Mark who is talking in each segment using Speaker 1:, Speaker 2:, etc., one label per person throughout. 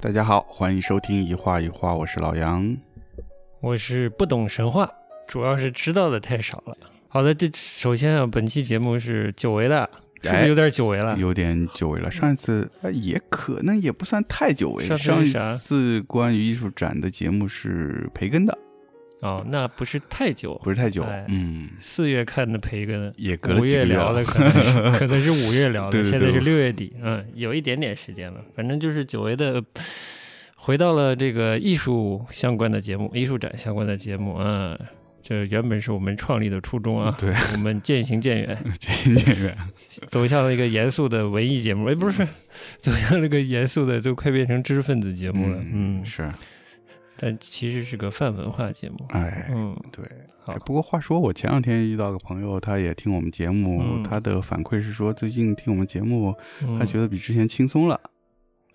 Speaker 1: 大家好，欢迎收听一画一画，我是老杨。
Speaker 2: 我是不懂神话，主要是知道的太少了。好的，这首先啊，本期节目是久违了，是不
Speaker 1: 哎
Speaker 2: 是有点久违了？
Speaker 1: 有点久违了，上一次呃也可能也不算太久违了。
Speaker 2: 上
Speaker 1: 上
Speaker 2: 次
Speaker 1: 一
Speaker 2: 是啥
Speaker 1: 次关于艺术展的节目是培根的，
Speaker 2: 哦，那不是太久，
Speaker 1: 不是太久。
Speaker 2: 哎
Speaker 1: 嗯，
Speaker 2: 四月看的培根，
Speaker 1: 也隔了
Speaker 2: 五
Speaker 1: 几个
Speaker 2: 月
Speaker 1: 月
Speaker 2: 聊
Speaker 1: 了
Speaker 2: 的可 能是可能是五月聊的，
Speaker 1: 对对对
Speaker 2: 现在是六月底，嗯，有一点点时间了。反正就是久违的，回到了这个艺术相关的节目，艺术展相关的节目，嗯。这原本是我们创立的初衷啊，
Speaker 1: 对，
Speaker 2: 我们渐行渐远，
Speaker 1: 渐行渐 远。
Speaker 2: 走向了一个严肃的文艺节目， 哎，不是，走向了一个严肃的，都快变成知识分子节目了。嗯，
Speaker 1: 是，
Speaker 2: 但其实是个泛文化节目。
Speaker 1: 哎，
Speaker 2: 嗯，
Speaker 1: 对。
Speaker 2: 好
Speaker 1: 哎不过话说，我前两天遇到个朋友，他也听我们节目，
Speaker 2: 嗯
Speaker 1: 他的反馈是说，最近听我们节目，
Speaker 2: 嗯
Speaker 1: 他觉得比之前轻松了。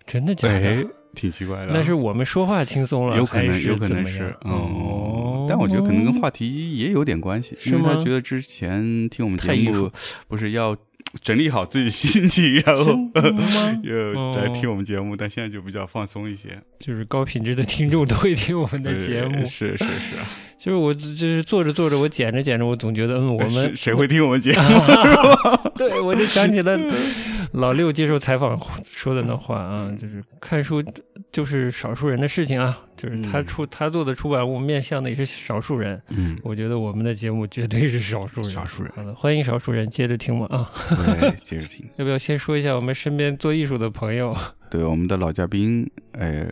Speaker 2: 真的假
Speaker 1: 哎
Speaker 2: 的？，
Speaker 1: 挺奇怪的。
Speaker 2: 那是我们说话轻松了，
Speaker 1: 有可
Speaker 2: 还
Speaker 1: 能，
Speaker 2: 是
Speaker 1: 有可能
Speaker 2: 怎么
Speaker 1: 是
Speaker 2: 样，哦
Speaker 1: 嗯，但我觉得可能跟话题也有点关系，
Speaker 2: 是
Speaker 1: 因为他
Speaker 2: 吗
Speaker 1: 觉得之前听我们节
Speaker 2: 太艺
Speaker 1: 目
Speaker 2: 术
Speaker 1: 不是要整理好自己心情，然后
Speaker 2: 真 的吗
Speaker 1: 又
Speaker 2: 哦
Speaker 1: 来听我们节目，但现在就比较放松一些。
Speaker 2: 就是高品质的听众都会听我们的
Speaker 1: 对
Speaker 2: 节目。
Speaker 1: 是是 是，啊
Speaker 2: 就是我就是做着做着，我剪着剪着，我总觉得嗯，我
Speaker 1: 谁
Speaker 2: 们
Speaker 1: 谁会听我们节目？
Speaker 2: 对我就想起了
Speaker 1: 嗯
Speaker 2: 老六接受采访 说的那话啊，就是看书就是少数人的事情啊，就是他
Speaker 1: 嗯
Speaker 2: 出他做的出版物面向的也是少数人，
Speaker 1: 嗯，
Speaker 2: 我觉得我们的节目绝对是少数人。
Speaker 1: 少数 人
Speaker 2: 好的，欢迎少数人接着听嘛啊！
Speaker 1: 对，接着听。
Speaker 2: 要不要先说一下我们身边做艺术的朋友？
Speaker 1: 对，我们的老嘉宾，哎，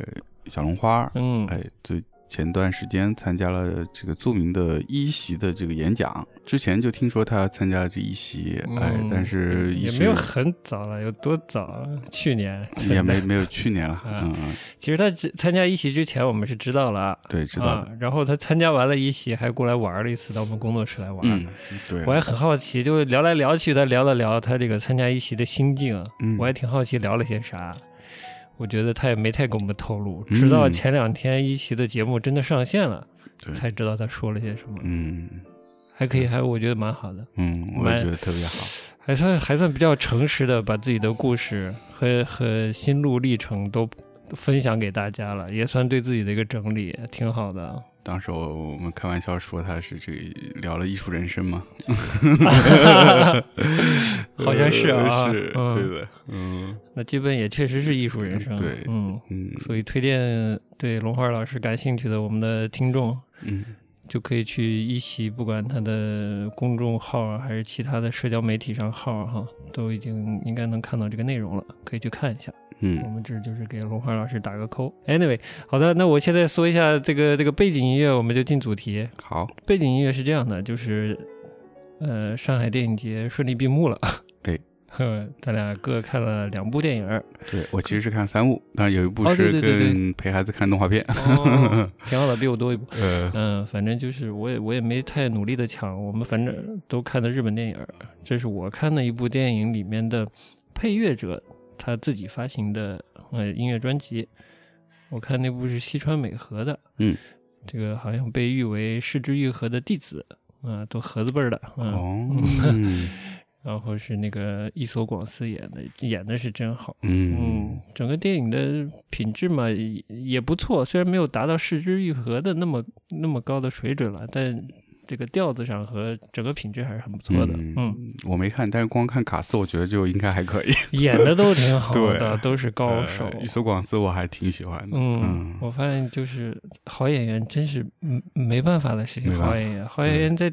Speaker 1: 小龙花，
Speaker 2: 嗯，
Speaker 1: 哎，最前段时间参加了这个著名的一席的这个演讲，之前就听说他参加了这一席，哎，
Speaker 2: 嗯
Speaker 1: 但是一
Speaker 2: 也
Speaker 1: 直
Speaker 2: 没有很早了，有多早 啊？去年
Speaker 1: 也没没有去年 了，
Speaker 2: 啊
Speaker 1: 嗯，嗯
Speaker 2: 其实他只参加一席之前，我们是知道了啊，
Speaker 1: 对，知道的，
Speaker 2: 啊。然后他参加完了一席，还过来玩了一次，到我们工作室来玩。
Speaker 1: 嗯，对
Speaker 2: 我，还很好奇，就聊来聊去，他聊了聊他这个参加一席的心境啊，
Speaker 1: 嗯
Speaker 2: 我还挺好奇聊了些啥。我觉得他也没太跟我们透露，
Speaker 1: 嗯
Speaker 2: 直到前两天一席的节目真的上线了，
Speaker 1: 对
Speaker 2: 才知道他说了些什么。
Speaker 1: 嗯
Speaker 2: 还可以，还我觉得蛮好的，
Speaker 1: 嗯，我也觉得特别好，
Speaker 2: 还算还算比较诚实的，把自己的故事和和心路历程都分享给大家了，也算对自己的一个整理，挺好的。啊
Speaker 1: 当时我们开玩笑说他是这个聊了艺术人生嘛，
Speaker 2: 好像是啊
Speaker 1: 呃是，
Speaker 2: 嗯
Speaker 1: 对的，嗯
Speaker 2: 那基本也确实是艺术人生，
Speaker 1: 对
Speaker 2: 嗯，
Speaker 1: 嗯
Speaker 2: 所以推荐对龙花老师感兴趣的我们的听众，
Speaker 1: 嗯，
Speaker 2: 就可以去一席，不管他的公众号啊，还是其他的社交媒体上号啊哈、都已经应该能看到这个内容了，可以去看一下。我
Speaker 1: 嗯，
Speaker 2: 们这就是给龙花老师打个扣。Anyway，好的，那我现在说一下这个这个背景音乐，我们就进主题。
Speaker 1: 好，
Speaker 2: 背景音乐是这样的，就是呃，上海电影节顺利闭幕了。
Speaker 1: 哎
Speaker 2: 呵，咱俩各看了两部电影儿，
Speaker 1: 对我其实是看三部，当然有一部
Speaker 2: 哦对
Speaker 1: 是
Speaker 2: 对对对
Speaker 1: 跟陪孩子看动画 片，
Speaker 2: 哦，挺好的，比我多一部。
Speaker 1: 呃，
Speaker 2: 嗯，反正就是我也我也没太努力的抢，我们反正都看的日本电影儿。这是我看的一部电影里面的配乐者他自己发行的呃音乐专辑，我看那部是西川美和的，
Speaker 1: 嗯，
Speaker 2: 这个好像被誉为市之愈合的弟子，啊、都盒子辈儿的，嗯、
Speaker 1: 哦，
Speaker 2: 然后是那个一所广司演的，演的是真好。
Speaker 1: 嗯
Speaker 2: 嗯，整个电影的品质嘛也也不错，虽然没有达到《失之愈合》的那么那么高的水准了，但这个调子上和整个品质还是很不错的。嗯，
Speaker 1: 我没看，但是光看卡斯，我觉得就应该还可以。
Speaker 2: 演的都挺好的，
Speaker 1: 对
Speaker 2: 都哦是高手。
Speaker 1: 呃一所广司我还挺喜欢的。
Speaker 2: 嗯，
Speaker 1: 嗯
Speaker 2: 我发现就是好演员真是嗯没办法的事情，
Speaker 1: 没办法
Speaker 2: 好演员，好演员在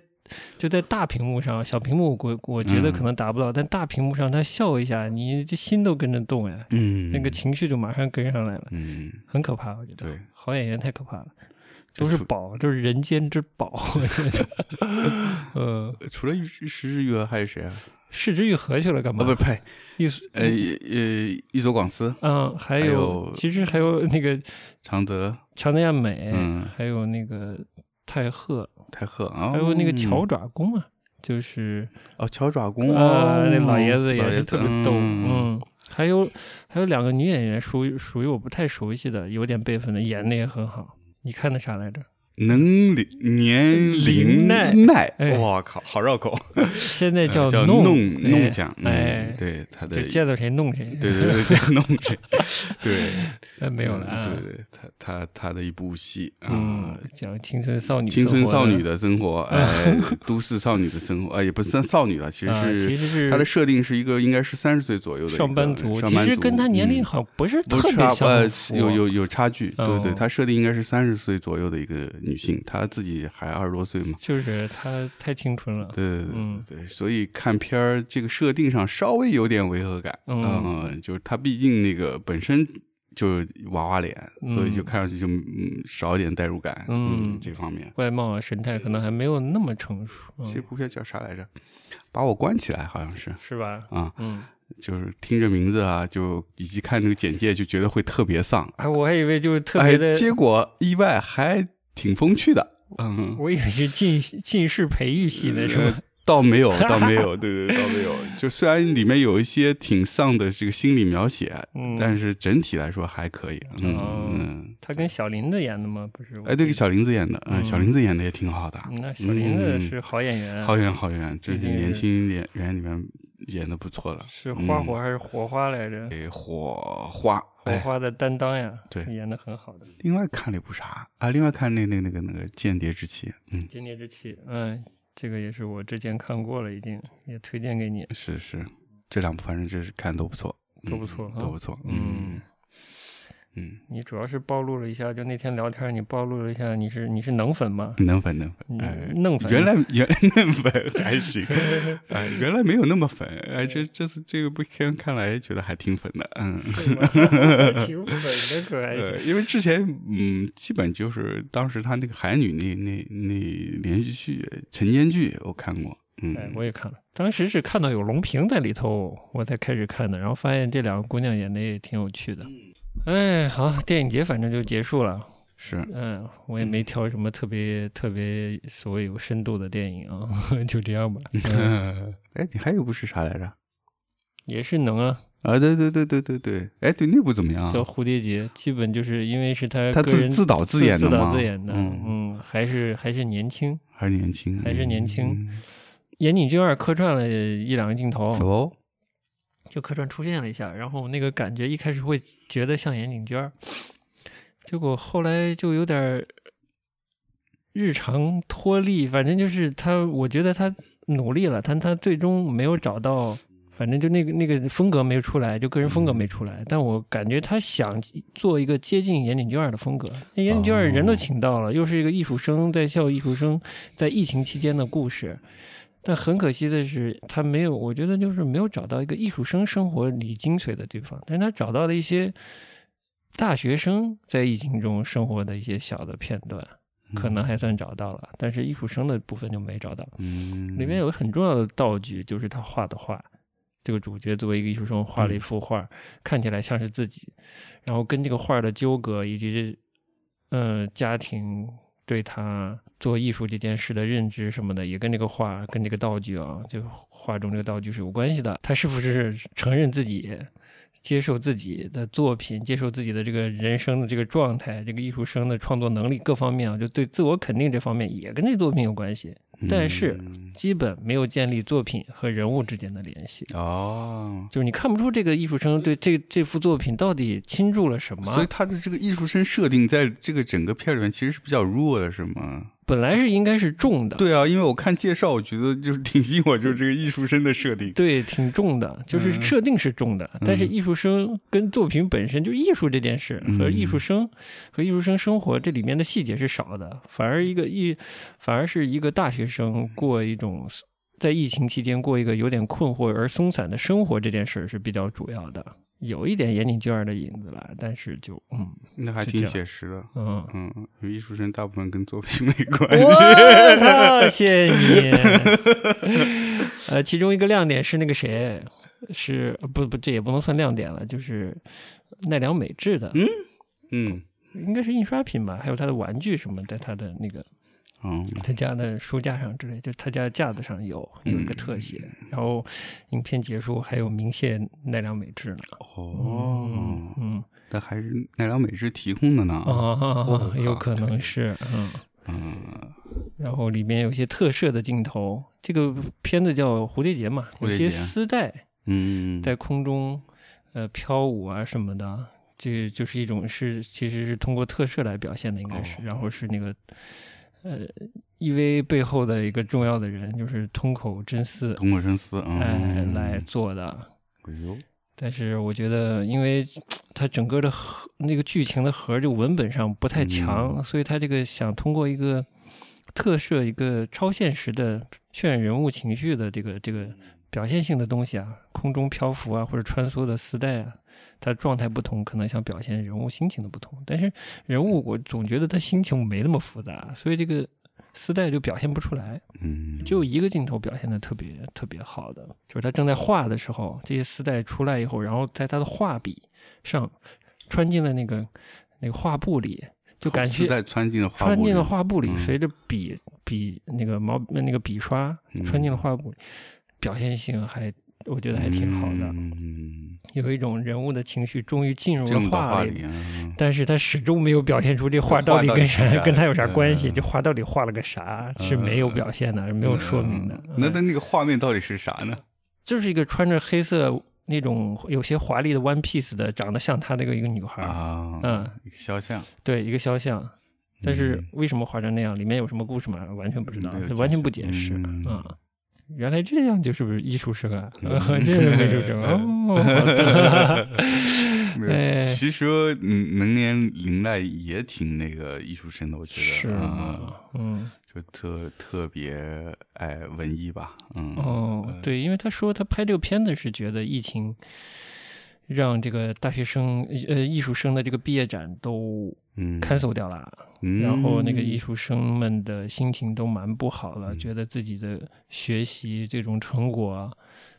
Speaker 2: 就在大屏幕上，小屏幕我我觉得
Speaker 1: 嗯
Speaker 2: 可能达不到，但大屏幕上他笑一下，你这心都跟着动呀，
Speaker 1: 嗯，
Speaker 2: 那个情绪就马上跟上来了，
Speaker 1: 嗯，
Speaker 2: 很可怕，我觉得。
Speaker 1: 对，
Speaker 2: 好演员太可怕了，
Speaker 1: 这
Speaker 2: 都是
Speaker 1: 除
Speaker 2: 宝，都是人间之 宝，我觉得。嗯，
Speaker 1: 呃除了石之予和还有谁啊？
Speaker 2: 市之愈合去了干
Speaker 1: 啊，
Speaker 2: 嘛？
Speaker 1: 不是，呸，
Speaker 2: 艺术，
Speaker 1: 呃呃，一所广司、
Speaker 2: 嗯，
Speaker 1: 还
Speaker 2: 还有
Speaker 1: 有，
Speaker 2: 其实还有那个
Speaker 1: 长泽、
Speaker 2: 长泽亚美
Speaker 1: 嗯，
Speaker 2: 还有那个太赫，
Speaker 1: 太赫，哦
Speaker 2: 还有那个桥爪功啊，就是
Speaker 1: 哦，桥爪功
Speaker 2: 啊，
Speaker 1: 哦
Speaker 2: 那老爷子也
Speaker 1: 老爷
Speaker 2: 是特别逗，
Speaker 1: 嗯，
Speaker 2: 嗯。还有还有两个女演员属于属于我不太熟悉的，有点辈分的，演的也很好。你看的啥来着？
Speaker 1: 能龄年龄
Speaker 2: 龄奈
Speaker 1: 奈
Speaker 2: 哎，
Speaker 1: 我靠，好绕口，
Speaker 2: 现在
Speaker 1: 呃叫
Speaker 2: 弄
Speaker 1: 弄
Speaker 2: 哎
Speaker 1: 弄奖，
Speaker 2: 哎
Speaker 1: 嗯，，对他的
Speaker 2: 就见到谁弄谁，
Speaker 1: 对对对，对，弄这， 对，
Speaker 2: 呃，没有了啊，
Speaker 1: 嗯对对，他他他的一部戏啊
Speaker 2: 嗯，，讲青春少女，
Speaker 1: 青春少女，的生活，哎，都市少女的生活，哎，也不算少女了， 其
Speaker 2: 啊
Speaker 1: 实
Speaker 2: 其实是
Speaker 1: 它的设定是一个应该是三十岁左右的一个
Speaker 2: 上班族，
Speaker 1: 上
Speaker 2: 其
Speaker 1: 班
Speaker 2: 实
Speaker 1: 族，
Speaker 2: 跟她年龄
Speaker 1: 嗯
Speaker 2: 好像不是
Speaker 1: 不
Speaker 2: 特
Speaker 1: 是
Speaker 2: 别
Speaker 1: 差不呃
Speaker 2: 相符，
Speaker 1: 有有有差距，对对，
Speaker 2: 哦
Speaker 1: 她设定应该是三十岁左右的一个女性，她自己还二十多岁嘛。
Speaker 2: 就是她太青春了，
Speaker 1: 对对对
Speaker 2: 嗯
Speaker 1: 对对，所以看片儿这个设定上稍微有点违和感，
Speaker 2: 嗯
Speaker 1: 嗯，就是她毕竟那个本身就娃娃脸，所以就
Speaker 2: 嗯
Speaker 1: 看上去就嗯少一点代入感，
Speaker 2: 嗯
Speaker 1: 这方面。
Speaker 2: 外貌啊神态可能还没有那么成熟，嗯
Speaker 1: 这部片叫啥来着？把我关起来，好像是
Speaker 2: 是吧？
Speaker 1: 啊，
Speaker 2: 嗯，
Speaker 1: 就是听着名字啊，就以及看这个简介就觉得会特别丧，
Speaker 2: 哎，我还以为就是特别的
Speaker 1: 哎，，结果意外还挺风趣的，嗯，
Speaker 2: 我以为是进进士培育系
Speaker 1: 呃
Speaker 2: 的是吧？
Speaker 1: 倒没 有，倒没有，对对，倒没有。就虽然里面有一些挺丧的这个心理描写，
Speaker 2: 嗯，
Speaker 1: 但是整体来说还可以，
Speaker 2: 哦
Speaker 1: 嗯嗯。
Speaker 2: 他跟小林子演的吗？不是，
Speaker 1: 哎，对，小林子演的，嗯，
Speaker 2: 嗯
Speaker 1: 小林子演的也挺好的，
Speaker 2: 嗯那小林子
Speaker 1: 嗯
Speaker 2: 是好演员，
Speaker 1: 好演好演，这
Speaker 2: 毕
Speaker 1: 些
Speaker 2: 竟
Speaker 1: 年
Speaker 2: 是
Speaker 1: 轻演员里面演的不错的。
Speaker 2: 是花火还是火花来着？
Speaker 1: 哎，火花，
Speaker 2: 嗯火
Speaker 1: 哎，
Speaker 2: 花的担当呀，
Speaker 1: 对
Speaker 2: 演的很好的。
Speaker 1: 另外看了一部啥啊？另外看那那那个那个《间谍之妻》，嗯，
Speaker 2: 今年之气，嗯，这个也是我之前看过了，已经也推荐给你，
Speaker 1: 是是，这两部反正就是看都不错，
Speaker 2: 都
Speaker 1: 嗯
Speaker 2: 不错哈啊
Speaker 1: 都不错，嗯
Speaker 2: 嗯
Speaker 1: 嗯，
Speaker 2: 你主要是暴露了一下，就那天聊天你暴露了一下，你是你是能 粉吗？
Speaker 1: 能粉能粉，
Speaker 2: 嗯
Speaker 1: 哎，
Speaker 2: 弄粉
Speaker 1: 原来 原来嫩粉还 行，哎，原来没有那么粉，哎，这这次这个部片看来觉得还挺粉的，嗯，
Speaker 2: 挺粉的，可还
Speaker 1: 呃，
Speaker 2: 行。哎
Speaker 1: 因为之前嗯，基本就是当时他那个海女那那那连续剧晨间剧我看过，嗯，
Speaker 2: 哎，我也看了，当时是看到有龙平在里头，我才开始看的，然后发现这两个姑娘演的也挺有趣的。哎，好，电影节反正就结束了。
Speaker 1: 是
Speaker 2: 嗯，我也没挑什么特别特别所谓有深度的电影啊， 就这 样吧。嗯
Speaker 1: 哎，你还有部是啥来着？
Speaker 2: 也是能啊，
Speaker 1: 啊，对对对对对对，哎，对那部怎么样啊？
Speaker 2: 叫蝴蝶结，基本就是因为是他
Speaker 1: 他
Speaker 2: 个
Speaker 1: 自
Speaker 2: 人
Speaker 1: 自导自演的
Speaker 2: 自导
Speaker 1: 吗
Speaker 2: 自演的，
Speaker 1: 嗯
Speaker 2: 嗯，还是还是年轻，
Speaker 1: 还是年轻，
Speaker 2: 还是年轻
Speaker 1: 嗯
Speaker 2: 岩井俊二客串了一两个镜头，
Speaker 1: 哦，
Speaker 2: 就客串出现了一下，然后那个感觉一开始会觉得像岩井俊二，结果后来就有点儿日常脱力，反正就是他，我觉得他努力了，但他最终没有找到。反正就那个那个风格没有出来，就个人风格没出来，但我感觉他想做一个接近岩井俊二的风格。那岩井俊二人都请到了，又是一个艺术生，在校艺术生，在疫情期间的故事。但很可惜的是，他没有，我觉得就是没有找到一个艺术生生活里精髓的地方，但是他找到了一些大学生在疫情中生活的一些小的片段，可能还算找到了，但是艺术生的部分就没找到。
Speaker 1: 嗯，
Speaker 2: 里面有个很重要的道具，就是他画的画。这个主角作为一个艺术生，画了一幅画，看起来像是自己，然后跟这个画的纠葛，以及是，呃，家庭对他做艺术这件事的认知什么的，也跟这个画、跟这个道具啊，这个画中这个道具是有关系的。他是不是承认自己，接受自己的作品，接受自己的这个人生的这个状态，这个艺术生的创作能力各方面啊，就对自我肯定这方面也跟这作品有关系。但是
Speaker 1: 嗯
Speaker 2: 基本没有建立作品和人物之间的联系，
Speaker 1: 哦，
Speaker 2: 就是你看不出这个艺术生对这这幅作品到底倾注了什
Speaker 1: 所以
Speaker 2: 么。
Speaker 1: 他的这个艺术生设定在这个整个片儿里面其实是比较弱的，是吗？
Speaker 2: 本来是应该是重的，
Speaker 1: 对啊，因为我看介绍，我觉得就是挺吸引我，就是这个艺术生的设定。
Speaker 2: 对挺重的，就是
Speaker 1: 嗯
Speaker 2: 设定是重的，但是艺术生跟作品本身就艺术这件事
Speaker 1: 嗯
Speaker 2: 和艺术生和艺术生生活这里面的细节是少的，反而一个艺，反而是一个大学生过一种。在疫情期间过一个有点困惑而松散的生活这件事儿是比较主要的，有一点岩井俊二的影子了，但是就嗯
Speaker 1: 那还
Speaker 2: 就
Speaker 1: 挺
Speaker 2: 这样
Speaker 1: 写实的。
Speaker 2: 嗯，
Speaker 1: 嗯，因为艺术生大部分跟作品没关 系。
Speaker 2: 我操，谢谢你。 呃，其中一个亮点是那个谁，是呃不不，这也不能算亮点了，就是奈良美智的，
Speaker 1: 嗯
Speaker 2: 应该是印刷品吧，还有他的玩具什么，在他的那个
Speaker 1: 嗯，
Speaker 2: 他家的书架上之类，就他家架子上有有一个特写，
Speaker 1: 嗯
Speaker 2: 然后影片结束还有鸣谢奈良美智呢。
Speaker 1: 哦，
Speaker 2: 嗯
Speaker 1: 那还是奈良美智提供的呢。
Speaker 2: 啊，
Speaker 1: 我靠
Speaker 2: 有可能是嗯。
Speaker 1: 嗯，
Speaker 2: 然后里面有一些特摄的镜头。这个片子叫《蝴蝶结》嘛，
Speaker 1: 蝴
Speaker 2: 有
Speaker 1: 蝶结
Speaker 2: 些丝带
Speaker 1: 嗯，
Speaker 2: 在空中呃飘舞啊什么的，这就是一种是其实是通过特摄来表现的，应该是，
Speaker 1: 哦
Speaker 2: 然后是那个呃 EV 背后的一个重要的人，就是通口真司，
Speaker 1: 通过深思，嗯，
Speaker 2: 哎来做的。
Speaker 1: 哎呦，
Speaker 2: 但是我觉得，因为它整个的核那个剧情的核就文本上不太强，所以它这个想通过一个特摄一个超现实的渲染人物情绪的这个这个表现性的东西啊，空中漂浮啊，或者穿梭的丝带啊，它状态不同，可能想表现人物心情的不同。但是人物我总觉得他心情没那么复杂，所以这个丝带就表现不出来。
Speaker 1: 嗯，
Speaker 2: 只有一个镜头表现的特别特别好的，就是他正在画的时候，这些丝带出来以后，然后在他的画笔上穿进了那个那个画布里，就感
Speaker 1: 丝
Speaker 2: 觉
Speaker 1: 带穿进了画
Speaker 2: 穿
Speaker 1: 布
Speaker 2: 进了
Speaker 1: 里，
Speaker 2: 画布里，
Speaker 1: 嗯
Speaker 2: 随着笔笔那个毛那个笔刷
Speaker 1: 嗯
Speaker 2: 穿进了画布里，表现性还我觉得还挺好的，
Speaker 1: 嗯，
Speaker 2: 有一种人物的情绪终于进入
Speaker 1: 进
Speaker 2: 了
Speaker 1: 入到
Speaker 2: 画
Speaker 1: 画
Speaker 2: 里。
Speaker 1: 里啊，
Speaker 2: 但是他始终没有表现出这画到底
Speaker 1: 画
Speaker 2: 跟
Speaker 1: 到底是
Speaker 2: 啥
Speaker 1: 啥
Speaker 2: 跟他有啥关系，
Speaker 1: 嗯
Speaker 2: 这画到底画了个啥是没有表现的，是没有说明的
Speaker 1: 嗯。那那那个画面到底是啥呢？
Speaker 2: 就是一个穿着黑色那种有些华丽的 one piece 的，长得像他那个一个女孩儿，
Speaker 1: 啊，
Speaker 2: 嗯，
Speaker 1: 一个肖像，
Speaker 2: 对，一个肖像。但是
Speaker 1: 嗯
Speaker 2: 为什么画成那样？里面有什么故事吗？完全不知道
Speaker 1: 没有，
Speaker 2: 完全
Speaker 1: 解
Speaker 2: 不
Speaker 1: 释
Speaker 2: 解释
Speaker 1: 嗯
Speaker 2: 啊。原来这样就是不是艺术生啊？
Speaker 1: 嗯
Speaker 2: 这是美 术生哦。好的
Speaker 1: 没
Speaker 2: 哎
Speaker 1: 有，其实嗯，能年玲奈也挺那个艺术生的，我觉得
Speaker 2: 是
Speaker 1: 啊，
Speaker 2: 啊，嗯，
Speaker 1: 就特特别哎文艺吧，嗯，
Speaker 2: 哦，对，因为他说他拍这个片子是觉得疫情让这个大学生呃艺术生的这个毕业展都
Speaker 1: 嗯，
Speaker 2: cancel 掉了，
Speaker 1: 嗯，
Speaker 2: 然后那个艺术生们的心情都蛮不好
Speaker 1: 嗯
Speaker 2: 了，觉得自己的学习这种成果啊、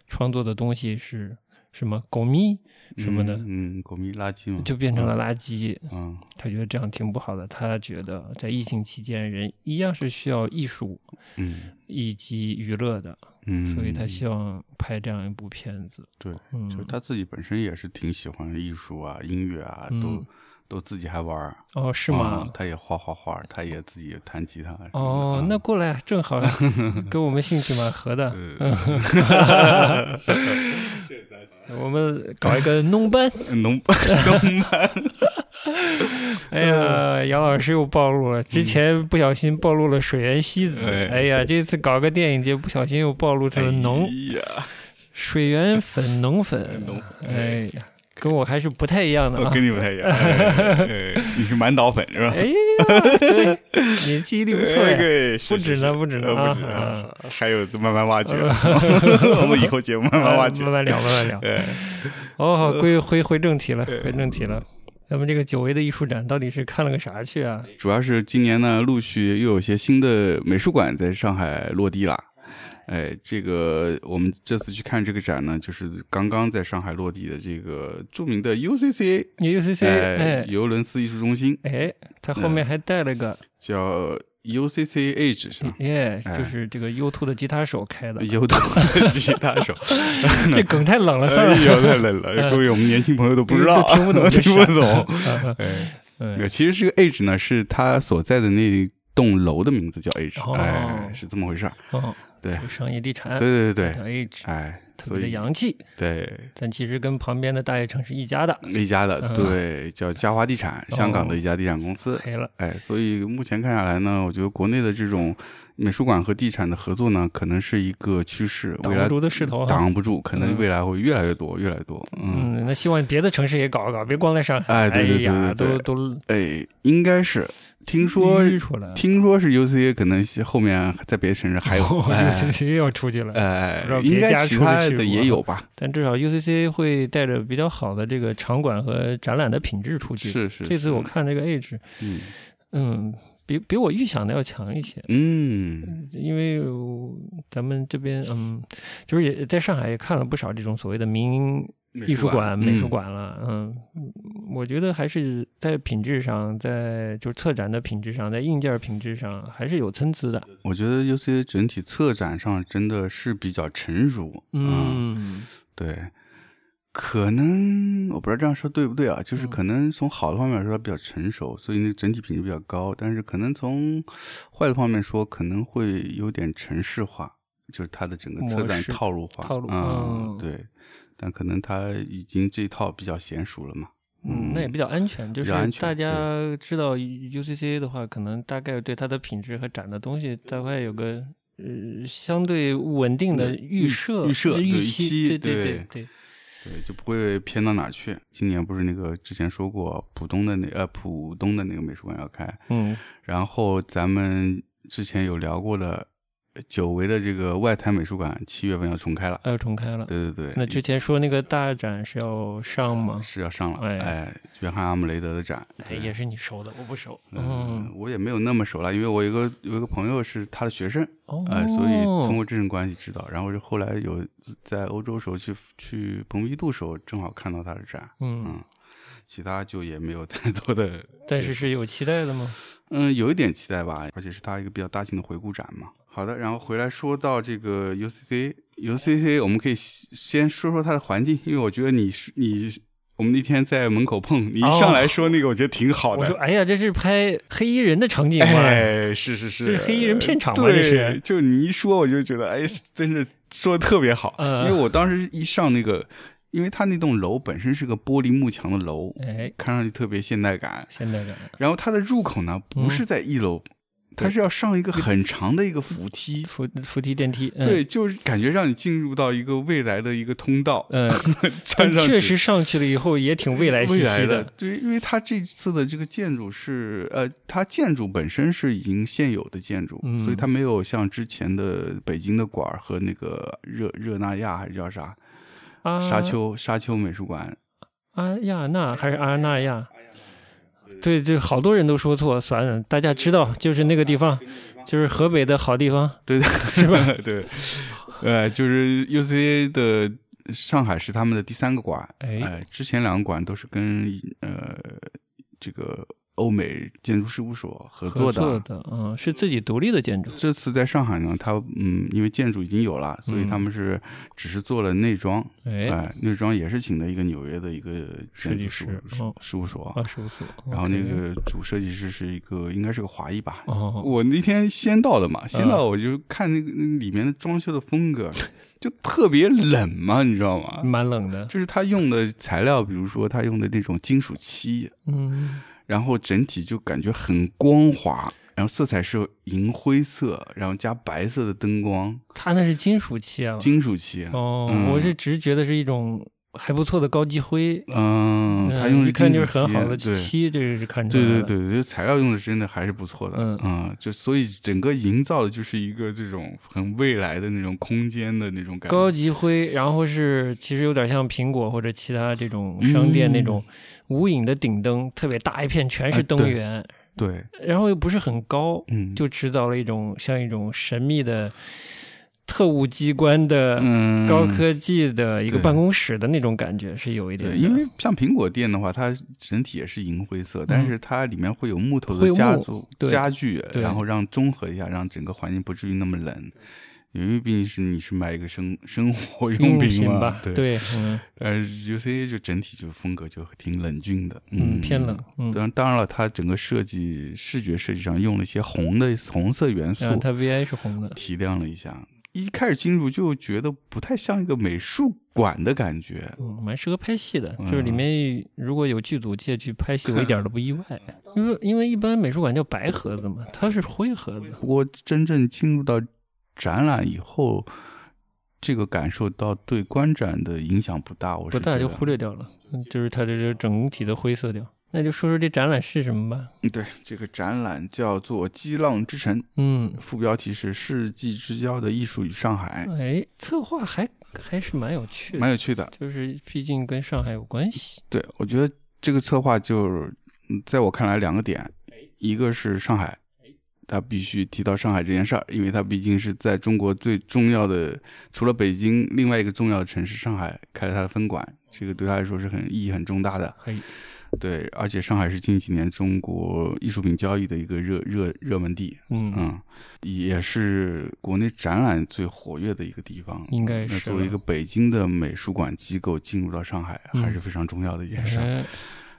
Speaker 2: 创作的东西是什么狗咪什么的，
Speaker 1: 嗯，嗯狗咪垃圾嘛，
Speaker 2: 就变成了垃圾。
Speaker 1: 嗯
Speaker 2: 他觉得这样挺不好的。他觉得在疫情期间，人一样是需要艺术
Speaker 1: 嗯
Speaker 2: 以及娱乐的，
Speaker 1: 嗯，
Speaker 2: 所以他希望拍这样一部片子。
Speaker 1: 对，
Speaker 2: 嗯，
Speaker 1: 就是他自己本身也是挺喜欢艺术啊、音乐啊，都
Speaker 2: 嗯
Speaker 1: 都自己还玩儿，
Speaker 2: 哦，是
Speaker 1: 嗯
Speaker 2: 吗？
Speaker 1: 他也画画画，他也自己弹吉他什么的。
Speaker 2: 哦，那过来 正好跟我们兴趣蛮合的。
Speaker 1: 那
Speaker 2: 我们搞一个农班。
Speaker 1: 农 农班，
Speaker 2: 哎呀，
Speaker 1: 嗯
Speaker 2: 杨老师又暴露了，之前不小心暴露了水原希子。
Speaker 1: 哎
Speaker 2: 哎呀，这次搞个电影节，不小心又暴露成了农、
Speaker 1: 哎呀，
Speaker 2: 啊水原粉农粉。
Speaker 1: 农
Speaker 2: 哎呀，跟我还是不太一样的
Speaker 1: 我
Speaker 2: 啊。
Speaker 1: 跟你不太一样，哎哎你是满岛粉是吧？
Speaker 2: 哎呀，对，你记忆力不错
Speaker 1: 哎
Speaker 2: 呀。嗯
Speaker 1: 对是
Speaker 2: 不止呢
Speaker 1: 是是
Speaker 2: 不止呢
Speaker 1: 呃不止
Speaker 2: 啊啊
Speaker 1: 啊，还有慢慢挖掘， 我们以后节目慢慢挖掘
Speaker 2: 慢。慢聊，慢 慢聊。
Speaker 1: 哎，
Speaker 2: 哦，好，归回回正题了，回正题了。咱们这个久违的艺术展到底是看了个啥去啊？
Speaker 1: 主要是今年呢，陆续又有些新的美术馆在上海落地了。哎，这个我们这次去看这个展呢，就是刚刚在上海落地的这个著名的 UCC，
Speaker 2: 你 UCC
Speaker 1: 哎，嗯
Speaker 2: 哎
Speaker 1: 尤伦斯艺术中心，
Speaker 2: 哎，他后面还带了个
Speaker 1: 叫 UCC Age 是吧？
Speaker 2: 耶，
Speaker 1: 哎
Speaker 2: 就是这个 U2 的吉他手开的，
Speaker 1: 优度的 吉他手，
Speaker 2: 嗯 这梗太冷了，算
Speaker 1: 哎
Speaker 2: 了，
Speaker 1: 呦，太冷了，各位我们年轻朋友都不知道，啊
Speaker 2: 都听不懂 这
Speaker 1: 听
Speaker 2: 事儿
Speaker 1: 不 懂。哎，
Speaker 2: 嗯，
Speaker 1: 其实这个 Age 呢，是他所在的那栋楼的名字叫 Age，
Speaker 2: 哦
Speaker 1: 哎，是这么回事儿。
Speaker 2: 哦，
Speaker 1: 对
Speaker 2: 这个商业地产，
Speaker 1: 对对对对，
Speaker 2: 小 H
Speaker 1: 哎，
Speaker 2: 特
Speaker 1: 所
Speaker 2: 别的
Speaker 1: 以
Speaker 2: 洋气，
Speaker 1: 对
Speaker 2: 但其实跟旁边的大悦城是一家的，
Speaker 1: 一家的
Speaker 2: 嗯哦
Speaker 1: 对叫嘉华地产，香港的一家地产公司。
Speaker 2: 赔了，
Speaker 1: 哎，所以目前看下来呢，我觉得国内的这种美术馆和地产的合作呢，可能是一个趋势，
Speaker 2: 挡
Speaker 1: 未
Speaker 2: 不
Speaker 1: 来
Speaker 2: 住的势头啊
Speaker 1: 挡不住，可能
Speaker 2: 嗯
Speaker 1: 未来会越来越多，越来越多。嗯，
Speaker 2: 嗯，那希望别的城市也搞一搞，别光在上海，
Speaker 1: 哎对对对
Speaker 2: 呀，
Speaker 1: 对
Speaker 2: 都
Speaker 1: 对
Speaker 2: 都
Speaker 1: 哎，应该是听说，
Speaker 2: 淤出来了，
Speaker 1: 听说是 UCA 可能后面在别的城市 还有，哎
Speaker 2: UCC 又要出去了，不知
Speaker 1: 哎
Speaker 2: 道，别
Speaker 1: 应该
Speaker 2: 家
Speaker 1: 其
Speaker 2: 出不
Speaker 1: 他
Speaker 2: 去
Speaker 1: 的也
Speaker 2: 过
Speaker 1: 有 吧？
Speaker 2: 但至少 UCC 会带着比较好的这个场馆和展览的品质出去。
Speaker 1: 是是，
Speaker 2: 这次
Speaker 1: 是
Speaker 2: 我，看这个 H，
Speaker 1: 嗯
Speaker 2: 嗯，比比我预想的要强一些。
Speaker 1: 嗯
Speaker 2: 因为呃咱们这边，嗯，就是也在上海也看了不少这种所谓的民营艺术馆、美术，馆了，嗯，嗯我觉得还是在品质上，在就是策展的品质上，在硬件品质上还是有参差的，
Speaker 1: 嗯我觉得 UCA 整啊体策展上真的是比较成熟，，
Speaker 2: 嗯，
Speaker 1: 对，可能我不知道这样说对不对啊，
Speaker 2: 嗯
Speaker 1: 就是可能从好的方面来说它比较成熟，所以那整体品质比较高，但是可能从坏的方面说，可能会有点城市化，就是它的整个车
Speaker 2: 模
Speaker 1: 展
Speaker 2: 式
Speaker 1: 套路化，
Speaker 2: 套路
Speaker 1: 嗯
Speaker 2: 嗯，
Speaker 1: 对，但可能它已经这一套比较娴熟了嘛，
Speaker 2: 嗯，那也比较安全，就
Speaker 1: 比
Speaker 2: 是
Speaker 1: 较安全
Speaker 2: 大家知道 UCCA 的话，可能大概对它的品质和展的东西大概有个呃相对稳定的预设、
Speaker 1: 预设对
Speaker 2: 预
Speaker 1: 预期
Speaker 2: 期，对对
Speaker 1: 对
Speaker 2: 对，
Speaker 1: 对，就不会偏到哪去。今年不是那个之前说过浦东的那呃浦东的那个美术馆要开，
Speaker 2: 嗯
Speaker 1: 然后咱们之前有聊过的呃久违的这个外滩美术馆，七月份要重开了。
Speaker 2: 还要重开了。
Speaker 1: 对对对，
Speaker 2: 那之前说那个大展是要上吗？
Speaker 1: 是要上了，
Speaker 2: 哎
Speaker 1: 哎，约翰·阿姆雷德的展，
Speaker 2: 哎，
Speaker 1: 对
Speaker 2: 也是你熟的，我不熟。
Speaker 1: 嗯
Speaker 2: 嗯，，
Speaker 1: 我也没有那么熟了，因为我有一个有一个朋友是他的学生，
Speaker 2: 哦，
Speaker 1: 哎，所以通过这种关系知道，然后就后来有自在欧洲时候去去蓬皮杜时候正好看到他的展，
Speaker 2: 嗯，
Speaker 1: 嗯，其他就也没有太多的，
Speaker 2: 但是是有期待的吗？
Speaker 1: 嗯，有一点期待吧，而且是他一个比较大型的回顾展嘛。好的，然后回来说到这个 UCC，UCC 我们可以先说说它的环境，因为我觉得你是你我们那天在门口碰，你一上来说那个，我觉得挺好
Speaker 2: 哦我
Speaker 1: 的。
Speaker 2: 说，哎呀，这是拍黑衣人的场景吗？
Speaker 1: 哎，是是是，
Speaker 2: 这是黑衣人片场吗
Speaker 1: 对，
Speaker 2: 这是
Speaker 1: 就你一说，我就觉得，哎，真是说的特别好。因
Speaker 2: 嗯
Speaker 1: 为我当时一上那个，因为它那栋楼本身是个玻璃幕墙的楼，
Speaker 2: 哎，
Speaker 1: 看上去特别现代感。
Speaker 2: 现代感，
Speaker 1: 然后它的入口呢，不
Speaker 2: 嗯
Speaker 1: 是在一楼，它是要上一个很长的一个扶梯。
Speaker 2: 扶扶梯电梯，嗯
Speaker 1: 对，就是感觉让你进入到一个未来的一个通道，
Speaker 2: 嗯，
Speaker 1: 穿上去
Speaker 2: 确实上去了以后也挺未来兮
Speaker 1: 未
Speaker 2: 兮
Speaker 1: 来的。。对，因为它这次的这个建筑是，呃，它建筑本身是已经现有的建筑，
Speaker 2: 嗯
Speaker 1: 所以它没有像之前的北京的馆儿和那个热热那亚还是叫啥
Speaker 2: 啊
Speaker 1: 沙丘沙丘美术馆，
Speaker 2: 阿亚纳还是阿那亚？对对，好多人都说错，算了，大家知道就是那个地方，就是河北的好地方。
Speaker 1: 对的，是吧？ 对，呃，就是 UCA 的上海是他们的第三个馆，
Speaker 2: 哎
Speaker 1: 呃，之前两个馆都是跟呃这个欧美建筑事务所合作
Speaker 2: 合
Speaker 1: 的，啊
Speaker 2: 作的，嗯，是自己独立的建筑，
Speaker 1: 这次在上海呢，它嗯，因为建筑已经有了，所以
Speaker 2: 嗯
Speaker 1: 他们是只是做了内装，哎、
Speaker 2: 哎，
Speaker 1: 内装也是请的一个纽约的一个建筑事务
Speaker 2: 设计师哦
Speaker 1: 事务所，
Speaker 2: 啊，事务所。
Speaker 1: 然后那
Speaker 2: OK
Speaker 1: 个主设计师是一个应该是个华裔吧。
Speaker 2: 哦，嗯
Speaker 1: 我那天先到的嘛，先到我就看那个那里面的装修的风格，就特别冷嘛，你知道吗？
Speaker 2: 蛮冷的，
Speaker 1: 就是他用的材料，比如说他用的那种金属漆，
Speaker 2: 嗯，
Speaker 1: 然后整体就感觉很光滑，然后色彩是银灰色，然后加白色的灯光，
Speaker 2: 它那是金属漆啊。
Speaker 1: 金属漆。
Speaker 2: 哦，
Speaker 1: 嗯
Speaker 2: 我是只觉得是一种还不错的高级灰。呃
Speaker 1: 嗯，它用的
Speaker 2: 一看
Speaker 1: 金属
Speaker 2: 就是
Speaker 1: 漆，
Speaker 2: 很好的
Speaker 1: 对
Speaker 2: 漆，这是看出来
Speaker 1: 对对
Speaker 2: 的。
Speaker 1: 对对，材料用的真的还是不错的，
Speaker 2: 嗯
Speaker 1: 就所以整个营造的就是一个这种很未来的那种空间的那种感
Speaker 2: 高
Speaker 1: 觉，
Speaker 2: 级灰，然后是其实有点像苹果或者其他这种
Speaker 1: 嗯
Speaker 2: 商店那种无影的顶灯，特别大一片全是灯源，
Speaker 1: 哎对，
Speaker 2: 然后又不是很高，
Speaker 1: 嗯，
Speaker 2: 就制造了一种像一种神秘的特务机关的
Speaker 1: 嗯
Speaker 2: 高科技的一个
Speaker 1: 对
Speaker 2: 办公室的那种感觉是有一点
Speaker 1: 对，
Speaker 2: 的，
Speaker 1: 因为像苹果店的话，它整体也是银灰色，但是它里面会有木头
Speaker 2: 嗯会
Speaker 1: 的
Speaker 2: 有
Speaker 1: 家
Speaker 2: 木
Speaker 1: 族
Speaker 2: 对
Speaker 1: 家具，
Speaker 2: 对
Speaker 1: 然后让中和一下，让整个环境不至于那么冷。因为毕竟是你是买一个生生活用
Speaker 2: 用
Speaker 1: 品
Speaker 2: 品
Speaker 1: 嘛，
Speaker 2: 吧，
Speaker 1: 对。呃
Speaker 2: 对，嗯
Speaker 1: 但是 UCA 就整体就风格就挺冷峻的，
Speaker 2: 嗯偏冷，嗯，
Speaker 1: 当当然了，它整个设计视觉设计上用了一些红的红色元素
Speaker 2: 然，啊后它 VI 是红的，
Speaker 1: 提亮了一下。一开始进入就觉得不太像一个美术馆的感觉，
Speaker 2: 嗯，蛮适合拍戏的，
Speaker 1: 嗯
Speaker 2: 就是里面如果有剧组借去拍戏，我一点都不意外，因为因为一般美术馆叫白盒子嘛，它是灰盒子，
Speaker 1: 不过真正进入到展览以后，这个感受到对观展的影响不大，我是
Speaker 2: 不大
Speaker 1: 觉
Speaker 2: 就
Speaker 1: 得
Speaker 2: 忽略掉了，嗯就是它这个整体的灰色调。那就说说这展览是什么吧。
Speaker 1: 对这个展览叫做《激浪之城》，
Speaker 2: 嗯，
Speaker 1: 副标题是“世纪之交的艺术与上海
Speaker 2: 哎，策划还还是蛮有”，趣
Speaker 1: 蛮
Speaker 2: 的，
Speaker 1: 有趣的。
Speaker 2: 就是毕竟跟上海有关系。
Speaker 1: 对，我觉得这个策划就是，嗯在我看来两个点，一个是上海，他必须提到上海这件事儿，因为它毕竟是在中国最重要的，除了北京，另外一个重要的城市上海开了它的分馆，这个对他来说是很意义很重大的。
Speaker 2: 可以，
Speaker 1: 对，而且上海是近几年中国艺术品交易的一个热热热门地，
Speaker 2: 嗯，
Speaker 1: 嗯，也是国内展览最活跃的一个地方。
Speaker 2: 应该
Speaker 1: 嗯那
Speaker 2: 是
Speaker 1: 作为一个
Speaker 2: 了
Speaker 1: 北京的美术馆机构进入到上海，
Speaker 2: 嗯
Speaker 1: 还是非常重要的一件事儿。
Speaker 2: 哎，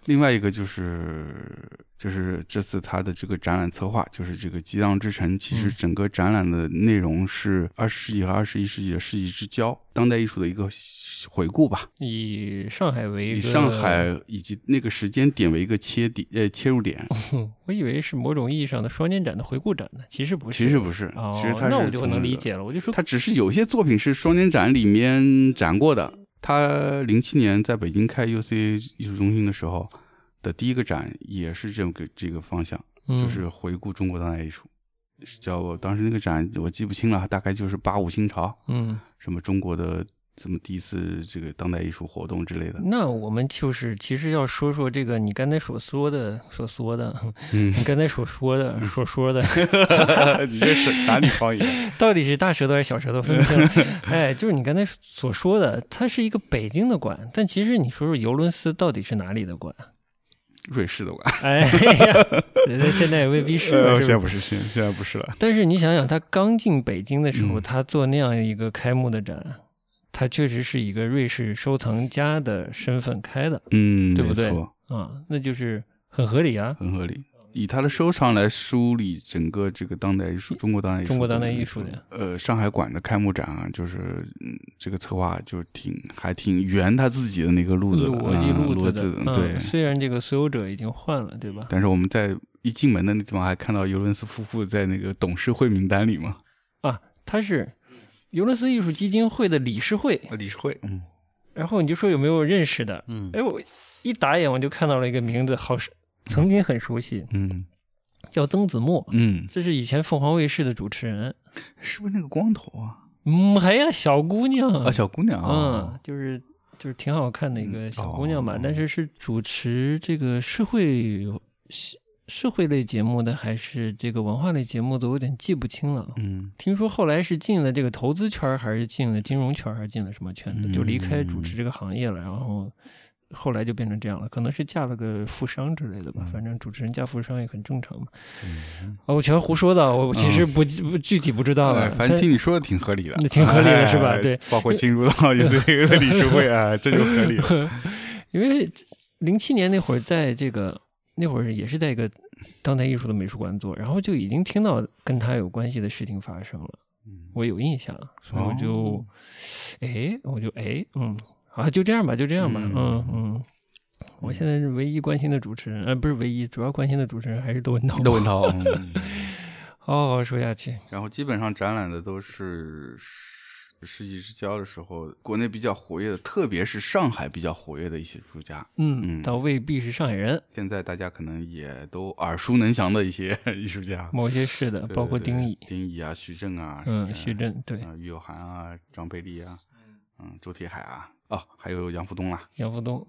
Speaker 1: 另外一个就是，就是这次他的这个展览策划，就是这个《激荡之城》，其实
Speaker 2: 嗯
Speaker 1: 整个展览的内容是二十世纪和二十一世纪的世纪之交，当代艺术的一个回顾吧，
Speaker 2: 以上海为一
Speaker 1: 以
Speaker 2: 个
Speaker 1: 上，海以及那个时间点为一个切点，呃，切入点。
Speaker 2: 哼我以为是某种意义上的双年展的回顾展呢，其实不是，
Speaker 1: 其实不是，
Speaker 2: 哦，
Speaker 1: 其实它
Speaker 2: 那我
Speaker 1: 是
Speaker 2: 就
Speaker 1: 从
Speaker 2: 能理解了，我就说
Speaker 1: 它只是有些作品是双年展里面展过的。他零七年在北京开 UC 艺术中心的时候的第一个展也是这个这个方向，就
Speaker 2: 嗯
Speaker 1: 是回顾中国当代艺术，是叫我当时那个展我记不清了，大概就是八五新潮，
Speaker 2: 嗯，
Speaker 1: 什么中国的什么第一次这个当代艺术活动之类的。
Speaker 2: 那我们就是其实要说说这个你刚才所说的所说的，
Speaker 1: 嗯，
Speaker 2: 你刚才所说的所说的，
Speaker 1: 你这是哪里啊方言？
Speaker 2: 到底是大舌头还是小舌头分不清。 哎，就是你刚才所说的，它是一个北京的馆，但其实你说说尤伦斯到底是哪里的馆？
Speaker 1: 瑞士的吧？ 呃
Speaker 2: 哎呀，那现在也未必是了，是吧
Speaker 1: 现在不是，现现在不是了。
Speaker 2: 但是你想想，他刚进北京的时候，
Speaker 1: 嗯
Speaker 2: 他做那样一个开幕的展，他确实是一个瑞士收藏家的身份开的
Speaker 1: 嗯，
Speaker 2: 对不
Speaker 1: 没
Speaker 2: 对
Speaker 1: 错
Speaker 2: 啊，那就是很合理啊。
Speaker 1: 很合理。以他的收藏来梳理整个这个当代艺术，中国当代艺术，
Speaker 2: 中国当代艺术的呀
Speaker 1: 呃，上海馆的开幕展啊，就是嗯，这个策划就挺还挺圆他自己的那个路子了，
Speaker 2: 逻辑
Speaker 1: 嗯
Speaker 2: 路
Speaker 1: 路
Speaker 2: 子的，嗯
Speaker 1: 对。
Speaker 2: 虽然这个所有者已经换了，对吧？
Speaker 1: 但是我们在一进门的那地方还看到尤伦斯夫妇在那个董事会名单里嘛，
Speaker 2: 啊，他是尤伦斯艺术基金会的理事会，
Speaker 1: 理事会，嗯
Speaker 2: 然后你就说有没有认识的？
Speaker 1: 嗯
Speaker 2: 哎，我一打眼我就看到了一个名字，好是曾经很熟悉，
Speaker 1: 嗯
Speaker 2: 叫曾子墨，
Speaker 1: 嗯，
Speaker 2: 这是以前凤凰卫视的主持人。
Speaker 1: 是不是那个光头啊？
Speaker 2: 嗯，还呀，小姑娘
Speaker 1: 啊，小姑娘
Speaker 2: 嗯
Speaker 1: 啊，，
Speaker 2: 就是就是挺好看的一个小姑娘吧，
Speaker 1: 嗯哦
Speaker 2: 但是是主持这个社会社社会类节目的，还是这个文化类节目的，我有点记不清了。啊
Speaker 1: 嗯
Speaker 2: 听说后来是进了这个投资圈儿，还是进了金融圈儿，还是进了什么圈子，
Speaker 1: 嗯
Speaker 2: 就离开主持这个行业了，然后。后来就变成这样了，可能是嫁了个富商之类的吧，
Speaker 1: 嗯
Speaker 2: 反正主持人嫁富商也很正常嘛。
Speaker 1: 嗯，
Speaker 2: 啊，我全胡说的，我我其实不、不具体不知道了。
Speaker 1: 哎反正
Speaker 2: 但
Speaker 1: 听你说的挺合理的，
Speaker 2: 挺合理的是吧
Speaker 1: 哎
Speaker 2: 对，
Speaker 1: 包括进入到 UCU 的理事会啊， 这就合理了。
Speaker 2: 因为零七年那会儿，在这个那会儿也是在一个当代艺术的美术馆做，然后就已经听到跟他有关系的事情发生了，我有印象，所以我就
Speaker 1: 嗯哦，
Speaker 2: 哎、我就哎，嗯，啊，就这样吧，就这样吧，
Speaker 1: 嗯
Speaker 2: 嗯嗯。我现在是唯一关心的主持人，呃，不是唯一，主要关心的主持人还是窦文涛。
Speaker 1: 窦文涛。嗯
Speaker 2: 好好说下去，
Speaker 1: 然后基本上展览的都是世世纪之交的时候，国内比较活跃的，特别是上海比较活跃的一些艺术家。
Speaker 2: 嗯，
Speaker 1: 嗯
Speaker 2: 倒未必是上海人，
Speaker 1: 现在大家可能也都耳熟能详的一些艺术家，
Speaker 2: 某些是的，
Speaker 1: 对
Speaker 2: 包括
Speaker 1: 对对
Speaker 2: 丁乙，
Speaker 1: 丁乙啊、徐正啊，
Speaker 2: 嗯，徐
Speaker 1: 正
Speaker 2: 震，对，
Speaker 1: 啊、于有涵啊、张培丽啊，嗯，周铁海啊，哦，还有杨福东啦、
Speaker 2: 杨福东。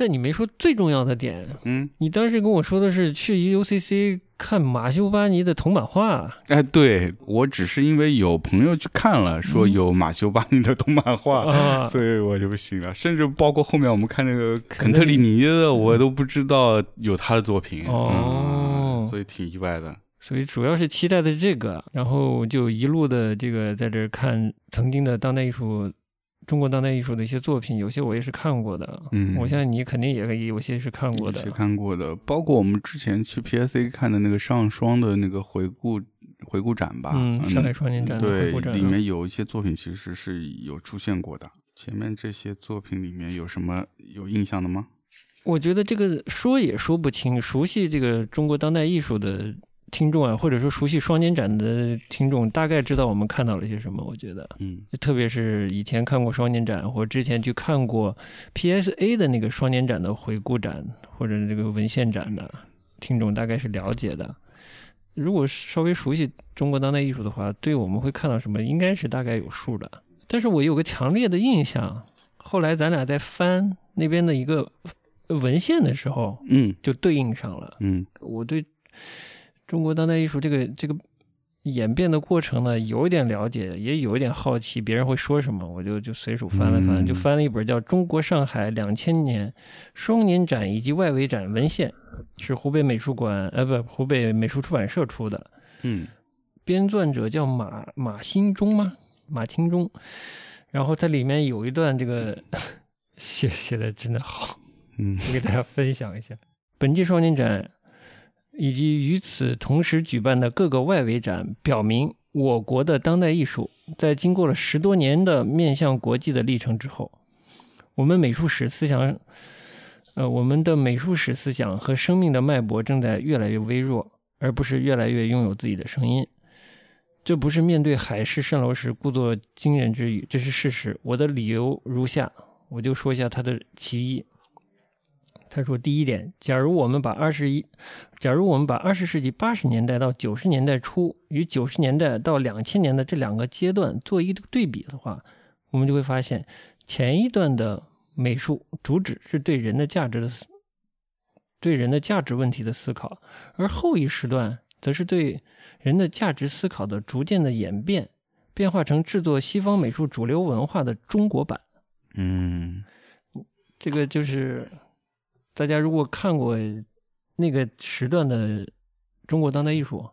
Speaker 2: 但你没说最重要的点，
Speaker 1: 嗯，
Speaker 2: 你当时跟我说的是去 UCC 看马修巴尼的铜版画，
Speaker 1: 哎，对我只是因为有朋友去看了，说
Speaker 2: 嗯
Speaker 1: 有马修巴尼的动漫画，
Speaker 2: 啊
Speaker 1: 所以我就不行了。甚至包括后面我们看那个肯
Speaker 2: 特
Speaker 1: 特
Speaker 2: 里嗯
Speaker 1: 里尼的，我都不知道有他的作品，
Speaker 2: 哦
Speaker 1: 嗯所以挺意外的。
Speaker 2: 所以主要是期待的这个，然后就一路的这个在这儿看曾经的当代艺术，中国当代艺术的一些作品，有些我也是看过的，
Speaker 1: 嗯
Speaker 2: 我相信你肯定也有些是看过
Speaker 1: 有
Speaker 2: 的
Speaker 1: 些，看过的，包括我们之前去 PSA 看的那个上双的那个回顾回顾展吧，呃
Speaker 2: 嗯，上海双年展的回
Speaker 1: 啊对
Speaker 2: 顾展，，啊
Speaker 1: 里面有一些作品其实是有出现过的。前面这些作品里面有什么有印象的吗？
Speaker 2: 我觉得这个说也说不清，熟悉这个中国当代艺术的听众啊，或者说熟悉双年展的听众，大概知道我们看到了些什么，我觉得。
Speaker 1: 嗯
Speaker 2: 特别是以前看过双年展，或者之前去看过 PSA 的那个双年展的回顾展，或者这个文献展的听众大概是了解的。如果稍微熟悉中国当代艺术的话，对我们会看到什么，应该是大概有数的。但是我有个强烈的印象，后来咱俩在翻那边的一个文献的时候，
Speaker 1: 嗯
Speaker 2: 就对应上了。
Speaker 1: 嗯
Speaker 2: 我对中国当代艺术这个这个演变的过程呢，有一点了解，也有一点好奇，别人会说什么，我就就随手翻了翻，
Speaker 1: 嗯
Speaker 2: 就翻了一本叫《中国上海两千年双年展以及外围展文献》，是湖北美术馆呃不湖北美术出版社出的，
Speaker 1: 嗯
Speaker 2: 编撰者叫马马新忠吗？马清忠。然后它里面有一段这个 写写的真的好，
Speaker 1: 嗯
Speaker 2: 我给大家分享一下本届双年展以及与此同时举办的各个外围展，表明我国的当代艺术在经过了十多年的面向国际的历程之后，我们美术史思想，呃，我们的美术史思想和生命的脉搏正在越来越微弱，而不是越来越拥有自己的声音。这不是面对海市蜃楼时故作惊人之语，这是事实。我的理由如下，我就说一下它的其一。他说，第一点，假如我们把二十一，假如我们把二十世纪八十年代到九十年代初与九十年代到两千年的这两个阶段做一个对比的话，我们就会发现，前一段的美术主旨是对人的价值的思，对人的价值问题的思考，而后一时段则是对人的价值思考的逐渐的演变，变化成制作西方美术主流文化的中国版。
Speaker 1: 嗯
Speaker 2: 这个就是大家如果看过那个时段的中国当代艺术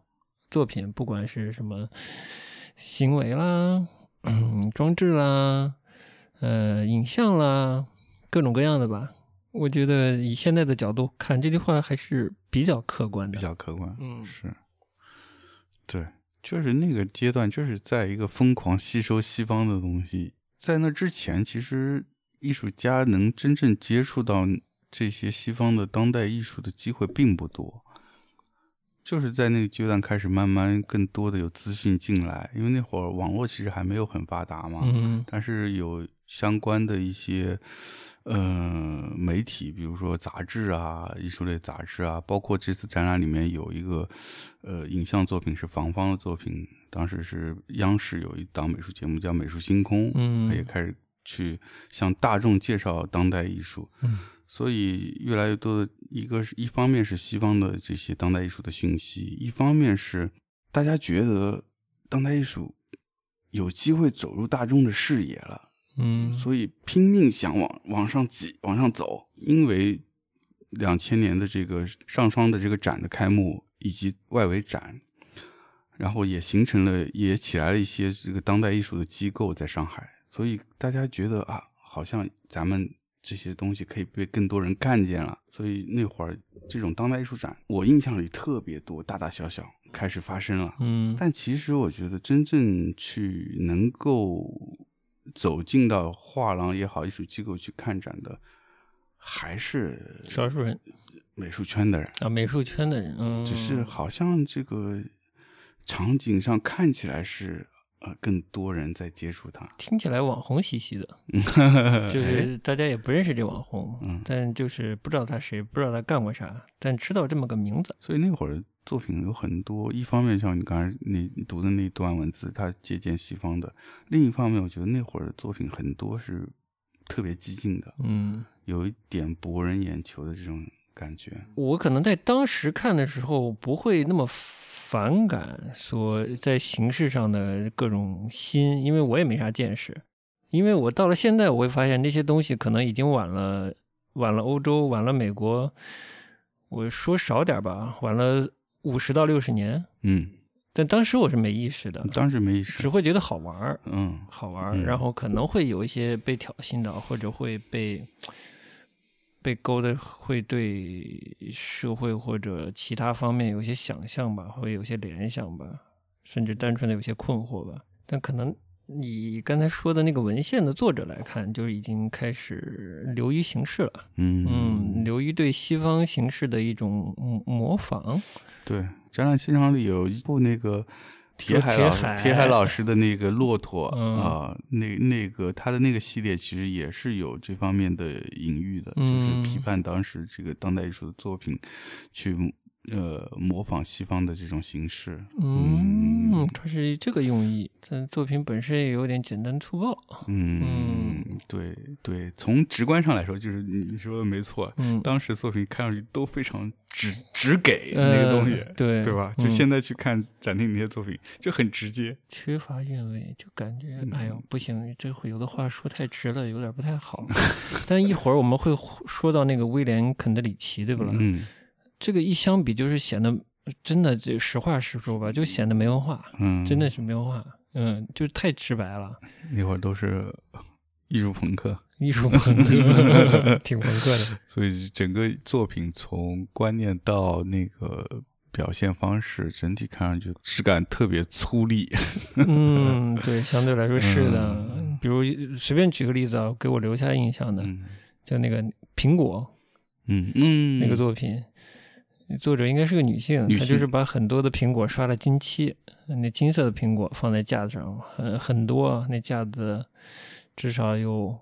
Speaker 2: 作品，不管是什么行为啦、嗯装置啦、呃影像啦，各种各样的吧。我觉得以现在的角度看，这句话还是比较客观
Speaker 1: 比
Speaker 2: 的。
Speaker 1: 较客观，
Speaker 2: 嗯
Speaker 1: 是，对，就是那个阶段，就是在一个疯狂吸收西方的东西，在那之前，其实艺术家能真正接触到这些西方的当代艺术的机会并不多。就是在那个阶段开始，慢慢更多的有资讯进来，因为那会儿网络其实还没有很发达嘛，
Speaker 2: 嗯
Speaker 1: 但是有相关的一些呃媒体，比如说杂志啊、艺术类杂志啊，包括这次展览里面有一个呃影像作品是房芳的作品，当时是央视有一档美术节目叫《美术星空》，
Speaker 2: 嗯
Speaker 1: 他也开始去向大众介绍当代艺术。
Speaker 2: 嗯
Speaker 1: 所以越来越多的一个是一方面是西方的这些当代艺术的讯息，一方面是大家觉得当代艺术有机会走入大众的视野了，
Speaker 2: 嗯，
Speaker 1: 所以拼命想往往上挤、往上走。因为两千年的这个上双的这个展的开幕以及外围展，然后也形成了也起来了一些这个当代艺术的机构在上海，所以大家觉得啊，好像咱们这些东西可以被更多人看见了。所以那会儿这种当代艺术展，我印象里特别多，大大小小开始发生了。
Speaker 2: 嗯
Speaker 1: 但其实我觉得，真正去能够走进到画廊也好，艺术机构去看展的，还是
Speaker 2: 少数人
Speaker 1: 美术圈的人。
Speaker 2: 啊，美术圈的人，嗯，
Speaker 1: 只是好像这个场景上看起来是呃更多人在接触它。
Speaker 2: 听起来网红兮兮的，就是大家也不认识这网红，
Speaker 1: 嗯
Speaker 2: 但就是不知道他谁，不知道他干过啥，但知道这么个名字。
Speaker 1: 所以那会儿作品有很多，一方面像你刚才你你读的那段文字，它借鉴西方的；另一方面，我觉得那会儿的作品很多是特别激进的，
Speaker 2: 嗯，
Speaker 1: 有一点博人眼球的这种感觉。
Speaker 2: 我可能在当时看的时候不会那么反感说在形式上的各种新，因为我也没啥见识。因为我到了现在，我会发现那些东西可能已经晚了，晚了欧洲，晚了美国。我说少点吧，晚了五十到六十年。
Speaker 1: 嗯，
Speaker 2: 但当时我是没意识的，
Speaker 1: 当时没意识
Speaker 2: 只。会觉得好玩儿。
Speaker 1: 嗯
Speaker 2: 好玩儿，
Speaker 1: 嗯
Speaker 2: 然后可能会有一些被挑衅到，或者会被被勾的，会对社会或者其他方面有一些想象吧，会有些联想吧，甚至单纯的有些困惑吧。但可能你刚才说的那个文献的作者来看，就是已经开始流于形式了，
Speaker 1: 嗯
Speaker 2: 嗯，流于对西方形式的一种嗯模仿，
Speaker 1: 对，展览现场里有一部那个铁
Speaker 2: 说
Speaker 1: 海
Speaker 2: 铁
Speaker 1: 老师
Speaker 2: 海
Speaker 1: 铁海老师的那个骆驼啊、
Speaker 2: 嗯
Speaker 1: 那那个他的那个系列其实也是有这方面的隐喻的，就是批
Speaker 2: 嗯
Speaker 1: 判当时这个当代艺术的作品去呃模仿西方的这种形式。
Speaker 2: 嗯，它是这个用意。但作品本身也有点简单粗暴。
Speaker 1: 嗯，对对，从直观上来说，就是你你说的没错。
Speaker 2: 嗯，
Speaker 1: 当时作品看上去都非常直直给那个东西，
Speaker 2: 呃对
Speaker 1: 对吧？就
Speaker 2: 嗯
Speaker 1: 现在去看展厅那些作品，就很直接。
Speaker 2: 缺乏韵味，就感觉
Speaker 1: 嗯
Speaker 2: 哎呦不行，这会有的话说太直了，有点不太好。 但一会儿我们会说到那个威廉肯德里奇，对不啦？
Speaker 1: 嗯
Speaker 2: 这个一相比，就是显得真的这实话实说吧，就显得没文化，
Speaker 1: 嗯，
Speaker 2: 真的是没文化。嗯，就是太直白了，
Speaker 1: 那会儿都是艺术朋克，
Speaker 2: 艺术朋克，挺朋克的。
Speaker 1: 所以整个作品从观念到那个表现方式，整体看上去质感特别粗粝。
Speaker 2: 嗯，对，相对来说是的。
Speaker 1: 嗯
Speaker 2: 比如随便举个例子啊，给我留下印象的，
Speaker 1: 嗯
Speaker 2: 就那个苹果，
Speaker 1: 嗯嗯，
Speaker 2: 那个作品，作者应该是个女性，
Speaker 1: 女
Speaker 2: 她就
Speaker 1: 性
Speaker 2: 是把很多的苹果刷了金漆，那金色的苹果放在架子上，很很多啊，那架子至少有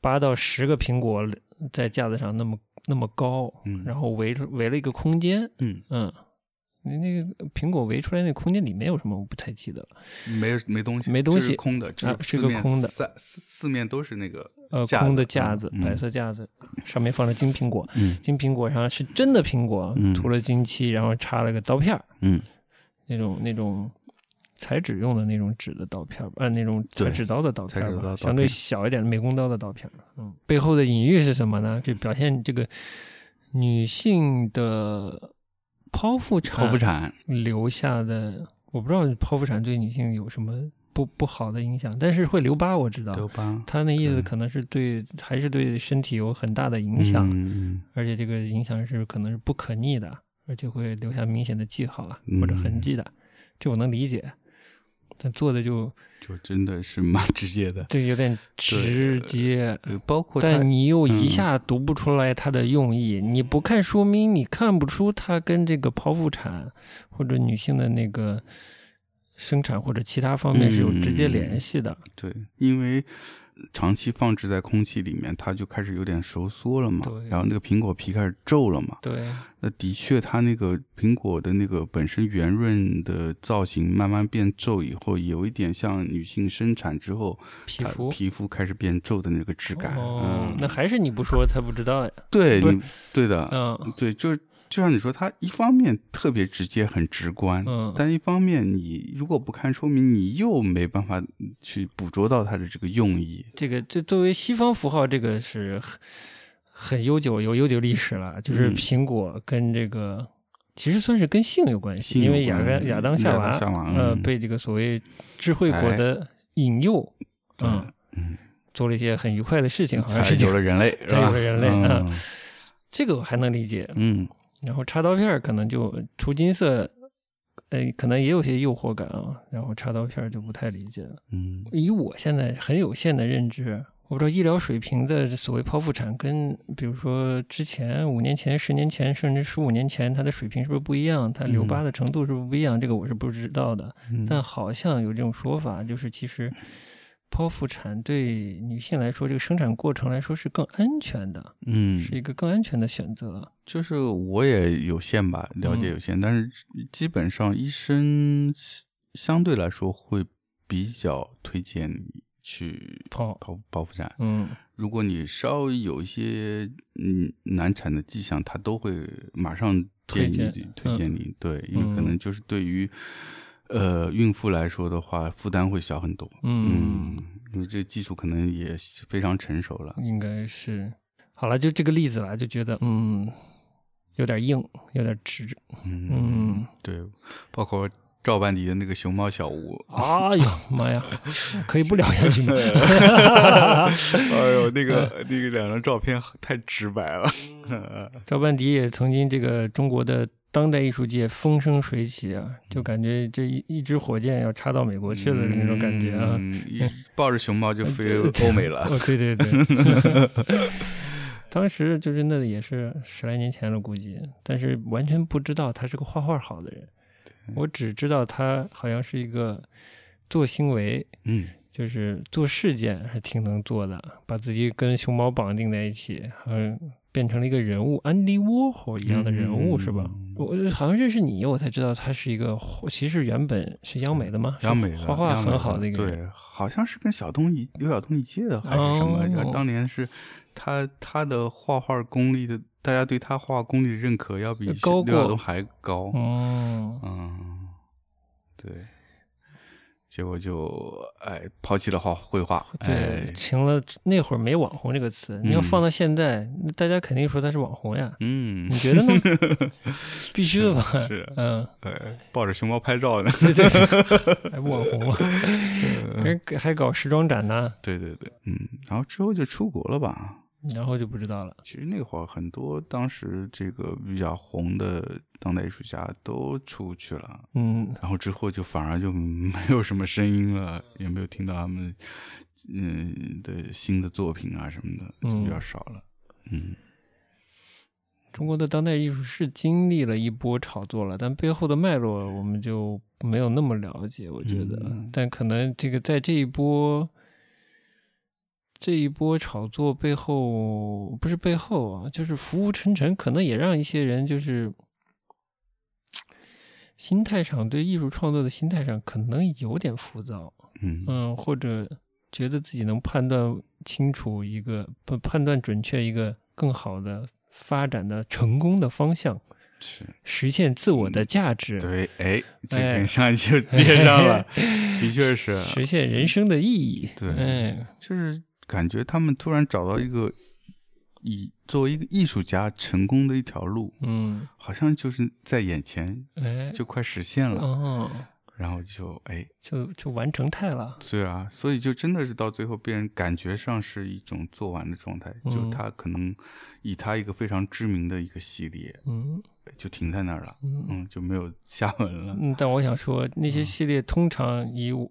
Speaker 2: 八到十个苹果在架子上那么那么高，
Speaker 1: 嗯
Speaker 2: 然后围着围了一个空间，
Speaker 1: 嗯
Speaker 2: 嗯，那那个苹果围出来那空间里面有什么我不太记得了，
Speaker 1: 没没东西，
Speaker 2: 没东西
Speaker 1: 就是空的，就
Speaker 2: 啊是
Speaker 1: 四
Speaker 2: 个
Speaker 1: 面
Speaker 2: 空的
Speaker 1: 三四四面都是那个
Speaker 2: 呃，
Speaker 1: 架
Speaker 2: 空的
Speaker 1: 子
Speaker 2: 架
Speaker 1: 嗯
Speaker 2: 子，
Speaker 1: 嗯
Speaker 2: 白色架子上面放了金苹果，
Speaker 1: 嗯
Speaker 2: 金苹果上是真的苹果
Speaker 1: 嗯，
Speaker 2: 涂了金漆，然后插了个刀片儿。
Speaker 1: 嗯
Speaker 2: 那种那种裁纸用的那种纸的刀片儿吧，呃，那种裁
Speaker 1: 对
Speaker 2: 纸刀的刀片
Speaker 1: 裁
Speaker 2: 儿
Speaker 1: 纸
Speaker 2: 吧，
Speaker 1: 刀刀
Speaker 2: 相对
Speaker 1: 片
Speaker 2: 小一点的美工刀的刀片儿。嗯，背后的隐喻是什么呢？就表现这个女性的剖腹产，
Speaker 1: 剖腹产，
Speaker 2: 留下的，我不知道剖腹产对女性有什么不不好的影响，但是会留疤，我知道。
Speaker 1: 对吧？
Speaker 2: 他那意思可能是对，还是对身体有很大的影响，
Speaker 1: 嗯
Speaker 2: 而且这个影响是可能是不可逆的，而且会留下明显的记号啊或者
Speaker 1: 嗯
Speaker 2: 痕迹的，这我能理解。但做的就
Speaker 1: 就真的是蛮直接的。
Speaker 2: 这有点直接，
Speaker 1: 呃，包括他
Speaker 2: 但你又
Speaker 1: 嗯
Speaker 2: 一下读不出来它的用意，你不看说明，你看不出它跟这个剖腹产或者女性的那个生产或者其他方面是有直
Speaker 1: 嗯
Speaker 2: 接联系的。
Speaker 1: 对，因为长期放置在空气里面，它就开始有点收缩了嘛
Speaker 2: 对，
Speaker 1: 然后那个苹果皮开始皱了嘛。
Speaker 2: 对，
Speaker 1: 那的确，它那个苹果的那个本身圆润的造型慢慢变皱以后，有一点像女性生产之后
Speaker 2: 皮
Speaker 1: 它
Speaker 2: 肤。
Speaker 1: 皮肤开始变皱的那个质感。
Speaker 2: 哦
Speaker 1: 嗯，
Speaker 2: 那还是你不说他不知道呀。
Speaker 1: 对，
Speaker 2: 不是
Speaker 1: 你对的，
Speaker 2: 嗯
Speaker 1: 对，就是就像你说，它一方面特别直接、很直观，
Speaker 2: 嗯
Speaker 1: 但一方面你如果不看说明，你又没办法去捕捉到它的这个用意。
Speaker 2: 这个这作为西方符号，这个是很很悠久，有悠久历史了。就是
Speaker 1: 嗯
Speaker 2: 苹果跟这个、其实算是跟性有关系，
Speaker 1: 性有
Speaker 2: 因为亚
Speaker 1: 关
Speaker 2: 当
Speaker 1: 系
Speaker 2: 亚当夏
Speaker 1: 亚
Speaker 2: 娃
Speaker 1: 当夏娃
Speaker 2: 呃
Speaker 1: 嗯
Speaker 2: 被这个所谓智慧果的引诱，
Speaker 1: 对
Speaker 2: 嗯，
Speaker 1: 嗯，
Speaker 2: 做了一些很愉快的事情，好像
Speaker 1: 才
Speaker 2: 是这
Speaker 1: 有
Speaker 2: 个
Speaker 1: 了人类，是
Speaker 2: 才有
Speaker 1: 吧？
Speaker 2: 了人类。
Speaker 1: 嗯
Speaker 2: 嗯， 这个我还能理解。
Speaker 1: 嗯
Speaker 2: 然后插刀片儿可能就涂金色。呃，可能也有些诱惑感啊，然后插刀片儿就不太理解了。
Speaker 1: 嗯
Speaker 2: 以我现在很有限的认知，我不知道医疗水平的所谓剖腹产跟，比如说之前五年前、十年前，甚至十五年前，它的水平是不是不一样？它留疤的程度是不是不一样？这个我是不知道的。
Speaker 1: 嗯，
Speaker 2: 但好像有这种说法，就是其实剖腹产对女性来说，这个生产过程来说是更安全的，
Speaker 1: 嗯，
Speaker 2: 是一个更安全的选择。
Speaker 1: 就是我也有限吧，了解有限，但是基本上医生相对来说会比较推荐你去
Speaker 2: 剖，
Speaker 1: 剖剖腹产。
Speaker 2: 嗯，
Speaker 1: 如果你稍微有一些嗯难产的迹象，他都会马上建议
Speaker 2: 推荐
Speaker 1: 你
Speaker 2: 嗯
Speaker 1: 推荐你，对，因为可
Speaker 2: 嗯
Speaker 1: 能就是对于呃孕妇来说的话，负担会小很多。
Speaker 2: 嗯，
Speaker 1: 因为这技术可能也非常成熟了。
Speaker 2: 应该是。好了，就这个例子了，就觉得嗯，有点硬，有点直，嗯。
Speaker 1: 对，包括赵班迪的那个熊猫小屋。
Speaker 2: 哎呦妈呀，可以不聊下去 吗？
Speaker 1: 哎 呦，那个
Speaker 2: 嗯
Speaker 1: 那个两张照片太直白了。
Speaker 2: 赵半迪也曾经这个中国的当代艺术界风生水起啊，就感觉这一一支火箭要插到美国去了的那种感觉啊。
Speaker 1: 嗯，一抱着熊猫就飞欧美了。
Speaker 2: 哦， 对对对， 当时就是那也是十来年前了，估计，但是完全不知道他是个画画好的人，我只知道他好像是一个做行为，
Speaker 1: 嗯
Speaker 2: 就是做事件还挺能做的，把自己跟熊猫绑定在一起，嗯，变成了一个人物，安迪沃霍一样的人物、
Speaker 1: 嗯
Speaker 2: 是吧？我好像认识你以后，我才知道他是一个，其实原本是央美的嘛，是
Speaker 1: 央美的
Speaker 2: 画画
Speaker 1: 央美
Speaker 2: 很好的一个人。
Speaker 1: 对，好像是跟小东一刘晓东一届的还是什么？然后
Speaker 2: 哦
Speaker 1: 当年是他他的画画功力的，大家对他画画功力的认可要比
Speaker 2: 高
Speaker 1: 刘晓
Speaker 2: 过
Speaker 1: 东还高。
Speaker 2: 哦，
Speaker 1: 嗯，对。结果就哎抛弃了画绘画，哎
Speaker 2: 对，，成了那会儿没“网红”这个词，你要
Speaker 1: 嗯
Speaker 2: 放到现在，那大家肯定说他是网红呀。
Speaker 1: 嗯，
Speaker 2: 你觉得呢？必须的吧？
Speaker 1: 是是
Speaker 2: 嗯，
Speaker 1: 哎抱着熊猫拍照呢。
Speaker 2: 对对，对还不网红啊？人还搞时装展呢，
Speaker 1: 对对对，嗯，然后之后就出国了吧？
Speaker 2: 然后就不知道了。
Speaker 1: 其实那会儿很多当时这个比较红的当代艺术家都出去了，
Speaker 2: 嗯，
Speaker 1: 然后之后就反而就没有什么声音了，也没有听到他们嗯的新的作品啊什么的，就比较少了。嗯
Speaker 2: 中国的当代艺术是经历了一波炒作了，但背后的脉络我们就没有那么了解，我觉得。
Speaker 1: 嗯
Speaker 2: 但可能这个在这一波这一波炒作背后，不是背后啊，就是浮浮沉沉，可能也让一些人就是心态上对艺术创作的心态上可能有点浮躁，
Speaker 1: 嗯
Speaker 2: 嗯，或者觉得自己能判断清楚一个判判断准确一个更好的发展的成功的方向，
Speaker 1: 是
Speaker 2: 实现自我的价值，
Speaker 1: 嗯对，哎，这
Speaker 2: 哎
Speaker 1: 跟上一期就接上了， 的确 是，
Speaker 2: 实现人生的意义。
Speaker 1: 对
Speaker 2: 哎，
Speaker 1: 就是感觉他们突然找到一个以作为一个艺术家成功的一条路，
Speaker 2: 嗯，
Speaker 1: 好像就是在眼前
Speaker 2: 哎，
Speaker 1: 就快实现了，
Speaker 2: 哦，
Speaker 1: 然后就哎
Speaker 2: 就就完成态了。
Speaker 1: 对啊，所以就真的是到最后，被人感觉上是一种做完的状态，就
Speaker 2: 嗯
Speaker 1: 他可能以他一个非常知名的一个系列
Speaker 2: 嗯
Speaker 1: 就停在那儿了，
Speaker 2: 嗯
Speaker 1: 嗯，就嗯没有下文了。
Speaker 2: 嗯，但我想说，那些系列通常以我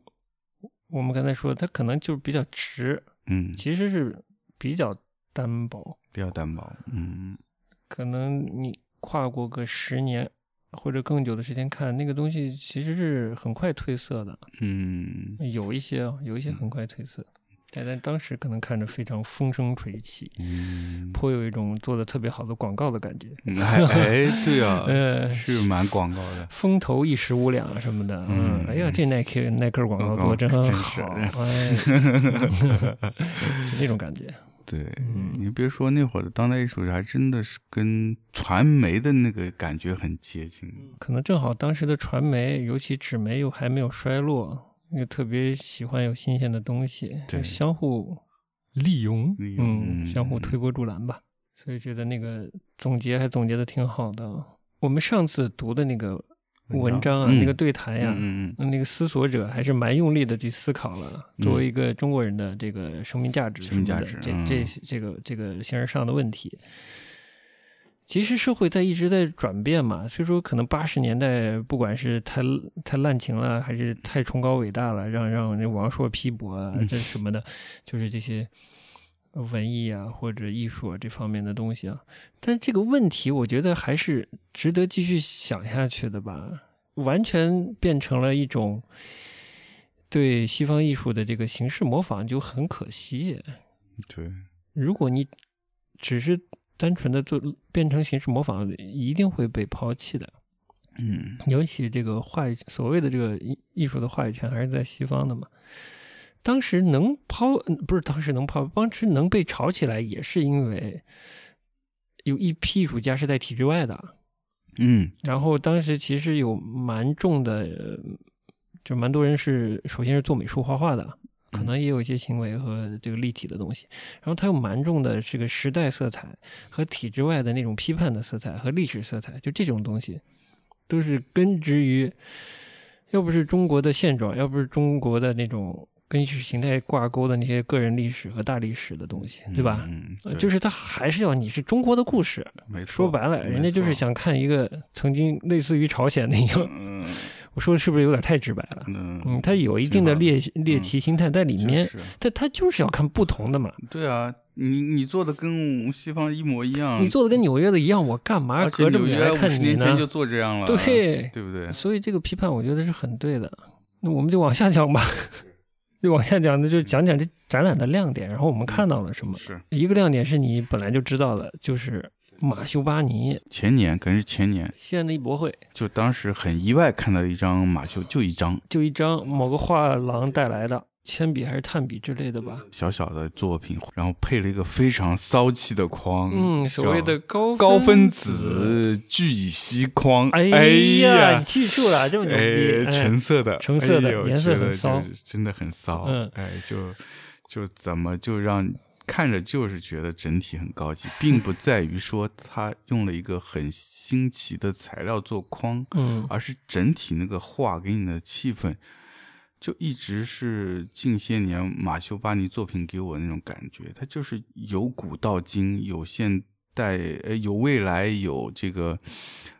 Speaker 2: 我们刚才说，它可能就是比较直，
Speaker 1: 嗯，
Speaker 2: 其实是比较单薄。
Speaker 1: 比较单薄。嗯
Speaker 2: 可能你跨过个十年或者更久的时间看，那个东西其实是很快褪色的，
Speaker 1: 嗯，
Speaker 2: 有一些啊，有一些很快褪色，但在当时可能看着非常风生水起，
Speaker 1: 嗯
Speaker 2: 颇有一种做的特别好的广告的感觉，
Speaker 1: 哎 哎，对啊，
Speaker 2: 呃，
Speaker 1: 是蛮广告的。
Speaker 2: 风头一时无两啊什么的，
Speaker 1: 嗯
Speaker 2: 嗯，哎呀，这耐克耐克广告
Speaker 1: 广
Speaker 2: 做的
Speaker 1: 告
Speaker 2: 真
Speaker 1: 真是
Speaker 2: 好，哎， 就那种感觉，
Speaker 1: 对，
Speaker 2: 嗯
Speaker 1: 你别说那会儿的当代艺术，还真的是跟传媒的那个感觉很接近。
Speaker 2: 可能正好当时的传媒，尤其纸媒又还没有衰落，又特别喜欢有新鲜的东西，
Speaker 1: 对
Speaker 2: 就相互利用，
Speaker 1: 利用嗯
Speaker 2: 嗯，相互推波助澜吧。所以觉得那个总结还总结的挺好的。我们上次读的那个文章啊，
Speaker 1: 嗯
Speaker 2: 那个对谈呀、
Speaker 1: 嗯嗯嗯，
Speaker 2: 嗯那个思索者还是蛮用力的去思考了，
Speaker 1: 嗯
Speaker 2: 作为一个中国人的这个生命价值
Speaker 1: 生命价值
Speaker 2: 什
Speaker 1: 嗯
Speaker 2: 么的这这这个这个形而上的问题。其实社会在一直在转变嘛，所以说可能八十年代不管是太太滥情了，还是太崇高伟大了，让让那王朔批驳啊，
Speaker 1: 嗯
Speaker 2: 这什么的，就是这些文艺啊或者艺术啊这方面的东西啊。但这个问题，我觉得还是值得继续想下去的吧。完全变成了一种对西方艺术的这个形式模仿，就很可惜。
Speaker 1: 嗯对，
Speaker 2: 如果你只是单纯的做变成形式模仿，一定会被抛弃的。
Speaker 1: 嗯
Speaker 2: 尤其这个话语，所谓的这个艺艺术的话语权还是在西方的嘛。当时能抛，嗯不是当时能抛，当时能被炒起来，也是因为有一批艺术家是在体制外的。
Speaker 1: 嗯，
Speaker 2: 然后当时其实有蛮重的，呃就蛮多人是首先是做美术画画的，可能也有一些行为和这个立体的东西。然后它有蛮重的这个时代色彩和体制外的那种批判的色彩和历史色彩，就这种东西都是根植于，要不是中国的现状，要不是中国的那种跟意识形态挂钩的那些个人历史和大历史的东西，对吧？
Speaker 1: 嗯，
Speaker 2: 呃
Speaker 1: 对
Speaker 2: 就是它还是要你是中国的故事，
Speaker 1: 没错
Speaker 2: 说白了，人家就是，想看一个曾经类似于朝鲜的一
Speaker 1: 没
Speaker 2: 个
Speaker 1: 错，哦嗯
Speaker 2: 我说的是不是有点太直白了？
Speaker 1: 嗯
Speaker 2: 嗯，他有一定的猎猎
Speaker 1: 嗯
Speaker 2: 奇心态在里
Speaker 1: 就
Speaker 2: 面，
Speaker 1: 是
Speaker 2: 但他就是要看不同的嘛。
Speaker 1: 对啊，你你做的跟西方一模一样，
Speaker 2: 你做的跟纽约的一样，我干嘛
Speaker 1: 嗯而且
Speaker 2: 隔这
Speaker 1: 纽
Speaker 2: 么远
Speaker 1: 约
Speaker 2: 来
Speaker 1: 五
Speaker 2: 看
Speaker 1: 十
Speaker 2: 你
Speaker 1: 年前就
Speaker 2: 呢？
Speaker 1: 做这样了，
Speaker 2: 对，
Speaker 1: 对不对？
Speaker 2: 所以这个批判我觉得是很对的。那我们就往下讲吧。 就往下讲，那就讲讲这展览的亮点，然后我们看到了什么。
Speaker 1: 是
Speaker 2: 一个亮点是你本来就知道的，就是马修巴尼
Speaker 1: 前年，可能是前年，
Speaker 2: 西安的艺博会，
Speaker 1: 就当时很意外看到了一张马修，就一张
Speaker 2: 就一张某个画廊带来的铅笔还是炭笔之类的吧。
Speaker 1: 小小的作品，然后配了一个非常骚气的框，
Speaker 2: 嗯，所谓的
Speaker 1: 叫
Speaker 2: 高
Speaker 1: 高分
Speaker 2: 子，
Speaker 1: 子聚乙烯框，
Speaker 2: 哎
Speaker 1: 呀，
Speaker 2: 呀，你记住了，这么牛
Speaker 1: 哎，
Speaker 2: 逼，
Speaker 1: 橙
Speaker 2: 哎
Speaker 1: 色的，
Speaker 2: 橙色的
Speaker 1: 哎呦
Speaker 2: 颜色
Speaker 1: 觉得
Speaker 2: 很骚
Speaker 1: 就是真的很骚。
Speaker 2: 嗯
Speaker 1: 哎，就就怎么就让看着就是觉得整体很高级，并不在于说它用了一个很新奇的材料做框，
Speaker 2: 嗯，
Speaker 1: 而是整体那个画给你的气氛。就一直是近些年马修巴尼作品给我那种感觉，它就是由古到今，有现代，呃，有未来，有这个，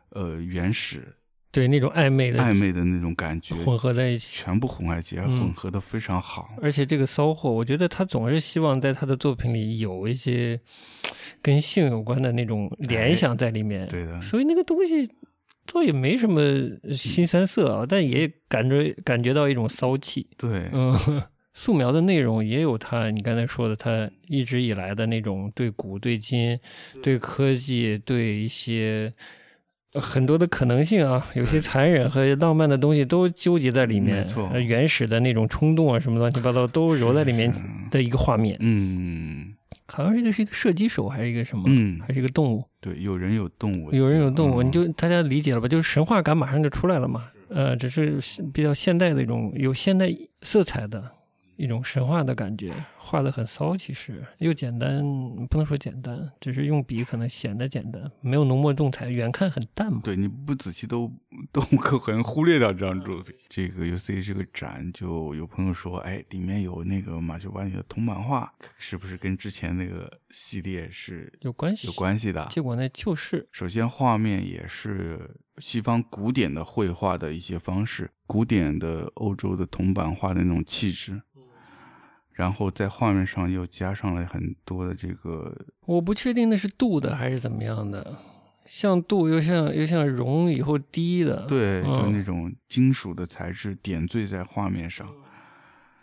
Speaker 1: 呃，原始，
Speaker 2: 对，那种暧昧的
Speaker 1: 暧昧的那种感觉，
Speaker 2: 混合在一起。
Speaker 1: 全部混在一起，还
Speaker 2: 嗯
Speaker 1: 混合的非常好。
Speaker 2: 而且这个骚货，我觉得他总是希望在他的作品里有一些跟性有关的那种联想在里面。
Speaker 1: 哎对的，
Speaker 2: 所以那个东西倒也没什么新三色啊，但也感觉感觉到一种骚气。
Speaker 1: 对，
Speaker 2: 嗯，素描的内容也有他你刚才说的，他一直以来的那种对古、对今、对科技、对一些。呃很多的可能性啊，有些残忍和浪漫的东西都纠结在里面，
Speaker 1: 没错
Speaker 2: 呃原始的那种冲动啊，什么乱七八糟都揉在里面
Speaker 1: 是是是
Speaker 2: 的一个画面。
Speaker 1: 嗯，
Speaker 2: 好像这个是一个射击手还是一个什么，
Speaker 1: 嗯
Speaker 2: 还是一个动物？
Speaker 1: 对，有人有动物，
Speaker 2: 有人有动物，
Speaker 1: 嗯
Speaker 2: 你就大家理解了吧？就是神话感马上就出来了嘛。呃，只是比较现代的一种有现代色彩的一种神话的感觉，画的很骚，其实又简单，不能说简单，只是用笔可能显得简单，没有浓墨重彩，远看很淡嘛。
Speaker 1: 对你不仔细都都可能忽略掉这张作
Speaker 2: 嗯
Speaker 1: 品。这个 U C 这个展，就有朋友说，哎，里面有那个马修巴尼的铜版画，是不是跟之前那个系列是
Speaker 2: 有关系
Speaker 1: 有关系啊的？
Speaker 2: 结果呢，就是
Speaker 1: 首先，画面也是西方古典的绘画的一些方式，古典的欧洲的铜版画的那种气质，
Speaker 2: 嗯
Speaker 1: 然后在画面上又加上了很多的这个，
Speaker 2: 我不确定那是镀的还是怎么样的，像镀又像又像熔以后滴的。
Speaker 1: 对，
Speaker 2: 嗯
Speaker 1: 就那种金属的材质点缀在画面上，
Speaker 2: 嗯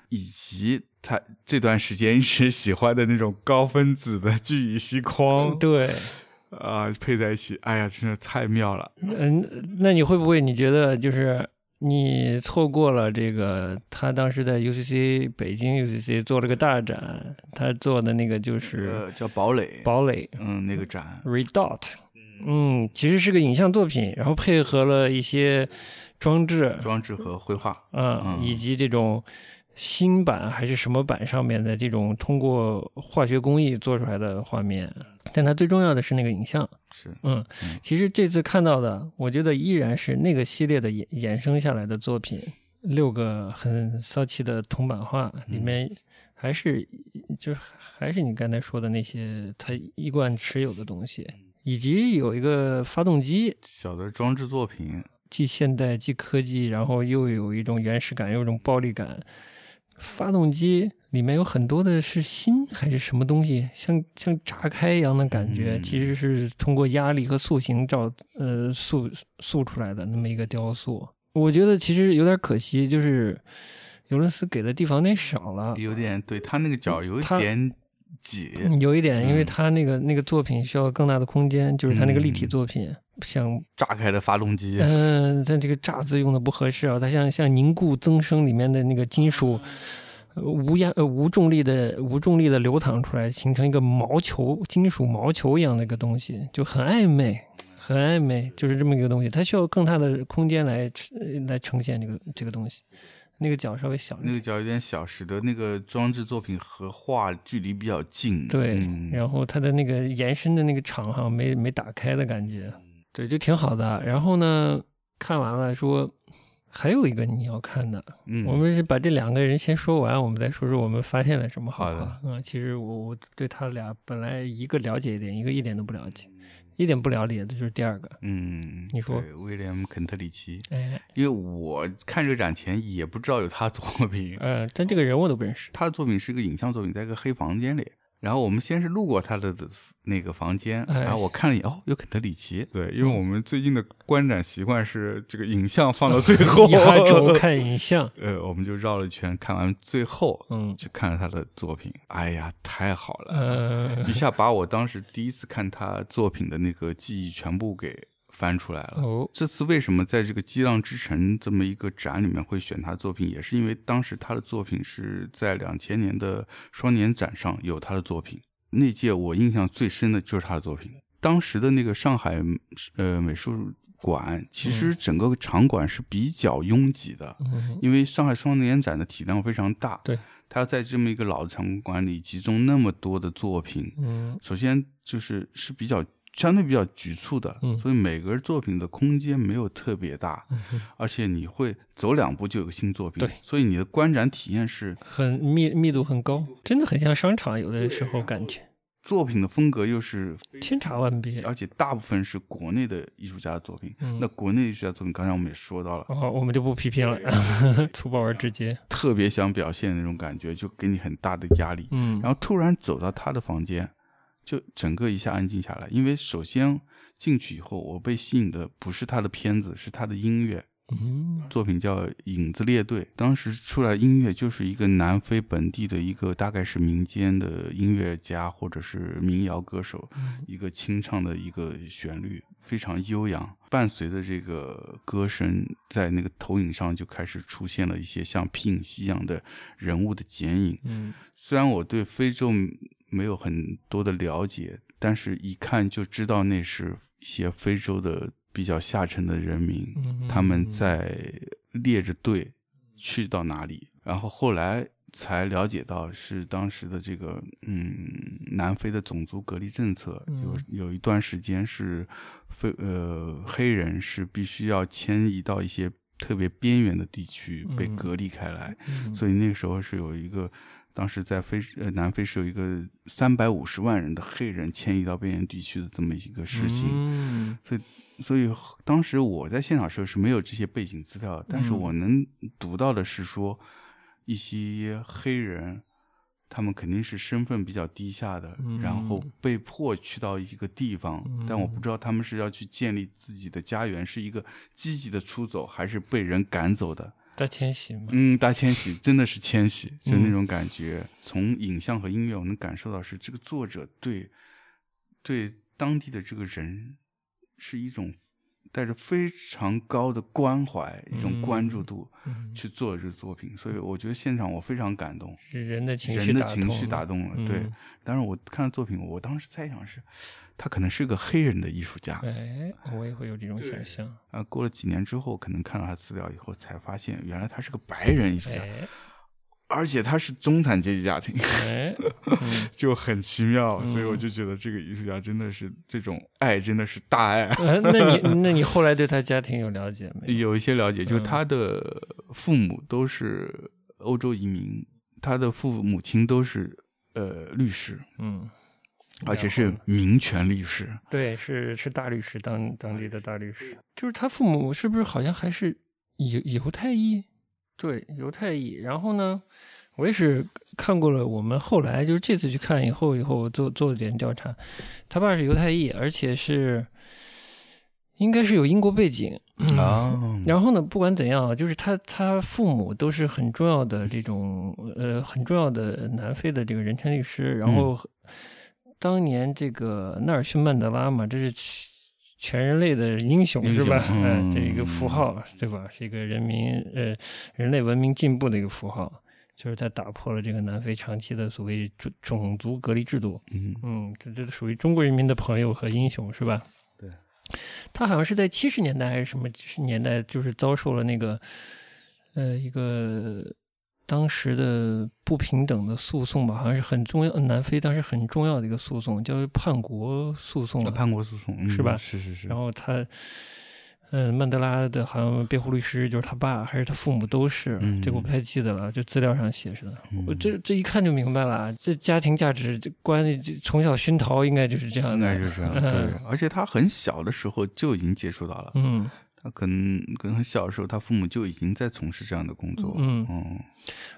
Speaker 1: 以及他这段时间一直喜欢的那种高分子的聚乙烯框，
Speaker 2: 嗯对，
Speaker 1: 啊、配在一起，哎呀，真的太妙了。
Speaker 2: 嗯，那你会不会你觉得就是你错过了这个？他当时在 UCC 北京 UCC 做了个大展，他做的那个就是
Speaker 1: 呃，叫堡垒，
Speaker 2: 堡垒
Speaker 1: 嗯，那个展，
Speaker 2: Redot，嗯，其实是个影像作品，然后配合了一些装置，
Speaker 1: 装置和绘画。
Speaker 2: 啊，
Speaker 1: 嗯
Speaker 2: 以及这种新版还是什么版上面的这种通过化学工艺做出来的画面，
Speaker 1: 嗯
Speaker 2: 但它最重要的是那个影像。
Speaker 1: 是，
Speaker 2: 嗯
Speaker 1: 嗯，
Speaker 2: 其实这次看到的，我觉得依然是那个系列的衍衍生下来的作品，六个很骚气的铜版画里面，还是就是还是你刚才说的那些他一贯持有的东西，以及有一个发动机，
Speaker 1: 小的装置作品，
Speaker 2: 既现代既科技，然后又有一种原始感，又有一种暴力感。发动机里面有很多的是锌还是什么东西，像像炸开一样的感觉，
Speaker 1: 嗯
Speaker 2: 其实是通过压力和塑形造呃塑塑出来的那么一个雕塑。我觉得其实有点可惜，就是尤伦斯给的地方有点少了。
Speaker 1: 有点对他那个脚有一
Speaker 2: 他
Speaker 1: 点挤，
Speaker 2: 嗯有一点，因为
Speaker 1: 嗯
Speaker 2: 他那个、那个作品需要更大的空间，就是他那个立体
Speaker 1: 嗯
Speaker 2: 作品，像
Speaker 1: 炸开的发动机，
Speaker 2: 嗯，但这个“炸”字用的不合适啊，它像像凝固增生里面的那个金属。呃无压呃无重力的无重力的流淌出来，形成一个毛球金属毛球一样的一个东西，就很暧昧，很暧昧，就是这么一个东西。它需要更大的空间来呃来呈现这个这个东西。那个脚稍微小一
Speaker 1: 那
Speaker 2: 点，
Speaker 1: 个脚有点小，使得那个装置作品和画距离比较近。
Speaker 2: 对，
Speaker 1: 嗯
Speaker 2: 然后它的那个延伸的那个场好像没没打开的感觉，对，就挺好的。啊然后呢，看完了说还有一个你要看的，
Speaker 1: 嗯，
Speaker 2: 我们是把这两个人先说完，我们再说说我们发现了什么好不
Speaker 1: 好
Speaker 2: 好
Speaker 1: 的
Speaker 2: 嗯，其实我我对他俩本来一个了解一点，一个一点都不了解，一点不了解的就是第二个。
Speaker 1: 嗯，
Speaker 2: 你说
Speaker 1: 对威廉肯特里奇，
Speaker 2: 哎，
Speaker 1: 因为我看这个展前也不知道有他作品，
Speaker 3: 呃
Speaker 2: 呃，但这个人我都不认识。
Speaker 1: 他的作品是一个影像作品，在一个黑房间里，然后我们先是路过他的那个房间，
Speaker 2: 哎
Speaker 1: 然后我看了一眼，哦，有肯德里奇，嗯
Speaker 3: 对，因为我们最近的观展习惯是这个影像放到最后，
Speaker 2: 压 轴看影像，
Speaker 1: 呃，我们就绕了一圈，看完最后，
Speaker 2: 嗯
Speaker 1: 去看了他的作品，哎呀，太好了，
Speaker 3: 嗯
Speaker 2: 呃
Speaker 1: 一下把我当时第一次看他作品的那个记忆全部给翻出来了。
Speaker 2: 哦
Speaker 1: 这次为什么在这个《激浪之城》这么一个展里面会选他作品，也是因为当时他的作品是在两千年的双年展上有他的作品。那届我印象最深的就是他的作品。当时的那个上海呃美术馆，其实整个场馆是比较拥挤的，
Speaker 2: 嗯
Speaker 1: 因为上海双年展的体量非常大，
Speaker 2: 对，
Speaker 1: 它在这么一个老场馆里集中那么多的作品，
Speaker 2: 嗯
Speaker 1: 首先就是是比较相对比较局促的，
Speaker 2: 嗯
Speaker 1: 所以每个作品的空间没有特别大，
Speaker 2: 嗯哼
Speaker 1: 而且你会走两步就有个新作品
Speaker 2: 对，
Speaker 1: 所以你的观展体验是
Speaker 2: 很密密度很高，真的很像商场，有的时候感觉
Speaker 1: 作品的风格又是。
Speaker 2: 千差万别。
Speaker 1: 而且大部分是国内的艺术家的作品，
Speaker 2: 嗯
Speaker 1: 那国内艺术家作品，刚才我们也说 到了，
Speaker 2: 哦，我们就不批评了，粗暴而直接。
Speaker 1: 特别想表现的那种感觉，就给你很大的压力。
Speaker 2: 嗯，
Speaker 1: 然后突然走到他的房间，就整个一下安静下来。因为首先进去以后，我被吸引的不是他的片子，是他的音乐
Speaker 2: 嗯
Speaker 1: 作品叫《影子列队》。当时出来音乐就是一个南非本地的一个大概是民间的音乐家或者是民谣歌手，一个清唱的一个旋律，非常悠扬，伴随着这个歌声，在那个投影上就开始出现了一些像皮影戏一样的人物的剪影。
Speaker 2: 嗯
Speaker 1: 虽然我对非洲没有很多的了解，但是一看就知道那是一些非洲的比较下层的人民，
Speaker 2: 嗯，
Speaker 1: 他们在列着队去到哪里，然后后来才了解到是当时的这个嗯南非的种族隔离政策，有
Speaker 2: 嗯
Speaker 1: 有一段时间是非呃黑人是必须要迁移到一些特别边缘的地区被
Speaker 2: 嗯
Speaker 1: 隔离开来，
Speaker 2: 嗯
Speaker 1: 所以那个时候是有一个，当时在非呃南非是有一个三百五十万人的黑人迁移到边缘地区的这么一个事情。
Speaker 2: 嗯
Speaker 1: 所以，所以当时我在现场时候是没有这些背景资料的，但是
Speaker 2: 嗯
Speaker 1: 我能读到的是说，一些黑人，他们肯定是身份比较低下的，然后
Speaker 2: 嗯
Speaker 1: 被迫去到一个地方，但我不知道他们是要去建立自己的家园，是一个积极的出走，还是被人赶走的。
Speaker 2: 大迁徙嘛，
Speaker 1: 嗯，大迁徙真的是迁徙，就
Speaker 2: 嗯
Speaker 1: 那种感觉。从影像和音乐，我能感受到是这个作者对对当地的这个人是一种带着非常高的关怀、一种关注度
Speaker 2: 嗯
Speaker 1: 去做这个作品，所以我觉得现场我非常感动，
Speaker 2: 是人的情绪
Speaker 1: 人的
Speaker 2: 打
Speaker 1: 情绪打
Speaker 2: 动
Speaker 1: 动了。
Speaker 2: 嗯
Speaker 1: 对，当然我看作品，我当时猜想是他可能是个黑人的艺术家。
Speaker 2: 了。哎，我也会有这种想象。
Speaker 1: 啊，过了几年之后，可能看到他资料以后，才发现原来他是个白人艺术家。
Speaker 2: 哎
Speaker 1: 而且他是中产阶级家庭，
Speaker 2: 哎，嗯
Speaker 1: 就很奇妙，
Speaker 2: 嗯
Speaker 1: 所以我就觉得这个艺术家真的是这种爱，真的是大爱。
Speaker 2: 呃那你那你后来对他家庭有了解没？
Speaker 1: 有一些了解，就
Speaker 2: 嗯
Speaker 1: 他的父母都是欧洲移民，他的父母亲都是呃律师，
Speaker 2: 嗯，
Speaker 1: 而且
Speaker 2: 然
Speaker 1: 是
Speaker 2: 后
Speaker 1: 民权律师。
Speaker 2: 对，是是大律师，当当地的大律师。就是他父母是不是好像还是犹犹太裔？对，犹太裔。然后呢，我也是看过了，我们后来就是这次去看以后，以后我做做了点调查，他爸是犹太裔，而且是应该是有英国背景。
Speaker 1: 哦
Speaker 2: 嗯然后呢，不管怎样啊，就是他他父母都是很重要的这种呃很重要的南非的这个人权律师。然后、
Speaker 1: 嗯
Speaker 2: 当年这个纳尔逊曼德拉嘛，这是全全人类的英雄
Speaker 1: 英雄
Speaker 2: 是吧？哎
Speaker 1: 嗯
Speaker 2: 这一个符号对吧？是一个人民呃人类文明进步的一个符号。就是他打破了这个南非长期的所谓种种族隔离制度，
Speaker 1: 嗯，
Speaker 2: 嗯，这这属于中国人民的朋友和英雄是吧？
Speaker 1: 对，
Speaker 2: 他好像是在七十年代还是什么几十年代，就是遭受了那个呃一个当时的不平等的诉讼吧，好像是很重要，南非当时很重要的一个诉讼，叫叛国诉讼
Speaker 1: 那
Speaker 2: 了。
Speaker 1: 叛国诉讼、嗯
Speaker 2: 是吧
Speaker 1: 是是是
Speaker 2: 然。后他，嗯，曼德拉的好像辩护律师就是他爸还是他父母都是，
Speaker 1: 嗯
Speaker 2: 这个我不太记得了，就资料上写着的。我
Speaker 1: 嗯
Speaker 2: 这这一看就明白了啊，这家庭价值这观这从小熏陶应该就是这样的，
Speaker 1: 应该就是这样，
Speaker 2: 嗯
Speaker 1: 对。而且他很小的时候就已经接触到了，
Speaker 2: 嗯，
Speaker 1: 他可能可能很小的时候，他父母就已经在从事这样的工作。
Speaker 2: 嗯
Speaker 1: 嗯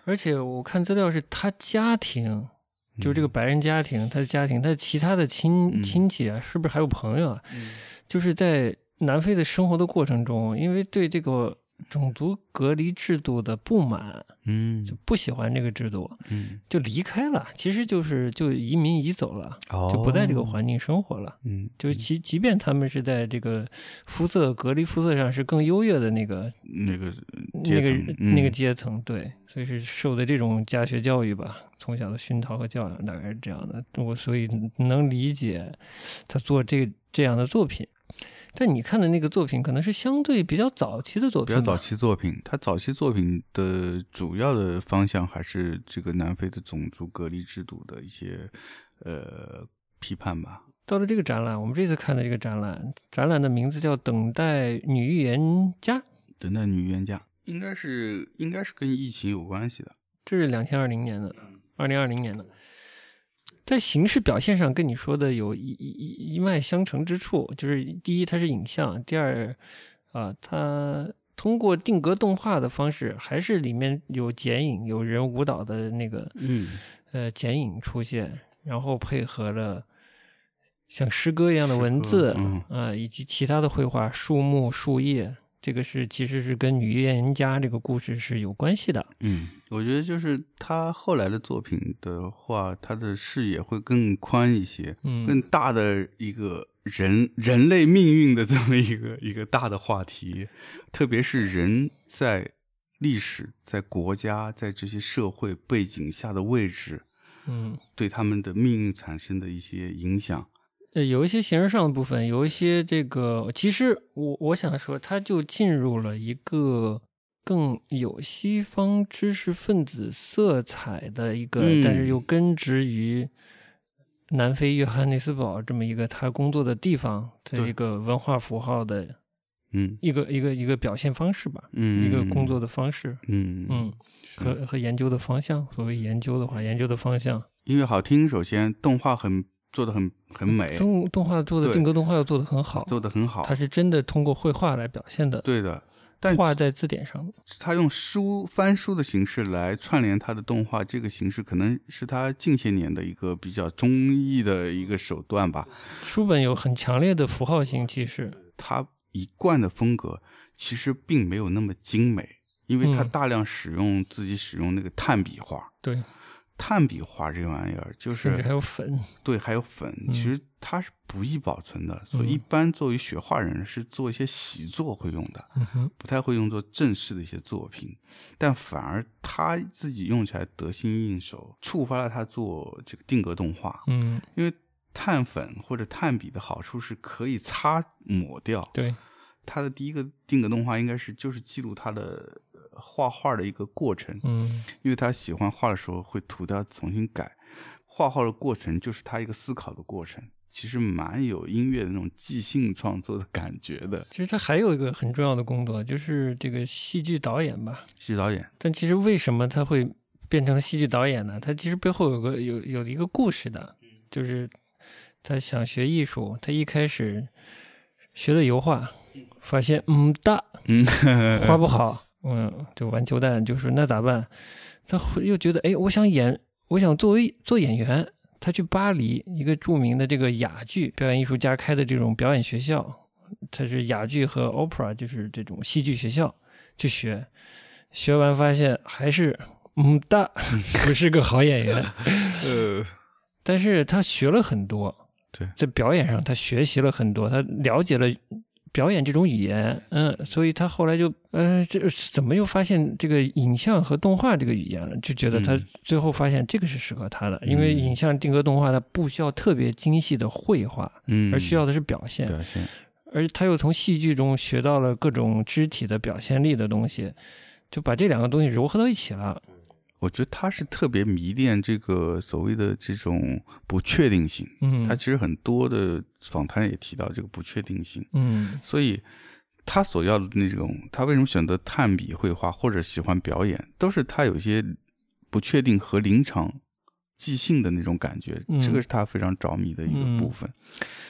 Speaker 2: 而且我看资料是他家庭就这个白人家庭，他的家庭，他的其他的亲
Speaker 1: 嗯
Speaker 2: 亲戚啊，是不是还有朋友啊？就是在南非的生活的过程中，因为对这个种族隔离制度的不满，
Speaker 1: 嗯
Speaker 2: 就不喜欢这个制度，
Speaker 1: 嗯，
Speaker 2: 就离开了。其实就是就移民移走了，
Speaker 1: 哦
Speaker 2: 就不在这个环境生活了。
Speaker 1: 嗯，
Speaker 2: 就即即便他们是在这个肤色隔离肤色上是更优越的那个
Speaker 1: 那个阶
Speaker 2: 那个
Speaker 1: 层，
Speaker 2: 那个
Speaker 1: 嗯
Speaker 2: 阶层，对，所以是受的这种家学教育吧，从小的熏陶和教养大概是这样的。我所以能理解他做这这样的作品，但你看的那个作品可能是相对比较早期的作
Speaker 1: 比
Speaker 2: 品，
Speaker 1: 较早。期作品，他早期作品的主要的方向还是这个南非的种族隔离制度的一些呃批判吧。
Speaker 2: 到了这个展览，我们这次看的这个展览，展览的名字叫《等待女预言家》，
Speaker 1: 等待女预言家应该是应该是跟疫情有关系的，
Speaker 2: 这是两千二零年的，
Speaker 1: 嗯
Speaker 2: 二零二零年的。在形式表现上，跟你说的有一一一一脉相承之处，就是第一，它是影像；第二，啊，它通过定格动画的方式，还是里面有剪影、有人舞蹈的那个，
Speaker 1: 嗯，
Speaker 2: 呃，剪影出现，然后配合了像诗歌一样的文字，
Speaker 1: 诗歌嗯
Speaker 2: 啊，以及其他的绘画，树木、树叶，这个是其实是跟女预言家这个故事是有关系的。
Speaker 1: 嗯，我觉得就是他后来的作品的话，他的视野会更宽一些，
Speaker 2: 嗯，
Speaker 1: 更大的一个人人类命运的这么一个一个大的话题，特别是人在历史、在国家、在这些社会背景下的位置，
Speaker 2: 嗯
Speaker 1: 对他们的命运产生的一些影响。，
Speaker 2: 呃，有一些形式上的部分，有一些这个，其实我我想说，它就进入了一个更有西方知识分子色彩的一个，
Speaker 1: 嗯
Speaker 2: 但是又根植于南非约翰内斯堡这么一个他工作的地方的
Speaker 1: 对
Speaker 2: 一个文化符号的
Speaker 1: 嗯
Speaker 2: 一个一个一个表现方式吧，
Speaker 1: 嗯，
Speaker 2: 一个工作，的方式，
Speaker 1: 嗯
Speaker 2: 嗯，和和研究的方向。所谓研究的话，研究的方向，
Speaker 1: 音乐好听，首先动画很做的很很美，
Speaker 2: 动动画做的
Speaker 1: 哎对
Speaker 2: 定格动画又做的很好，
Speaker 1: 做的很好
Speaker 2: 它，是真的通过绘画来表现的，
Speaker 1: 对的。但
Speaker 2: 画在字典上的。
Speaker 1: 他用书翻书的形式来串联他的动画，这个形式可能是他近些年的一个比较中意的一个手段吧。
Speaker 2: 嗯书本有很强烈的符号性气势，
Speaker 1: 他一贯的风格其实并没有那么精美，因为他
Speaker 2: 嗯
Speaker 1: 大量使用自己使用那个炭笔画，
Speaker 2: 对，
Speaker 1: 炭笔画这玩意儿就
Speaker 2: 甚至还
Speaker 1: 是
Speaker 2: 有粉，
Speaker 1: 对，还有粉，其实它是不易保存的，所以一
Speaker 2: 嗯
Speaker 1: 般作为学画人是做一些习作会用的。
Speaker 2: 嗯哼，
Speaker 1: 不太会用作正式的一些作品，但反而他自己用起来得心应手，触发了他做这个定格动画。
Speaker 2: 嗯，
Speaker 1: 因为碳粉或者碳笔的好处是可以擦抹掉。
Speaker 2: 对，
Speaker 1: 他的第一个定格动画应该是就是记录他的呃画画的一个过程，
Speaker 2: 嗯
Speaker 1: 因为他喜欢画的时候会涂掉重新改，画画的过程就是他一个思考的过程。其实蛮有音乐的那种即兴创作的感觉的，
Speaker 2: 其实他还有一个很重要的工作，就是这个戏剧导演吧。
Speaker 1: 是导演，
Speaker 2: 但其实为什么他会变成戏剧导演呢？他其实背后有个有有一个故事的，就是他想学艺术，他一开始学的油画，发现嗯大，
Speaker 1: 嗯，
Speaker 2: 画不好，嗯，就玩球蛋，就是那咋办？他会又觉得，哎，我想演，我想作为做演员，他去巴黎一个著名的这个哑剧表演艺术家开的这种表演学校，他是哑剧和 opera 就是这种戏剧学校去学，学完发现还是嗯大， 不是个好演员，
Speaker 1: 呃，
Speaker 2: 但是他学了很多，
Speaker 1: 对
Speaker 2: 在表演上他学习了很多，他了解了表演这种语言，嗯，所以他后来就呃，这怎么又发现这个影像和动画这个语言了？就觉得他
Speaker 1: 嗯
Speaker 2: 最后发现这个是适合他的，因为影像定格动画它不需要特别精细的绘画，
Speaker 1: 嗯，
Speaker 2: 而需要的是表现，
Speaker 1: 表现，
Speaker 2: 而他又从戏剧中学到了各种肢体的表现力的东西，就把这两个东西糅合到一起了。
Speaker 1: 我觉得他是特别迷恋这个所谓的这种不确定性。
Speaker 2: 嗯，
Speaker 1: 他其实很多的访谈也提到这个不确定性，
Speaker 2: 嗯
Speaker 1: 所以他所要的那种，他为什么选择炭笔绘画或者喜欢表演，都是他有一些不确定和临场即兴的那种感觉，
Speaker 2: 嗯
Speaker 1: 这个是他非常着迷的一个部分。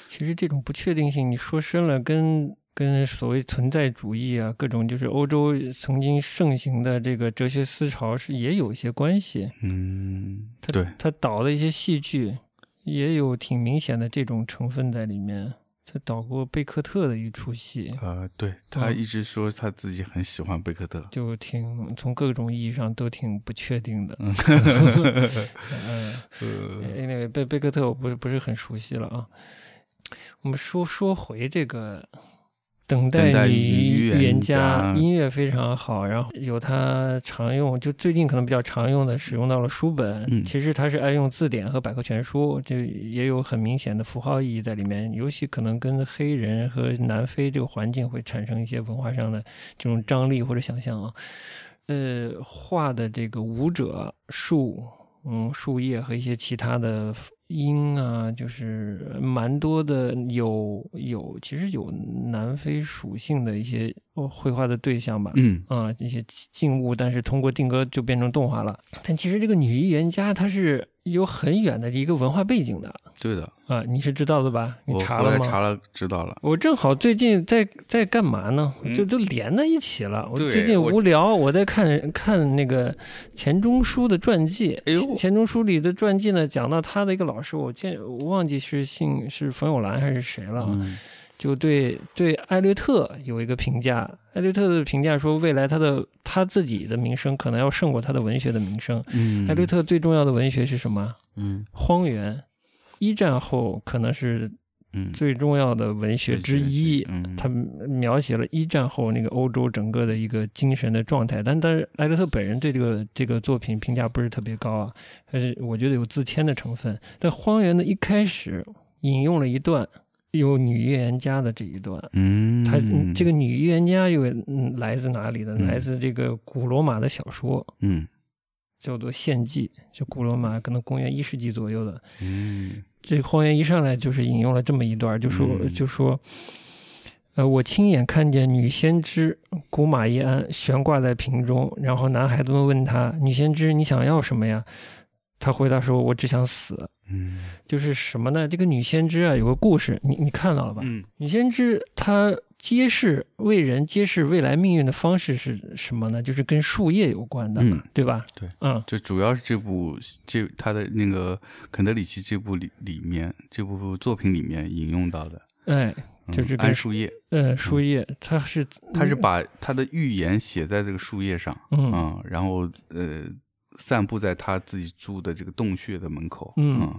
Speaker 2: 其实这种不确定性，你说深了，跟跟所谓存在主义啊，各种就是欧洲曾经盛行的这个哲学思潮是也有一些关系。
Speaker 1: 嗯，对，
Speaker 2: 他导的一些戏剧也有挺明显的这种成分在里面。他导过贝克特的一出戏，
Speaker 1: 呃，对他
Speaker 2: 嗯
Speaker 1: 一直说他自己很喜欢贝克特，
Speaker 2: 就挺从各种意义上都挺不确定的。
Speaker 1: 嗯
Speaker 2: 嗯，
Speaker 1: 呃，
Speaker 2: 因为贝贝克特我不是不是很熟悉了啊。我们说说回这个《等
Speaker 1: 等待
Speaker 2: 你
Speaker 1: 与
Speaker 2: 与
Speaker 1: 预言
Speaker 2: 家
Speaker 1: 家》，
Speaker 2: 音乐非常好，然后有他常用，就最近可能比较常用的使用到了书本。
Speaker 1: 嗯
Speaker 2: 其实他是爱用字典和百科全书，就也有很明显的符号意义在里面，尤其可能跟黑人和南非这个环境会产生一些文化上的这种张力或者想象啊。呃，画的这个舞者树，嗯，树叶和一些其他的音啊，就是蛮多的有有，其实有南非属性的一些呃绘画的对象吧。
Speaker 1: 嗯，
Speaker 2: 啊、一些静物，但是通过定格就变成动画了。但其实这个女预言家她是有很远的一个文化背景的
Speaker 1: 对的，
Speaker 2: 啊、你是知道的吧？你
Speaker 1: 我
Speaker 2: 查
Speaker 1: 我
Speaker 2: 了
Speaker 1: 也
Speaker 2: 吗？
Speaker 1: 查了，知道了。
Speaker 2: 我正好最近在在干嘛呢？
Speaker 1: 嗯
Speaker 2: 就都连在一起了。我
Speaker 1: 对
Speaker 2: 最近
Speaker 1: 我
Speaker 2: 无聊，我在看看那个钱钟书的传记。
Speaker 1: 哎呦
Speaker 2: 钱钱钟书里的传记呢，讲到他的一个老师，我见我忘记是姓是冯友兰还是谁了，
Speaker 1: 嗯，
Speaker 2: 就对对艾略特有一个评价。艾略特的评价说，未来他的他自己的名声可能要胜过他的文学的名声。
Speaker 1: 嗯
Speaker 2: 艾略，特最重要的文学是什么？
Speaker 1: 嗯
Speaker 2: 荒原。一战后可能是
Speaker 1: 嗯，
Speaker 2: 最重要的文学之一，
Speaker 1: 嗯，
Speaker 2: 他描写了一战后那个欧洲整个的一个精神的状态，但但是莱德特本人对这个这个作品评价不是特别高啊，但是我觉得有自谦的成分。但《荒原》的一开始引用了一段有女预言家的这一段，
Speaker 1: 嗯，
Speaker 2: 她这个女预言家又嗯来自哪里呢？
Speaker 1: 嗯
Speaker 2: 来自这个古罗马的小说
Speaker 1: 嗯
Speaker 2: 叫做《献祭》，就古罗马可能公元一世纪左右的，
Speaker 1: 嗯
Speaker 2: 这个荒原一上来就是引用了这么一段，就说、
Speaker 1: 嗯
Speaker 2: 就说，呃，我亲眼看见女先知古玛伊安悬挂在瓶中，然后男孩子们问她：“女先知，你想要什么呀？”她回答说：“我只想死。
Speaker 1: 嗯”
Speaker 2: 就是什么呢？这个女先知啊，有个故事，你你看到了吧？
Speaker 1: 嗯
Speaker 2: 女先知她揭示为人揭示未来命运的方式是什么呢？就是跟树叶有关的，
Speaker 1: 嗯
Speaker 2: 对吧？
Speaker 1: 对，
Speaker 2: 嗯，
Speaker 1: 就主要是这部这他的那个肯德里奇这部里里面这部作品里面引用到的，
Speaker 2: 哎，
Speaker 1: 嗯
Speaker 2: 就是嗯跟
Speaker 1: 桉树叶，
Speaker 2: 呃，树叶，它是
Speaker 1: 他是把他的预言写在这个树叶上，
Speaker 2: 嗯
Speaker 1: 啊，然后呃散布在他自己住的这个洞穴的门口，
Speaker 2: 嗯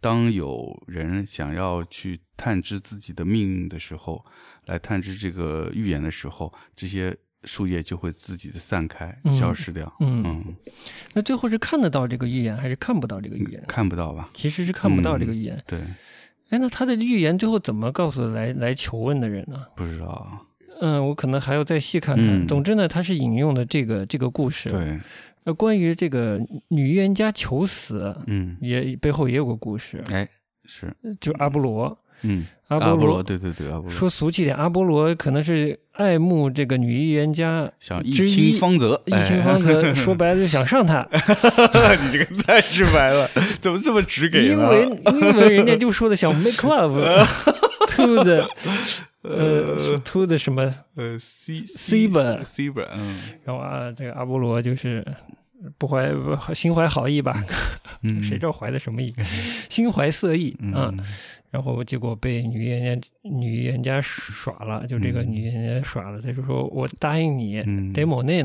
Speaker 1: 当有人想要去探知自己的命运的时候，来探知这个预言的时候，这些树叶就会自己的散开，
Speaker 2: 嗯
Speaker 1: 消失掉。
Speaker 2: 嗯
Speaker 1: 嗯，
Speaker 2: 那最后是看得到这个预言，还是看不到这个预言？
Speaker 1: 看不到吧？
Speaker 2: 其实是看不到这个预言。
Speaker 1: 对，
Speaker 2: 哎、那他的预言最后怎么告诉来来求问的人呢？
Speaker 1: 不知道啊。
Speaker 2: 嗯，我可能还要再细看看。
Speaker 1: 嗯
Speaker 2: 总之呢，他是引用的这个这个故事。，
Speaker 1: 对，
Speaker 2: 那关于这个女预言家求死，
Speaker 1: 嗯，
Speaker 2: 也背后也有个故事，
Speaker 1: 哎，是，
Speaker 2: 就是阿波罗。
Speaker 1: 嗯，
Speaker 2: 阿
Speaker 1: 阿
Speaker 2: 波
Speaker 1: 罗，对对对，阿波罗
Speaker 2: 说俗气点，阿波罗可能是爱慕这个女预言家。
Speaker 1: 想一
Speaker 2: 之
Speaker 1: 清
Speaker 2: 一
Speaker 1: 方泽，
Speaker 2: 一
Speaker 1: 哎
Speaker 2: 清方泽说白了就想 上他，
Speaker 3: 你这个太直白了，怎么这么直给
Speaker 2: 英
Speaker 3: 呢？
Speaker 2: 文英文人家就说的想 make love to the 呃 to the 什么，
Speaker 1: 呃，C
Speaker 2: Zebra
Speaker 1: Zebra，嗯
Speaker 2: 然后啊这个阿波罗就是不怀不心怀好意吧，
Speaker 1: 嗯，
Speaker 2: 谁知道怀的什 么意，心怀色意啊，
Speaker 1: 嗯
Speaker 2: 然后结果被女预言家女预言家耍了，就这个
Speaker 1: 嗯
Speaker 2: 女预言家耍了，他就说我答应你。
Speaker 1: 嗯，
Speaker 2: 得某内，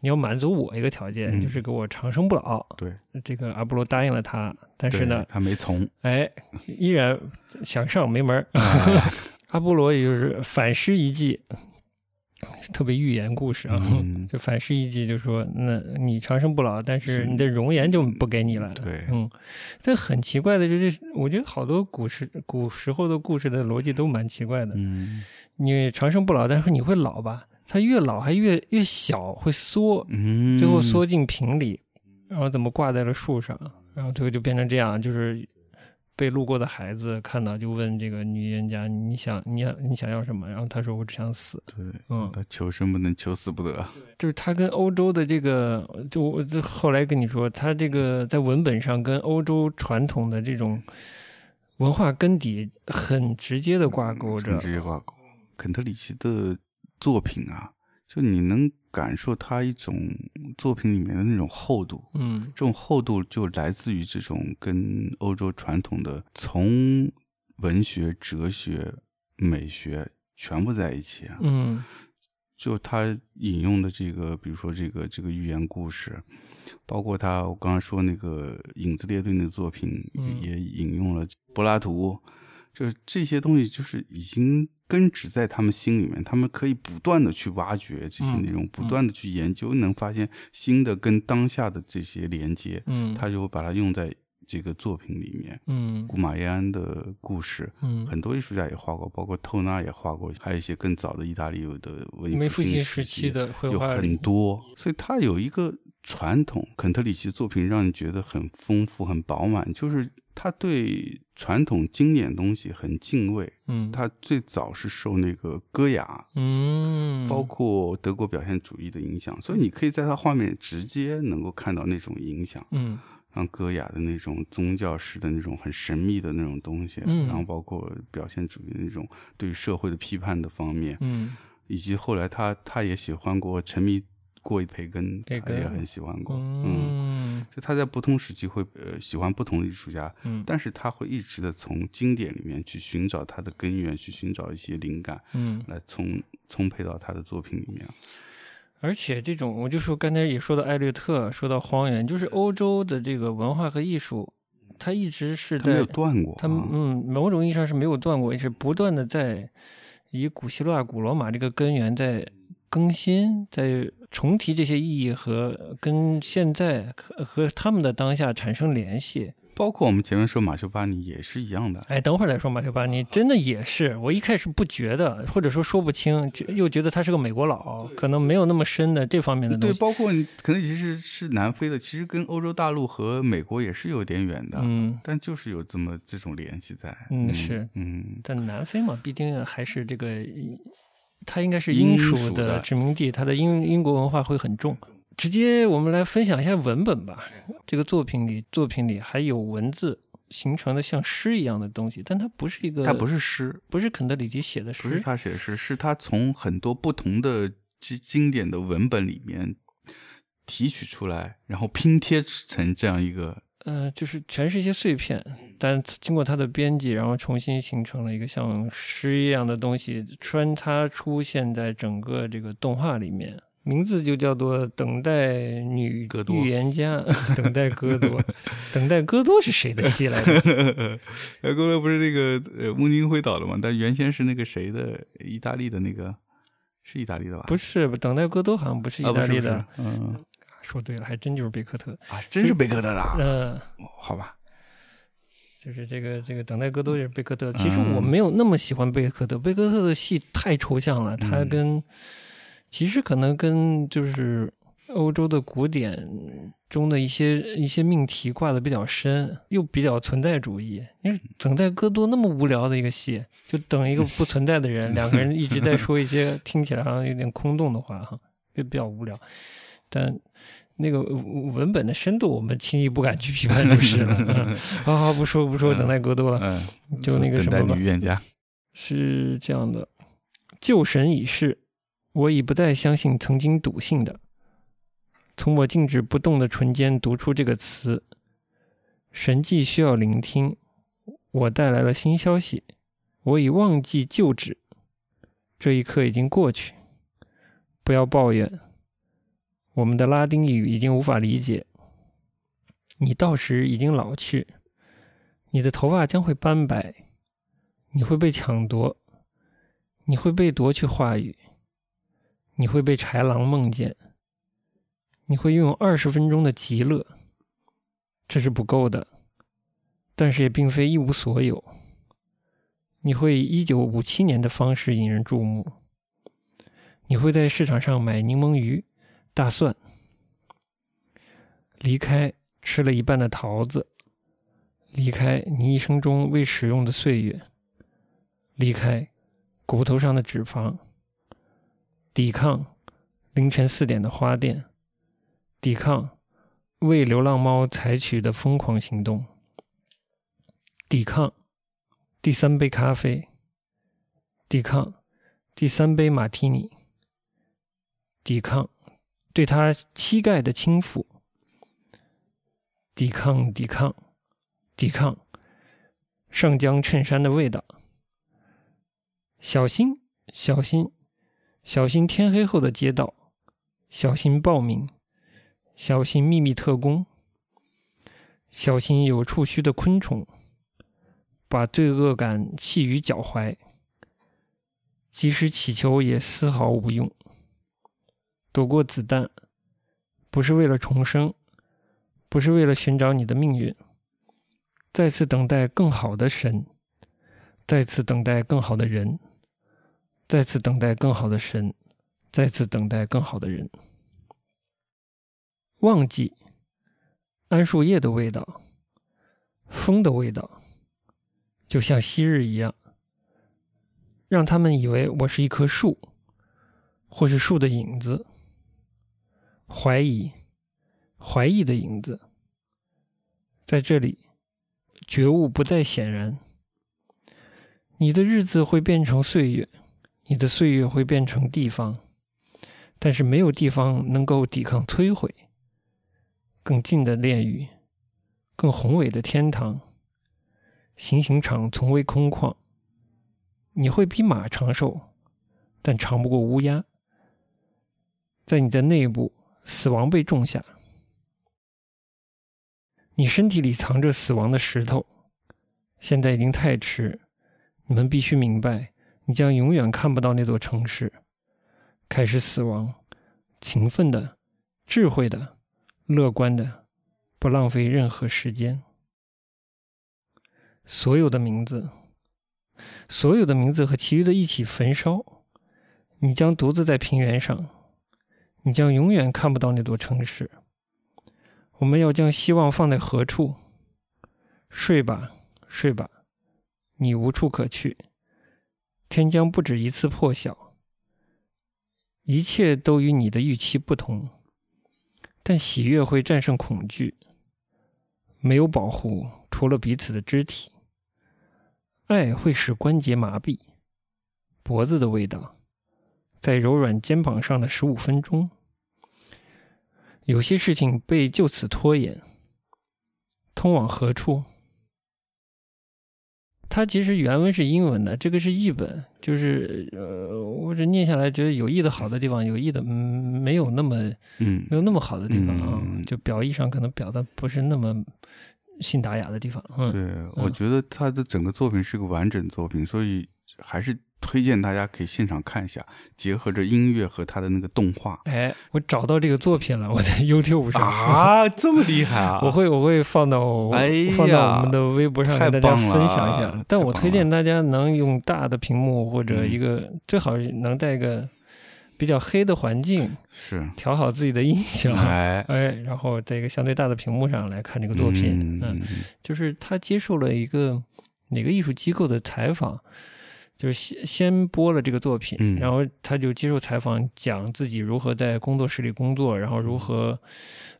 Speaker 2: 你要满足我一个条件，
Speaker 1: 嗯
Speaker 2: 就是给我长生不老。
Speaker 1: 对，
Speaker 2: 这个阿波罗答应了他，但是呢
Speaker 1: 对，他没从，
Speaker 2: 哎，依然想上没门 儿。
Speaker 1: 啊
Speaker 2: 阿波罗也就是反诗一计，特别寓言故事啊。
Speaker 1: 嗯
Speaker 2: 就反诗一计，就说那你长生不老，但是
Speaker 1: 是
Speaker 2: 你的容颜就不给你了。
Speaker 1: 对
Speaker 2: 嗯，但很奇怪的就是，我觉得好多古时古时候的故事的逻辑都蛮奇怪的。
Speaker 1: 嗯
Speaker 2: 你长生不老，但是你会老吧？它越老还越越小，会缩，
Speaker 1: 嗯，
Speaker 2: 最后缩进瓶里，然后怎么挂在了树上，然后最后就变成这样，就是被路过的孩子看到就问这个女人家你想你想你想要什么？然后他说我只想死，
Speaker 1: 对，
Speaker 2: 嗯，
Speaker 1: 他求生不能，求死不得，啊
Speaker 2: 就是他跟欧洲的这个，就我就后来跟你说，他这个在文本上跟欧洲传统的这种文化根底很直接的挂钩着
Speaker 1: 直，接挂钩，肯特里奇的作品啊，就你能感受他一种作品里面的那种厚度，
Speaker 2: 嗯
Speaker 1: 这种厚度就来自于这种跟欧洲传统的从文学、哲学、美学全部在一起啊。
Speaker 2: 嗯
Speaker 1: 就他引用的这个，比如说这个这个寓言故事，包括他我刚刚说那个影子列队那个作品，
Speaker 2: 嗯
Speaker 1: 也引用了柏拉图，就是这些东西就是已经根植在他们心里面，他们可以不断的去挖掘这些
Speaker 2: 嗯
Speaker 1: 内容，不
Speaker 2: 嗯
Speaker 1: 断的去研究，能发现新的跟当下的这些连接，
Speaker 2: 嗯，
Speaker 1: 他就会把它用在这个作品里面。
Speaker 2: 嗯
Speaker 1: 古马耶安的故事，
Speaker 2: 嗯
Speaker 1: 很多艺术家也画过，包括透纳也画过，还有一些更早的意大利的文艺
Speaker 2: 嗯梅
Speaker 1: 复
Speaker 2: 复
Speaker 1: 兴
Speaker 2: 兴时期的绘
Speaker 1: 有
Speaker 2: 画里
Speaker 1: 很多，所以它有一个传统。肯特里奇作品让你觉得很丰富、很饱满，就是他对传统经典东西很敬畏。
Speaker 2: 嗯
Speaker 1: 他最早是受那个戈雅。
Speaker 2: 嗯
Speaker 1: 包括德国表现主义的影响，所以你可以在他画面直接能够看到那种影响。
Speaker 2: 嗯
Speaker 1: 像戈雅的那种宗教式的那种很神秘的那种东西，
Speaker 2: 嗯
Speaker 1: 然后包括表现主义的那种对于社会的批判的方面，
Speaker 2: 嗯
Speaker 1: 以及后来他他也喜欢过沉迷过于培根，
Speaker 2: 培
Speaker 1: 他也
Speaker 2: 根
Speaker 1: 很喜欢过，嗯，
Speaker 2: 嗯
Speaker 1: 就他在不同时期会呃喜欢不同的艺术家，
Speaker 2: 嗯
Speaker 1: 但是他会一直的从经典里面去寻找他的根源，去寻找一些灵感
Speaker 2: 嗯，
Speaker 1: 来充充沛到他的作品里面。啊
Speaker 2: 而且这种，我就说刚才也说到艾略特，说到荒原，就是欧洲的这个文化和艺术，它一直是
Speaker 1: 他没
Speaker 2: 在
Speaker 1: 有断过啊，
Speaker 2: 他们嗯，某种意义上是没有断过，也是不断的在以古希腊、古罗马这个根源在更新，在重提这些意义和跟现在和和他们的当下产生联系。
Speaker 1: 包括我们前面说马修巴尼也是一样的，
Speaker 2: 哎，等会儿再说马修巴尼，真的也是，我一开始不觉得，或者说说不清，觉又觉得他是个美国佬，可能没有那么深的这方面的东
Speaker 1: 对，
Speaker 2: 西。
Speaker 1: 包括你肯德基是是南非的，其实跟欧洲大陆和美国也是有点远的，
Speaker 2: 嗯
Speaker 1: 但就是有这么这种联系在。
Speaker 2: 嗯是
Speaker 1: 嗯，
Speaker 2: 但南非嘛，毕竟还是这个，它应该是
Speaker 1: 英
Speaker 2: 英
Speaker 1: 属
Speaker 2: 属
Speaker 1: 的
Speaker 2: 的殖民地，它的英英国文化会很重。直接我们来分享一下文本吧。这个作品里，作品里还有文字形成的像诗一样的东西，但它不是一个，
Speaker 1: 它不是诗，
Speaker 2: 不是肯德里奇写的诗，
Speaker 1: 不是他写的诗，是他从很多不同的经经典的文本里面提取出来，然后拼贴成这样一个。
Speaker 2: 呃，就是全是一些碎片，
Speaker 1: 嗯
Speaker 2: 但经过它的编辑，然后重新形成了一个像诗一样的东西，穿插出现在整个这个动画里面。名字就叫做《等待女
Speaker 1: 戈多
Speaker 2: 预言家》， 等待 戈多，等待戈多是谁的戏来着？
Speaker 1: 呃，各位不是那个呃慕尼黑岛的嘛？但原先是那个谁的，意大利的那个，是意大利的吧？
Speaker 2: 不是，等待戈多好像不是意
Speaker 1: 啊，不
Speaker 2: 大
Speaker 1: 是
Speaker 2: 利
Speaker 1: 不是
Speaker 2: 的。
Speaker 1: 嗯
Speaker 2: 说对了，还真就是贝克特。
Speaker 1: 啊，真是贝克特的啊，
Speaker 2: 嗯、
Speaker 1: 好吧？
Speaker 2: 就是这个这个等待戈多也是贝克特。其实
Speaker 1: 嗯
Speaker 2: 我没有那么喜欢贝克特，贝克特的戏太抽象了，他
Speaker 1: 嗯
Speaker 2: 跟、其实可能跟就是欧洲的古典中的一些一些命题挂的比较深，又比较存在主义。因
Speaker 1: 嗯
Speaker 2: 为等待戈多那么无聊的一个戏，就等一个不存在 的人，两个人一直在说一些听起来好像有点空洞的话哈，就比较无聊。但那个文文本的深度，我们轻易不敢去批判就是了。嗯好好不说不说，等待戈多了，
Speaker 1: 嗯，
Speaker 2: 就那个
Speaker 1: 等
Speaker 2: 什
Speaker 1: 待
Speaker 2: 么吧
Speaker 1: 女，预言 家。
Speaker 2: 是这样的，旧神已逝，我已不再相信曾经笃信的。从我静止不动的唇间读出这个词，神迹需要聆听。我带来了新消息，我已忘记旧址，这一刻已经过去。不要抱怨，我们的拉丁语已经无法理解。你到时已经老去，你的头发将会斑白，你会被抢夺，你会被夺去话语，你会被豺狼梦见，你会拥有二十分钟的极乐，这是不够的，但是也并非一无所有。你会以一九五七年的方式引人注目，你会在市场上买柠檬鱼、大蒜，离开吃了一半的桃子，离开你一生中未使用的岁月。离开骨头上的脂肪，抵抗凌晨四点的花店，抵抗为流浪猫采取的疯狂行动，抵抗第三杯咖啡，抵抗第三杯马提尼，抵抗，对他膝盖的轻抚，抵抗，抵抗，抵抗，上将衬衫的味道，小心，小心，小心天黑后的街道，小心暴民，小心秘密特工，小心有触须的昆虫，把罪恶感系于脚踝。即使祈求也丝毫无用。躲过子弹，不是为了重生，不是为了寻找你的命运，再次等待更好的神，再次等待更好的人，再次等待更好的神，再次等待更好的人。忘记，桉树叶的味道，风的味道，就像昔日一样。让他们以为我是一棵树，或是树的影子。怀疑，怀疑的影子，在这里，觉悟不再显然。你的日子会变成岁月，你的岁月会变成地方，但是没有地方能够抵抗摧毁。更近的炼狱，更宏伟的天堂，行刑场从未空旷。你会比马长寿，但长不过乌鸦。在你的内部，死亡被种下，你身体里藏着死亡的石头。现在已经太迟，你们必须明白，你将永远看不到那座城市。开始死亡，勤奋的、智慧的、乐观的，不浪费任何时间。所有的名字。所有的名字和其余的一起焚烧。你将独自在平原上，你将永远看不到那座城市。我们要将希望放在何处？睡吧，睡吧，你无处可去。天将不止一次破晓。一切都与你的预期不同，但喜悦会战胜恐惧。没有保护，除了彼此的肢体。爱会使关节麻痹，脖子的味道，在柔软肩膀上的十五分钟。有些事情被就此拖延。通往何处？它其实原文是英文的，这个是译本，就是呃，我这念下来觉得有译的好的地方，有译的嗯没有那么
Speaker 1: 嗯
Speaker 2: 没有那么好的地方啊，
Speaker 1: 嗯
Speaker 2: 就表意上可能表达不是那么信达雅的地方。嗯，
Speaker 1: 对，我觉得他的整个作品是个完整作品，所以还是推荐大家可以现场看一下，结合着音乐和他的那个动画。
Speaker 2: 哎，我找到这个作品了，我在 YouTube 上，
Speaker 3: 啊，这么厉害啊！
Speaker 2: 我会我会放到、
Speaker 1: 哎呀
Speaker 2: 放到我们的微博上
Speaker 1: 太
Speaker 2: 给大家
Speaker 1: 棒了
Speaker 2: 分享
Speaker 1: 太
Speaker 2: 一
Speaker 1: 棒
Speaker 2: 下
Speaker 1: 了。嗯
Speaker 2: 但我推荐大家能用大的屏幕或者一个、最好能在一个比较黑的环境，
Speaker 1: 是，
Speaker 2: 调好自己的 音响。
Speaker 1: 哎，
Speaker 2: 哎，然后在一个相对大的屏幕上来看这个作品，嗯，就是他接受了一个哪个艺术机构的采访，就是先先播了这个作品，
Speaker 1: 嗯
Speaker 2: 然后他就接受采访，讲自己如何在工作室里工作，然后如何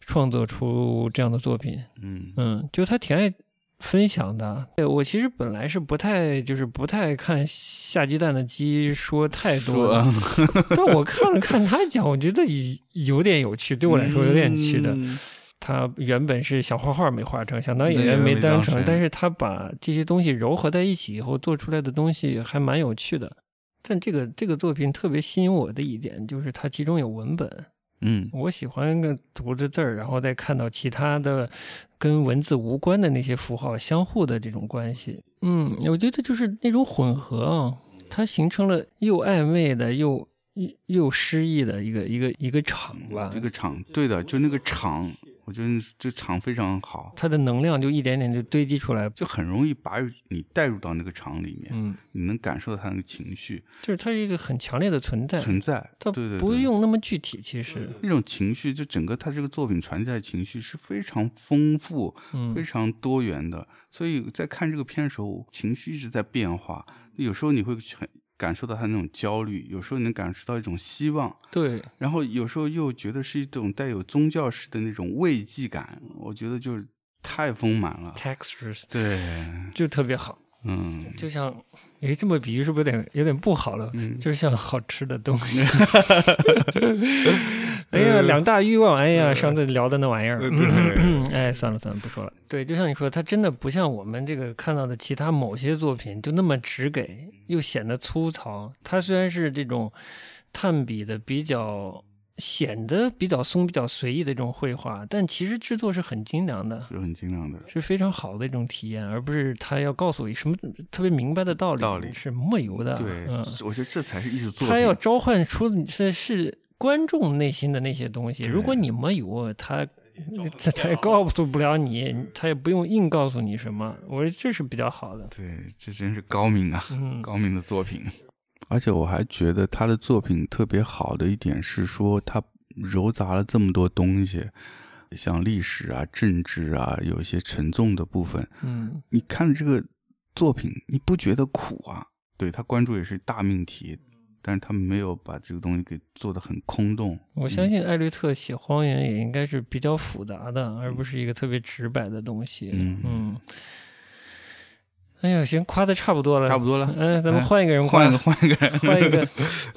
Speaker 2: 创作出这样的作品。
Speaker 1: 嗯嗯
Speaker 2: 嗯，就他挺爱分享的。啊对我其实本来是不太就是不太看下鸡蛋的鸡说太多的，
Speaker 1: 说
Speaker 2: 但我看了看他讲，我觉得有点有趣，对我来说有点有趣的。
Speaker 1: 嗯
Speaker 2: 他原本是想画画没画成，想当演员
Speaker 1: 对
Speaker 2: 没
Speaker 1: 没
Speaker 2: 当
Speaker 1: 当
Speaker 2: 成，
Speaker 1: 成
Speaker 2: 但是他把这些东西糅合在一起以后，做出来的东西还蛮有趣的。但这个这个作品特别吸引我的一点就是它其中有文本，
Speaker 1: 嗯
Speaker 2: 我喜欢个读着字儿，然后再看到其他的跟文字无关的那些符号相互的这种关系。嗯，我觉得就是那种混合啊，它形成了又暧昧的又又又诗意的一个一个一个场吧。
Speaker 1: 嗯这个场，对的，就那个场，我觉得这场非常好，
Speaker 2: 它的能量就一点点就堆积出来。
Speaker 1: 就很容易把你带入到那个场里面，
Speaker 2: 嗯，
Speaker 1: 你能感受到他那个情绪
Speaker 2: 就是它是一个很强烈的存在，
Speaker 1: 存在。
Speaker 2: 它
Speaker 1: 对对，
Speaker 2: 不
Speaker 1: 对
Speaker 2: 用那么具体。其实，
Speaker 1: 那种情绪，就整个他这个作品传递的情绪是非常丰富、
Speaker 2: 嗯
Speaker 1: 非，常多元的。所以在看这个片的时候，情绪一直在变化，有时候你会很感受到他那种焦虑，有时候你能感受到一种希望，
Speaker 2: 对，
Speaker 1: 然后有时候又觉得是一种带有宗教式的那种慰藉感。我觉得就是太丰满了。
Speaker 2: textures
Speaker 1: 对，
Speaker 2: 就特别好。
Speaker 1: 嗯，
Speaker 2: 就像，诶，这么比喻是不是有点有点不好了？
Speaker 1: 嗯
Speaker 2: 就是像好吃的东 西。哎呀，两大欲望，哎呀，上次聊的那玩意儿，
Speaker 3: 呃
Speaker 2: 嗯
Speaker 3: 对
Speaker 2: 嗯嗯哎，算了算了，不说了。对，就像你说，它真的不像我们这个看到的其他某些作品，就那么直给，又显得粗糙。它虽然是这种炭笔的比较。显得比较松、比较随意的这种绘画，但其实制作是很精良的，
Speaker 1: 是很精良的。
Speaker 2: 是非常好的一种体验，而不是他要告诉你什么特别明白的道理，
Speaker 1: 道理
Speaker 2: 是没有的。
Speaker 1: 对
Speaker 2: 嗯，，
Speaker 1: 我觉得这才是艺术作品。
Speaker 2: 他要召唤出你这是观众内心的那些东西，
Speaker 1: 对
Speaker 2: 如果你没有，他他他也告诉不了你，他也不用硬告诉你什么，我觉得这是比较好的。
Speaker 1: 对，这真是高明啊，
Speaker 2: 嗯，
Speaker 1: 高明的作品。而且我还觉得他的作品特别好的一点是说，他糅杂了这么多东西，像历史啊、政治啊，有一些沉重的部分。
Speaker 2: 嗯，
Speaker 1: 你看了这个作品，你不觉得苦啊？对他关注也是大命题，但是他没有把这个东西给做的很空洞。
Speaker 2: 我相信艾略特写荒原也应该是比较复杂的，而不是一个特别直白的东西。
Speaker 1: 嗯
Speaker 2: 嗯。哎呀，行，夸的差不多了，
Speaker 1: 差不多了
Speaker 2: 哎，咱
Speaker 1: 哎
Speaker 2: 们换一个人夸，
Speaker 1: 换一个，换一个人，
Speaker 2: 换一个，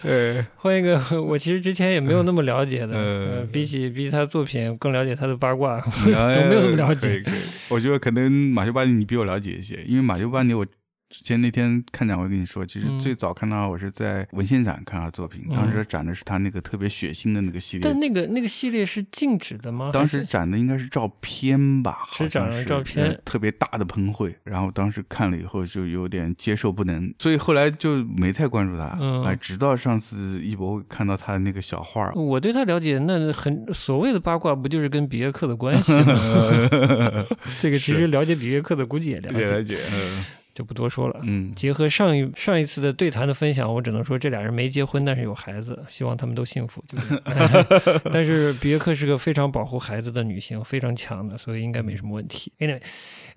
Speaker 3: 呃，
Speaker 2: 换一个。 我其实之前也没有那么了解的，
Speaker 3: 呃
Speaker 2: 呃比起比起他的作品，更了解他的八卦，
Speaker 1: 嗯
Speaker 2: 都没有那
Speaker 1: 哎
Speaker 2: 么了
Speaker 3: 可以
Speaker 2: 解。。
Speaker 3: 可以
Speaker 1: 我觉得可能马修巴尼你比我了解一些，因为马修巴尼我之前那天看展，我跟你说，其实
Speaker 2: 嗯
Speaker 1: 最早看到我是在文献展看到作品，
Speaker 2: 嗯
Speaker 1: 当时展的是他那个特别血腥的那个系列
Speaker 2: 但，那个那个系列是禁止的吗？
Speaker 1: 当
Speaker 2: 还
Speaker 1: 时
Speaker 2: 是
Speaker 1: 展的应该是照片吧，好
Speaker 2: 只展
Speaker 1: 像
Speaker 2: 了
Speaker 1: 是
Speaker 2: 照片
Speaker 1: 呃特别大的喷绘，然后当时看了以后就有点接受不能，所以后来就没太关注他，
Speaker 2: 嗯
Speaker 1: 哎，直到上次艺博会看到他的那个小画儿，
Speaker 2: 我对他了解，那很所谓的八卦，不就是跟比约克的关系吗？这个其实了解比约克的，估计也了
Speaker 3: 也
Speaker 2: 解，
Speaker 3: 了解，嗯
Speaker 2: 就不多说了。
Speaker 1: 嗯，
Speaker 2: 结合上一上一次的对谈的分享，我只能说这俩人没结婚，但是有孩子，希望他们都幸福。就是 但是别克是个非常保护孩子的女性，非常强的，所以应该没什么问题。Anyway，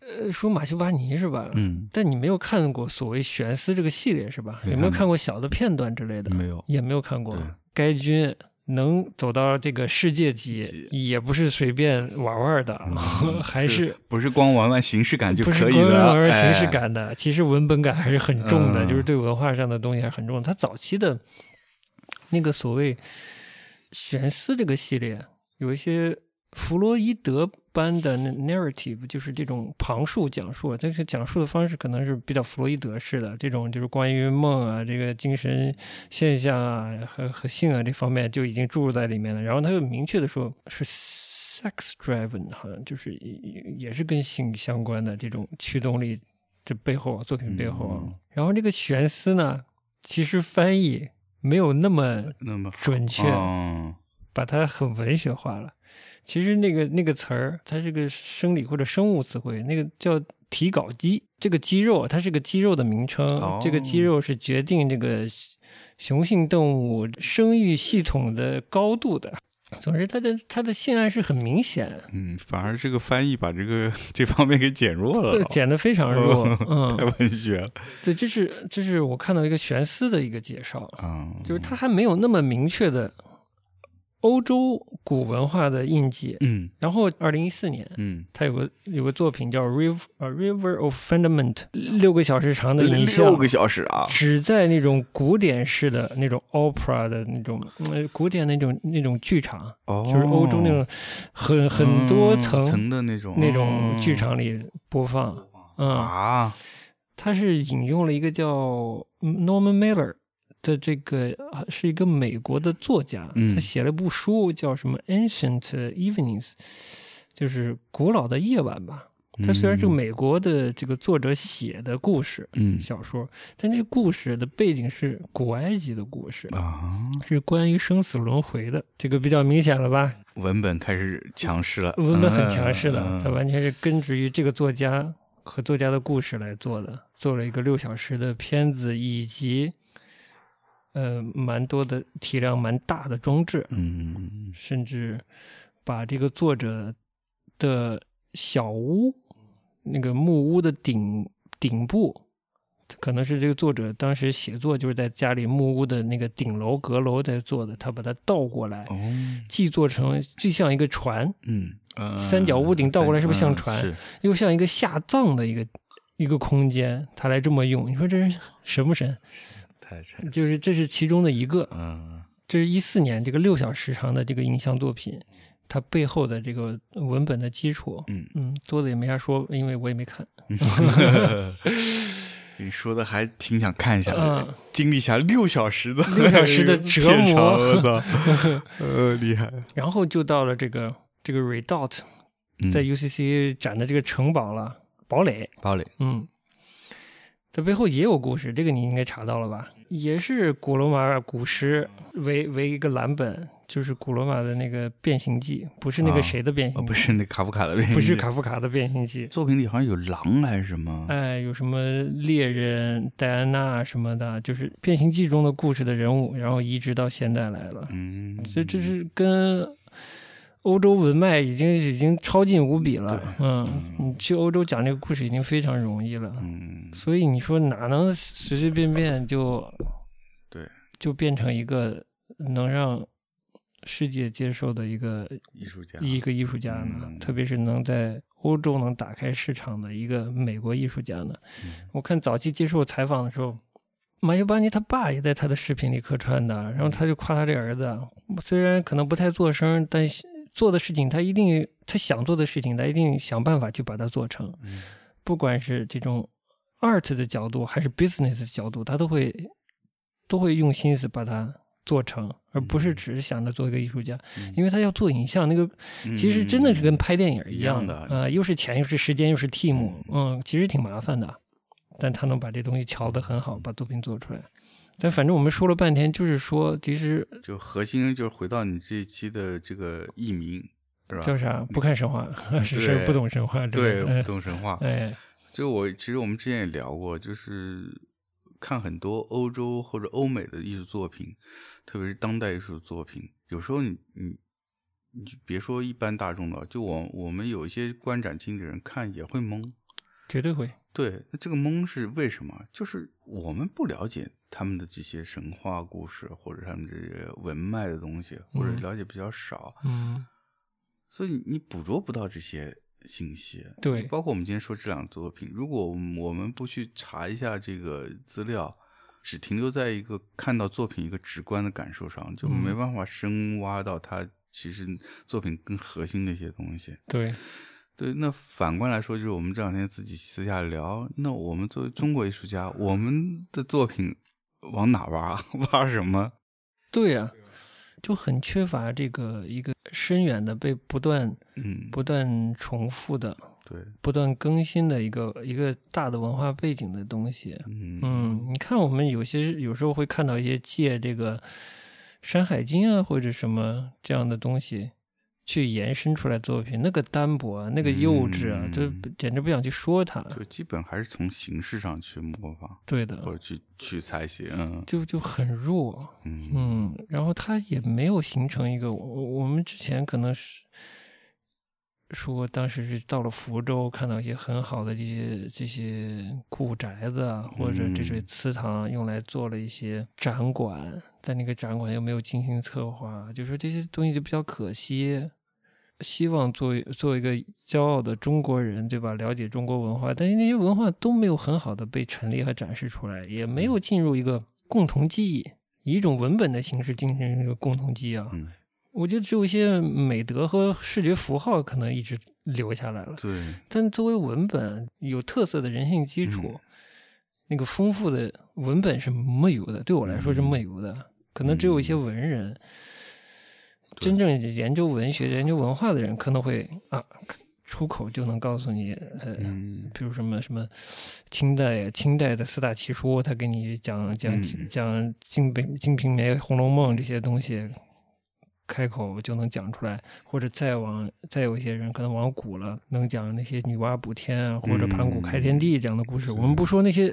Speaker 2: 呃，说马修巴尼是吧？
Speaker 1: 嗯，
Speaker 2: 但你没有看过所谓悬丝这个系列是吧？
Speaker 1: 没看过
Speaker 2: 有没有看过小的片段之类的？
Speaker 1: 没有
Speaker 2: 也没有看过
Speaker 1: 对。
Speaker 2: 该军能走到这个世界级，
Speaker 1: 级
Speaker 2: 也不是随便玩玩的，
Speaker 1: 嗯
Speaker 2: 还是
Speaker 1: 不是光玩玩形式感就
Speaker 2: 不是
Speaker 1: 可以
Speaker 2: 光
Speaker 1: 了，
Speaker 2: 玩形式
Speaker 1: 哎
Speaker 2: 感的，其实文本感还是很重的，
Speaker 1: 嗯
Speaker 2: 就是对文化上的东西还是很重的。他早期的那个所谓悬丝这个系列，有一些弗洛伊德般的那 narrative，就是这种旁述讲述，但是讲述的方式可能是比较弗洛伊德式的，这种就是关于梦啊、这个精神现象啊和和性啊这方面就已经注入在里面了。然后他又明确的说是 sex driven，好像就是也也是跟性相关的这种驱动力，这背后啊作品背后啊。
Speaker 1: 嗯
Speaker 2: 然后这个悬丝呢，其实翻译没有那么
Speaker 1: 那么
Speaker 2: 准确。
Speaker 1: 哦
Speaker 2: 把它很文学化了。其实那个那个词儿，它是个生理或者生物词汇，那个叫体睾肌。这个肌肉，它是个肌肉的名称。
Speaker 1: 哦
Speaker 2: 这个肌肉是决定这个雄性动物生育系统的高度的。总之，它的它的性爱是很明显，
Speaker 3: 嗯，反而这个翻译把这个这方面给减弱了
Speaker 2: 呃，减得非 常弱。
Speaker 3: 太
Speaker 2: 嗯，
Speaker 3: 文学了，
Speaker 2: 对，这是这是我看到一个悬丝的一个介绍。
Speaker 1: 啊，
Speaker 2: 就是它还没有那么明确的欧洲古文化的印记。
Speaker 1: 嗯
Speaker 2: 然后，二零一四年，
Speaker 1: 嗯，
Speaker 2: 他有个有个作品叫《River》呃，《River of Fundament》，六个小时长的影像，
Speaker 1: 六个小时啊，
Speaker 2: 只在那种古典式的那种 opera 的那种、呃、古典那种那种剧场，
Speaker 1: 哦，
Speaker 2: 就是欧洲那种很很多
Speaker 1: 嗯
Speaker 2: 层、
Speaker 1: 层的那种
Speaker 2: 那种剧
Speaker 1: 哦
Speaker 2: 场里播放。嗯，
Speaker 1: 啊，
Speaker 2: 他是引用了一个叫嗯 Norman Mailer 的这个呃是一个美国的作家，
Speaker 1: 嗯
Speaker 2: 他写了一部书叫什么《Ancient Evenings》，就是古老的夜晚吧。它虽然是美国的这个作者写的故事、
Speaker 1: 嗯
Speaker 2: 小说，但这个故事的背景是古埃及的故事，
Speaker 1: 啊，
Speaker 2: 是关于生死轮回的。这个比较明显了吧？
Speaker 1: 文本开始强势了，
Speaker 2: 文本很强势的
Speaker 1: 嗯，
Speaker 2: 它完全是根植于这个作家和作家的故事来做的，做了一个六小时的片子，以及呃蛮多的体量蛮大的装置，
Speaker 1: 嗯，
Speaker 2: 甚至把这个作者的小屋那个木屋的顶顶部。可能是这个作者当时写作就是在家里木屋的那个顶楼阁楼在做的，他把它倒过来，
Speaker 1: 哦，
Speaker 2: 既做成既像一个船，
Speaker 1: 嗯，
Speaker 2: 三角屋顶倒过来是不是像船
Speaker 1: 嗯是
Speaker 2: 又像一个下葬的一个一个空间，他来这么用，你说这人神不神？
Speaker 1: 太扯，
Speaker 2: 就是这是其中的一个，
Speaker 1: 嗯，
Speaker 2: 这是一四年这个六小时长的这个影像作品，它背后的这个文本的基础，
Speaker 1: 嗯
Speaker 2: 多的也没啥说，因为我也没看。
Speaker 1: 你说的还挺想看一下的，
Speaker 2: 嗯
Speaker 1: 经历一下六小时的
Speaker 2: 六小时的折磨
Speaker 1: 片长我 操，呃，厉害，
Speaker 2: 然后就到了这个这个 Redoubt
Speaker 1: 嗯
Speaker 2: 在 UCC 展的这个城堡了，堡垒，
Speaker 1: 堡垒，
Speaker 2: 嗯，它背后也有故事，这个你应该查到了吧？也是古罗马古诗为为一个蓝本，就是古罗马的那个变形记，不是那
Speaker 1: 啊
Speaker 2: 个谁的变
Speaker 1: 哦，
Speaker 2: 形记，
Speaker 1: 不是那卡夫卡的，
Speaker 2: 不是卡夫卡的变形记，
Speaker 1: 作品里好像有狼还是什么，
Speaker 2: 哎，有什么猎人、戴安娜什么的，就是《变形记》中的故事的人物，然后移植到现代来了。
Speaker 1: 嗯，
Speaker 2: 所以这是跟欧洲文脉已经已经超近无比了。嗯，你去欧洲讲这个故事已经非常容易了。
Speaker 1: 嗯，
Speaker 2: 所以你说哪能随随便便就
Speaker 1: 对
Speaker 2: 就变成一个能让世界接受的一个
Speaker 1: 艺术家
Speaker 2: 一个艺术家呢？
Speaker 1: 嗯
Speaker 2: 特别是能在欧洲能打开市场的一个美国艺术家呢？
Speaker 1: 嗯
Speaker 2: 我看早期接受采访的时候，马修巴尼他爸也在他的视频里客串的，然后
Speaker 1: 嗯
Speaker 2: 他就夸他这儿子，虽然可能不太做声，但是做的事情他一定他想做的事情，他一定想办法去把它做成。
Speaker 1: 嗯
Speaker 2: 不管是这种 art 的角度还是 business 的角度，他都会都会用心思把它做成，而不
Speaker 1: 嗯
Speaker 2: 是只是想着做一个艺术家，因为他要做影像，那个其实真的是跟拍电影一样
Speaker 1: 嗯一样的
Speaker 2: 呃，又是钱又是时间又是 team，嗯，其实挺麻烦的，但他能把这东西瞧得很好，把作品做出来。但反正我们说了半天，就是说，其实
Speaker 1: 就核心就是回到你这一期的这个译名是吧？
Speaker 2: 叫啥？不看神话， 是是不懂神话之类
Speaker 1: 对
Speaker 2: 的，
Speaker 1: 不懂神话，
Speaker 2: 哎，哎，
Speaker 1: 就我其实我们之前也聊过，就是看很多欧洲或者欧美的艺术作品，特别是当代艺术作品，有时候你你你就别说一般大众了，就我我们有一些观展经理人看也会懵。
Speaker 2: 绝对会。
Speaker 1: 对，那这个懵是为什么？就是我们不了解他们的这些神话故事，或者他们这些文脉的东西，或者
Speaker 2: 嗯
Speaker 1: 了解比较少，
Speaker 2: 嗯，
Speaker 1: 所以你捕捉不到这些信息。
Speaker 2: 对
Speaker 1: 就包括我们今天说这两个作品，如果我们我们不去查一下这个资料，只停留在一个看到作品一个直观的感受上，就
Speaker 2: 嗯
Speaker 1: 没办法深挖到它其实作品更核心的一些东西。
Speaker 2: 对，
Speaker 1: 对，那反过来说，就是我们这两天自己私下聊，那我们作为中国艺术家，我们的作品往哪挖？ 挖什么？
Speaker 2: 对呀、就很缺乏这个一个深远的被不断
Speaker 1: 嗯，
Speaker 2: 不断重复的、
Speaker 1: 对，
Speaker 2: 不断更新的一个一个大的文化背景的东西。
Speaker 1: 嗯
Speaker 2: 嗯，你看我们有些有时候会看到一些借这个《山海经》啊或者什么这样的东西去延伸出来作品，那个单薄啊，那个幼稚啊，
Speaker 1: 嗯
Speaker 2: 就不简直不想去说它。
Speaker 1: 就基本还是从形式上去模仿
Speaker 2: 对
Speaker 1: 或
Speaker 2: 的，
Speaker 1: 者去去采写，嗯
Speaker 2: 就就很弱。
Speaker 1: 嗯
Speaker 2: 嗯，然后它也没有形成一个，我我们之前可能是说，当时是到了福州，看到一些很好的这些这些古宅子啊，或者这些
Speaker 1: 嗯
Speaker 2: 祠堂，用来做了一些展馆，但那个展馆又没有精心策划，就说这些东西就比较可惜。希望作为作为一个骄傲的中国人，对吧？了解中国文化，但是那些文化都没有很好的被陈列和展示出来，也没有进入一个共同记忆，以一种文本的形式进行一个共同记忆啊。
Speaker 1: 嗯，
Speaker 2: 我觉得只有一些美德和视觉符号可能一直留下来了，
Speaker 1: 对，
Speaker 2: 但作为文本有特色的人性基础，
Speaker 1: 嗯
Speaker 2: 那个丰富的文本是没有的，对我来说是
Speaker 1: 嗯
Speaker 2: 没有的。可能只有一些文人，真正研究文学、研究文化的人，可能会啊，出口就能告诉你，呃，
Speaker 1: 嗯
Speaker 2: 比如什么什么清代清代的四大奇书，他给你讲讲
Speaker 1: 嗯
Speaker 2: 讲《金瓶》《金瓶梅》《红楼梦》这些东西，开口就能讲出来，或者再往再有一些人可能往古了，能讲那些女娲补天啊，或者盘古开天地这样的故事。我们不说那些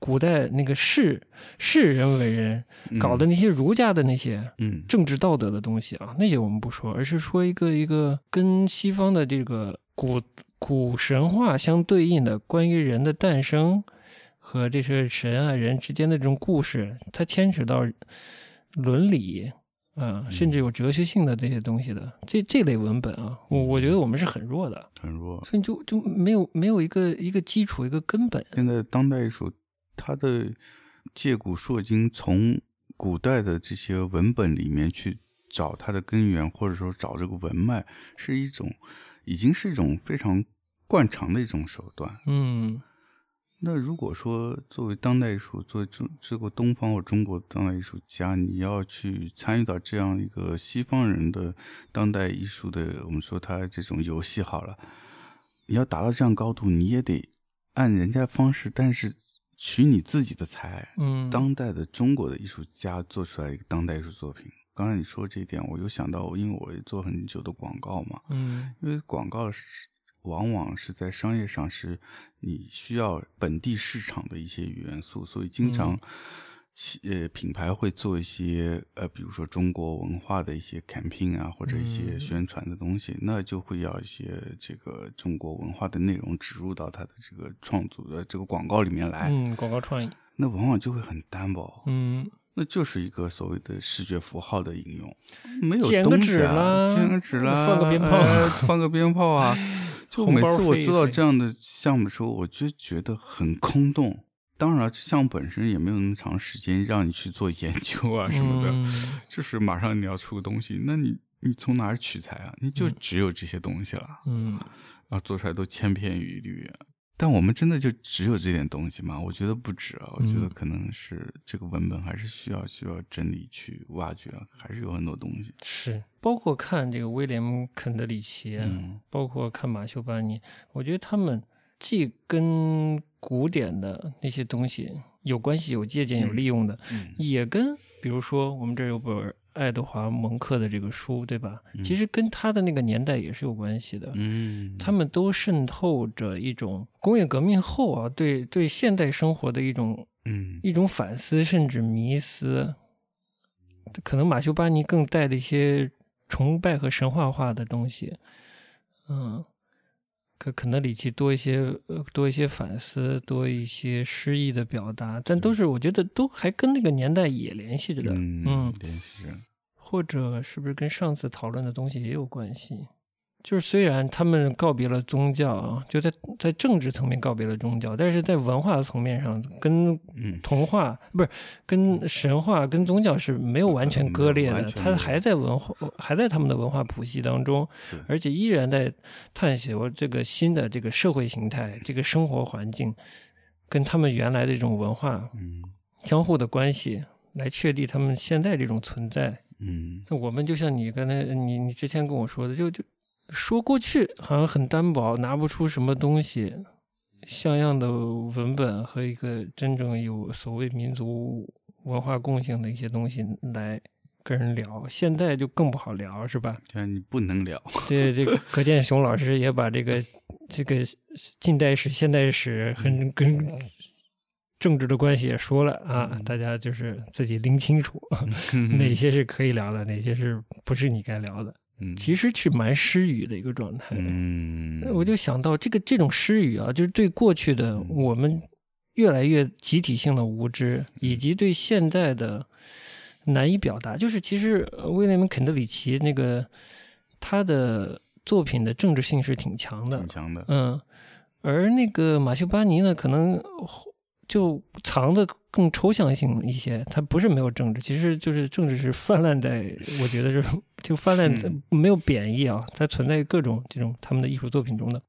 Speaker 2: 古代那个士士人为人搞的那些儒家的那些。
Speaker 1: 嗯
Speaker 2: 政治道德的东西啊，那些我们不说，而是说一个一个跟西方的这个古古神话相对应的关于人的诞生和这些神啊人之间的这种故事，它牵扯到伦理、嗯，甚至有哲学性的这些东西的这这类文本啊，我我觉得我们是很弱的，
Speaker 1: 很弱。
Speaker 2: 所以就就没有没有一个一个基础一个根本。
Speaker 1: 现在当代艺术，它的借古烁今，从古代的这些文本里面去找它的根源，或者说找这个文脉，是一种已经是一种非常惯常的一种手段。
Speaker 2: 嗯
Speaker 1: 那如果说作为当代艺术，作为中这个东方或中国当代艺术家，你要去参与到这样一个西方人的当代艺术的，我们说他这种游戏好了，你要达到这样高度，你也得按人家方式，但是取你自己的才，
Speaker 2: 嗯，
Speaker 1: 当代的中国的艺术家做出来一个当代艺术作品。刚才你说这一点，我又想到，因为我也做很久的广告嘛，
Speaker 2: 嗯
Speaker 1: 因为广告是往往是在商业上是你需要本地市场的一些元素，所以经常
Speaker 2: 嗯
Speaker 1: 企、呃品牌会做一些呃，比如说中国文化的一些 campaign 啊，或者一些
Speaker 2: 嗯
Speaker 1: 宣传的东西，那就会要一些这个中国文化的内容植入到它的这个创作的这个广告里面来，
Speaker 2: 嗯，广告创意，
Speaker 1: 那往往就会很单薄，
Speaker 2: 嗯
Speaker 1: 那就是一个所谓的视觉符号的应用，没有
Speaker 2: 剪个
Speaker 1: 东
Speaker 2: 纸
Speaker 1: 西
Speaker 2: 啦
Speaker 1: 啊，剪个纸啦，
Speaker 2: 放个鞭炮
Speaker 1: 哎放个鞭炮 啊！就
Speaker 2: 红
Speaker 1: 每
Speaker 2: 包
Speaker 1: 次我
Speaker 2: 飞一
Speaker 1: 知道
Speaker 2: 飞
Speaker 1: 这样的项目的时候，我就觉得很空洞。当然，项目本身也没有那么长时间让你去做研究啊什么的，
Speaker 2: 嗯
Speaker 1: 就是马上你要出个东西，那你你从哪儿取材啊？你就只有这些东西了，
Speaker 2: 嗯
Speaker 1: 然后啊做出来都千篇一律。但我们真的就只有这点东西吗？我觉得不止啊，我觉得
Speaker 2: 嗯
Speaker 1: 可能是这个文本还是需要需要整理去挖掘啊，还是有很多东西。
Speaker 2: 是，包括看这个威廉肯德里奇，啊
Speaker 1: 嗯
Speaker 2: 包括看马修班尼，我觉得他们既跟古典的那些东西有关系、有借鉴、有利用的，
Speaker 1: 嗯
Speaker 2: 也跟比如说我们这儿有本爱德华蒙克的这个书，对吧？
Speaker 1: 嗯
Speaker 2: 其实跟他的那个年代也是有关系的。
Speaker 1: 嗯，
Speaker 2: 他们都渗透着一种工业革命后啊，对对现代生活的一种
Speaker 1: 嗯
Speaker 2: 一种反思，甚至迷思。可能马修巴尼更带了一些崇拜和神话化的东西，嗯，可可能里奇多一些呃多一些反思，多一些诗意的表达，但都是我觉得都还跟那个年代也联系着的，
Speaker 1: 嗯
Speaker 2: 嗯
Speaker 1: 联系着
Speaker 2: 或者是不是跟上次讨论的东西也有关系？就是虽然他们告别了宗教啊，就在在政治层面告别了宗教，但是在文化层面上，跟
Speaker 1: 嗯
Speaker 2: 童话、不是跟神话、跟宗教是没有完全割裂的，
Speaker 1: 完全没
Speaker 2: 它
Speaker 1: 有
Speaker 2: 还在文化还在他们的文化谱系当中
Speaker 1: 对，
Speaker 2: 而且依然在探索这个新的这个社会形态、这个生活环境，跟他们原来的这种文化
Speaker 1: 嗯
Speaker 2: 相互的关系，来确立他们现在这种存在。
Speaker 1: 嗯
Speaker 2: 那我们就像你刚才你你之前跟我说的，就就说过去好像很单薄，拿不出什么东西像样的文本和一个真正有所谓民族文化共性的一些东西来跟人聊。现在就更不好聊，是吧？
Speaker 1: 但你不能聊，
Speaker 2: 这这个可见熊老师也把这个这个近代史、现代史和跟政治的关系也说了啊，大家就是自己拎清楚。哪些是可以聊的，哪些是不是你该聊的，
Speaker 1: 嗯
Speaker 2: 其实是蛮失语的一个状态。
Speaker 1: 嗯，嗯
Speaker 2: 我就想到这个这种失语啊，就是对过去的我们越来越集体性的无知，
Speaker 1: 嗯
Speaker 2: 以及对现代的难以表达。就是其实呃威廉姆肯德里奇那个他的作品的政治性是挺强的
Speaker 1: 挺，强的，
Speaker 2: 嗯，而那个马修巴尼呢，可能就藏的更抽象性一些，他不是没有政治，其实就是政治是泛滥在，我觉得是就泛滥在，没有贬义啊，它存在于各种这种他们的艺术作品中的。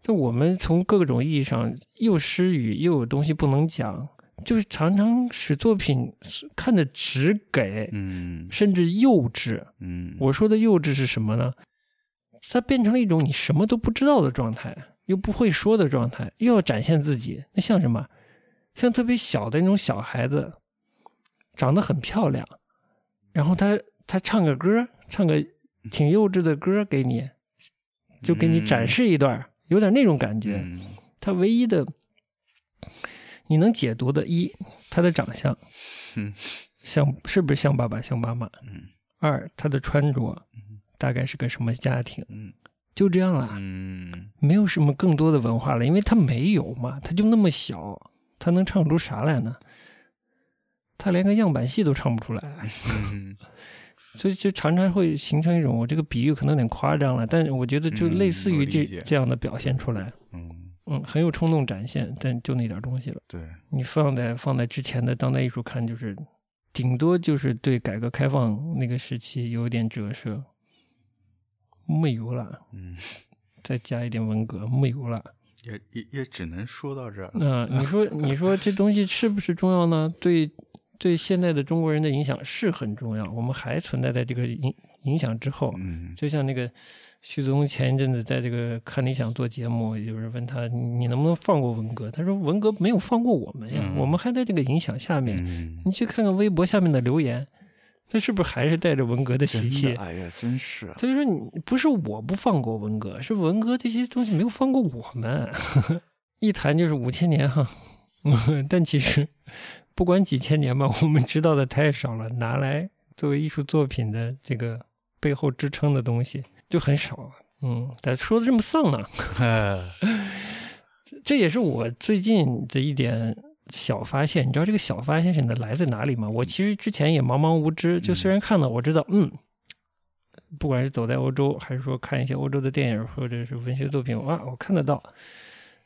Speaker 2: 但我们从各种意义上又失语，又有东西不能讲，就是常常使作品看着只给，
Speaker 1: 嗯
Speaker 2: 甚至幼稚。
Speaker 1: 嗯，
Speaker 2: 我说的幼稚是什么呢？它变成了一种你什么都不知道的状态，又不会说的状态，又要展现自己，那像什么？像特别小的那种小孩子，长得很漂亮，然后他他唱个歌，唱个挺幼稚的歌给你，就给你展示一段，有点那种感觉。
Speaker 1: 嗯
Speaker 2: 他唯一的你能解读的一，他的长相
Speaker 1: 嗯，
Speaker 2: 像是不是像爸爸像妈妈？
Speaker 1: 嗯
Speaker 2: 二，他的穿着大概是个什么家庭？
Speaker 1: 嗯
Speaker 2: 就这样了，
Speaker 1: 嗯
Speaker 2: 没有什么更多的文化了，因为他没有嘛，他就那么小，他能唱啊出啥来呢？他连个样板戏都唱不出来，
Speaker 1: 嗯
Speaker 2: 所以就常常会形成一种，我这个比喻可能有点夸张了，但是我觉得就
Speaker 1: 嗯
Speaker 2: 类似于
Speaker 1: 我
Speaker 2: 这、
Speaker 1: 理解
Speaker 2: 这样的表现出来，
Speaker 1: 嗯，
Speaker 2: 嗯，很有冲动展现，但就那点东西了。
Speaker 1: 对，
Speaker 2: 你放在放在之前的当代艺术看，就是顶多就是对改革开放那个时期有一点折射，没有了，
Speaker 1: 嗯，
Speaker 2: 再加一点文革，没有了。
Speaker 1: 也也也只能说到这儿了。
Speaker 2: 那、你说，你说这东西是不是重要呢？对，对现在的中国人的影响是很重要。我们还存在在这个影影响之后。
Speaker 1: 嗯，
Speaker 2: 就像那个徐宗前一阵子在这个看理想做节目，有人问他你能不能放过文革？他说文革没有放过我们呀，
Speaker 1: 嗯
Speaker 2: 我们还在这个影响下面。
Speaker 1: 嗯，
Speaker 2: 你去看看微博下面的留言，他是不是还是带着文革的习
Speaker 1: 真
Speaker 2: 气
Speaker 1: 的，？哎呀，真是啊，
Speaker 2: 所以说你不是我不放过文革，是文革这些东西没有放过我们。 一谈就是五千年哈， 但其实不管几千年吧，我们知道的太少了，拿来作为艺术作品的这个背后支撑的东西就很少了。嗯，咋说的这么丧呢？
Speaker 1: 啊
Speaker 2: 这也是我最近的一点小发现。你知道这个小发现是来自哪里吗？我其实之前也茫茫无知，就虽然看了，我知道，嗯，不管是走在欧洲，还是说看一些欧洲的电影或者是文学作品，哇，我看得到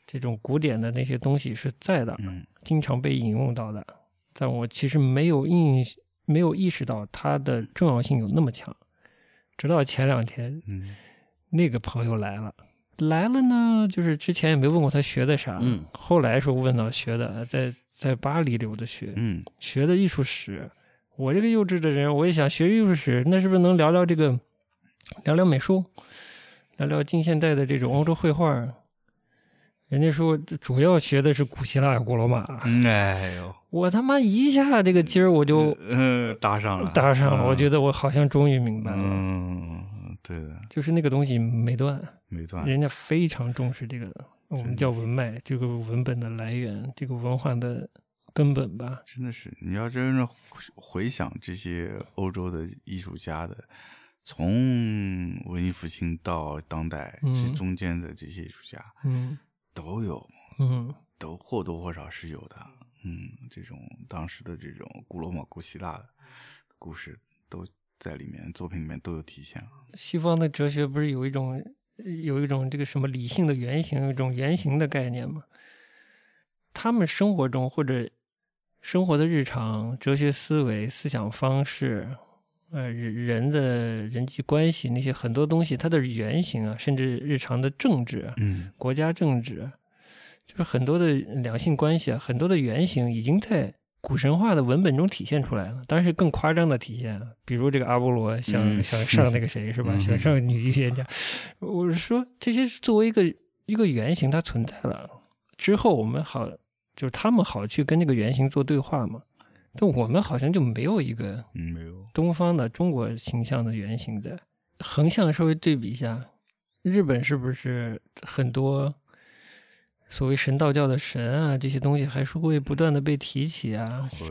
Speaker 2: 这种古典的那些东西是在的，
Speaker 1: 嗯
Speaker 2: 经常被引用到的，但我其实没有印没有意识到它的重要性有那么强，直到前两天
Speaker 1: 嗯
Speaker 2: 那个朋友来了，来了呢，就是之前也没问过他学的啥，
Speaker 1: 嗯
Speaker 2: 后来说问到学的，在在巴黎留的学，
Speaker 1: 嗯
Speaker 2: 学的艺术史。我这个幼稚的人，我也想学艺术史，那是不是能聊聊这个，聊聊美术，聊聊近现代的这种欧洲绘画？人家说主要学的是古希腊、古罗马，
Speaker 1: 嗯，哎呦，
Speaker 2: 我他妈一下这个筋儿我就
Speaker 1: 嗯、搭上了，
Speaker 2: 搭上了，我觉
Speaker 1: 得，
Speaker 2: 得我好像终于明白了，
Speaker 1: 嗯，对的，
Speaker 2: 就是那个东西没断。
Speaker 1: 没断，
Speaker 2: 人家非常重视这个，我们
Speaker 1: 真
Speaker 2: 叫文脉，这个文本的来源，这个文化的根本吧。
Speaker 1: 真的是，你要真正回想这些欧洲的艺术家的，从文艺复兴到当代
Speaker 2: 嗯
Speaker 1: 这中间的这些艺术家，
Speaker 2: 嗯
Speaker 1: 都有，
Speaker 2: 嗯
Speaker 1: 都或多或少是有的。嗯，这种当时的这种古罗马、古希腊的故事都在里面，作品里面都有体现。
Speaker 2: 西方的哲学不是有一种有一种这个什么理性的原型，有一种原型的概念吗？他们生活中或者生活的日常哲学思维、思想方式，呃，人人的人际关系那些很多东西，它的原型啊，甚至日常的政治啊，
Speaker 1: 嗯
Speaker 2: 国家政治，就是很多的两性关系啊，很多的原型已经在古神话的文本中体现出来了。当然是更夸张的体现啊，比如这个阿波罗想、
Speaker 1: 嗯
Speaker 2: 想上那个谁是吧？
Speaker 1: 嗯
Speaker 2: 想上女预言家。我是说，这些是作为一个一个原型，它存在了之后，我们好就是他们好去跟这个原型做对话嘛。但我们好像就没有一个
Speaker 1: 嗯，没有，
Speaker 2: 东方的中国形象的原型在。横向稍微对比一下，日本是不是很多所谓神道教的神啊这些东西还是会不断的被提起啊？
Speaker 1: 会，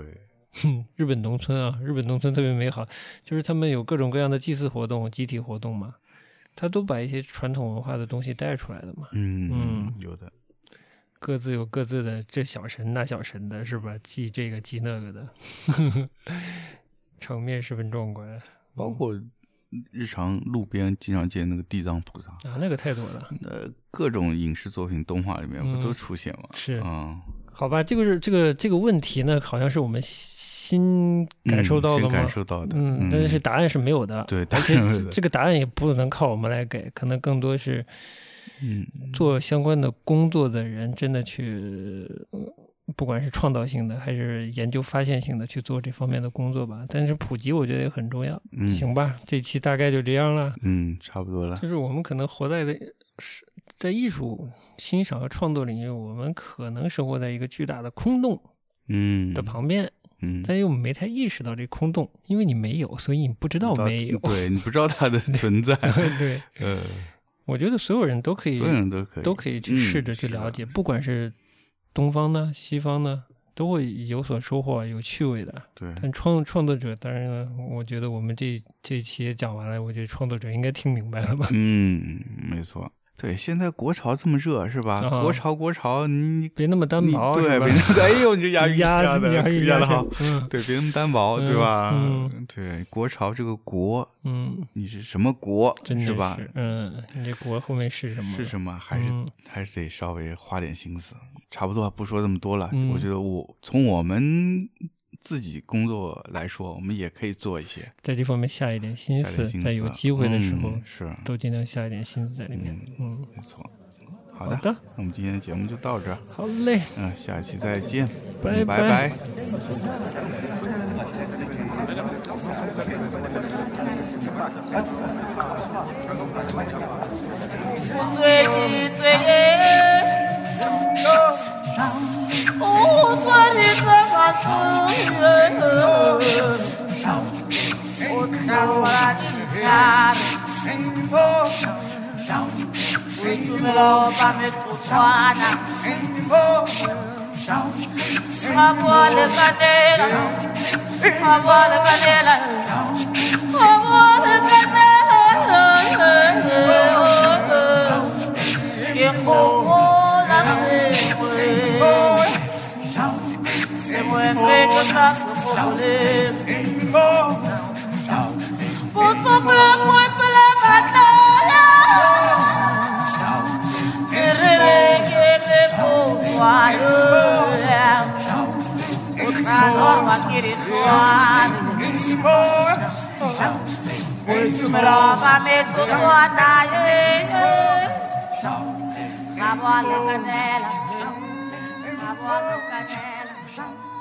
Speaker 2: 哼， 日本农村啊，日本农村特别美好，就是他们有各种各样的祭祀活动、集体活动嘛，他都把一些传统文化的东西带出来的嘛。
Speaker 1: 嗯
Speaker 2: 嗯
Speaker 1: 有的，
Speaker 2: 各自有各自的这小神那小神的，是吧？祭这个祭那个的， 场面十分壮观
Speaker 1: 包括日常路边经常见那个地藏菩萨，
Speaker 2: 啊，那个太多了。
Speaker 1: 呃，各种影视作品、动画里面不都
Speaker 2: 嗯
Speaker 1: 出现吗？
Speaker 2: 是
Speaker 1: 嗯，
Speaker 2: 好吧，这个是这个这个问题呢，好像是我们新感受到
Speaker 1: 嗯
Speaker 2: 了
Speaker 1: 先
Speaker 2: 吗？
Speaker 1: 感受到的，
Speaker 2: 嗯，但是答案是没有的。
Speaker 1: 对答
Speaker 2: 而
Speaker 1: 案
Speaker 2: 且
Speaker 1: 没有
Speaker 2: 这
Speaker 1: 的
Speaker 2: 这个答案也不能靠我们来给，可能更多是
Speaker 1: 嗯
Speaker 2: 做相关的工作的人真的去，呃不管是创造性的还是研究发现性的去做这方面的工作吧。但是普及我觉得也很重要。
Speaker 1: 嗯
Speaker 2: 行吧，这期大概就这样了。
Speaker 1: 嗯，差不多了，
Speaker 2: 就是我们可能活在的是在艺术欣赏和创作领域，我们可能生活在一个巨大的空洞
Speaker 1: 嗯
Speaker 2: 的旁边，
Speaker 1: 嗯，
Speaker 2: 但又没太意识到这空洞，因为你没有，所以你不知道
Speaker 1: 不知道
Speaker 2: 没有。
Speaker 1: 对你不知道它 的存在，
Speaker 2: 对，
Speaker 1: 呃，
Speaker 2: 我觉得所有人都可以
Speaker 1: 所有人都嗯可以
Speaker 2: 都可以去试着去了，解，不管是东方呢、西方呢，都会有所收获，有趣味的。
Speaker 1: 嗯是的
Speaker 2: 但创创作者，当然了，我觉得我们这这一期也讲完了，我觉得创作者应该听明白了吧？
Speaker 1: 对，嗯，没错，对，现在国潮这么热是吧？
Speaker 2: 啊
Speaker 1: 国潮国潮，你你
Speaker 2: 别那么单
Speaker 1: 你
Speaker 2: 薄，
Speaker 1: 对，
Speaker 2: 是吧
Speaker 1: 别那么哎呦，你这押韵
Speaker 2: 压
Speaker 1: 押的
Speaker 2: 压
Speaker 1: 押的
Speaker 2: 的
Speaker 1: 好，，
Speaker 2: 嗯
Speaker 1: 对，别那么单薄，对吧？
Speaker 2: 嗯
Speaker 1: 对，国潮这个国，
Speaker 2: 嗯，
Speaker 1: 你是什么国
Speaker 2: 真的
Speaker 1: 吧？
Speaker 2: 嗯，你这国后面是什么？
Speaker 1: 是什么？还是、
Speaker 2: 嗯
Speaker 1: 还是得稍微花点心思。差不多，不说这么多了。
Speaker 2: 嗯
Speaker 1: 我觉得我从我们自己工作来说，我们也可以做一些
Speaker 2: 在这方面下一点心
Speaker 1: 下点
Speaker 2: 思，
Speaker 1: 心思。
Speaker 2: 在有机会的时候，
Speaker 1: 嗯是
Speaker 2: 都尽量下一点心思在里面。嗯，
Speaker 1: 没错。好
Speaker 2: 好
Speaker 1: 的，
Speaker 2: 的，
Speaker 1: 那我们今天的节目就到这儿。
Speaker 2: 好嘞，
Speaker 1: 嗯、下期再见，嗯
Speaker 2: 拜
Speaker 1: 拜
Speaker 2: 拜
Speaker 4: 醉与醉耶，无做你怎么醉？我看我那的家，为主的老板们不穿呐，他我的干爹了，他我的干爹了。Oh, Canela,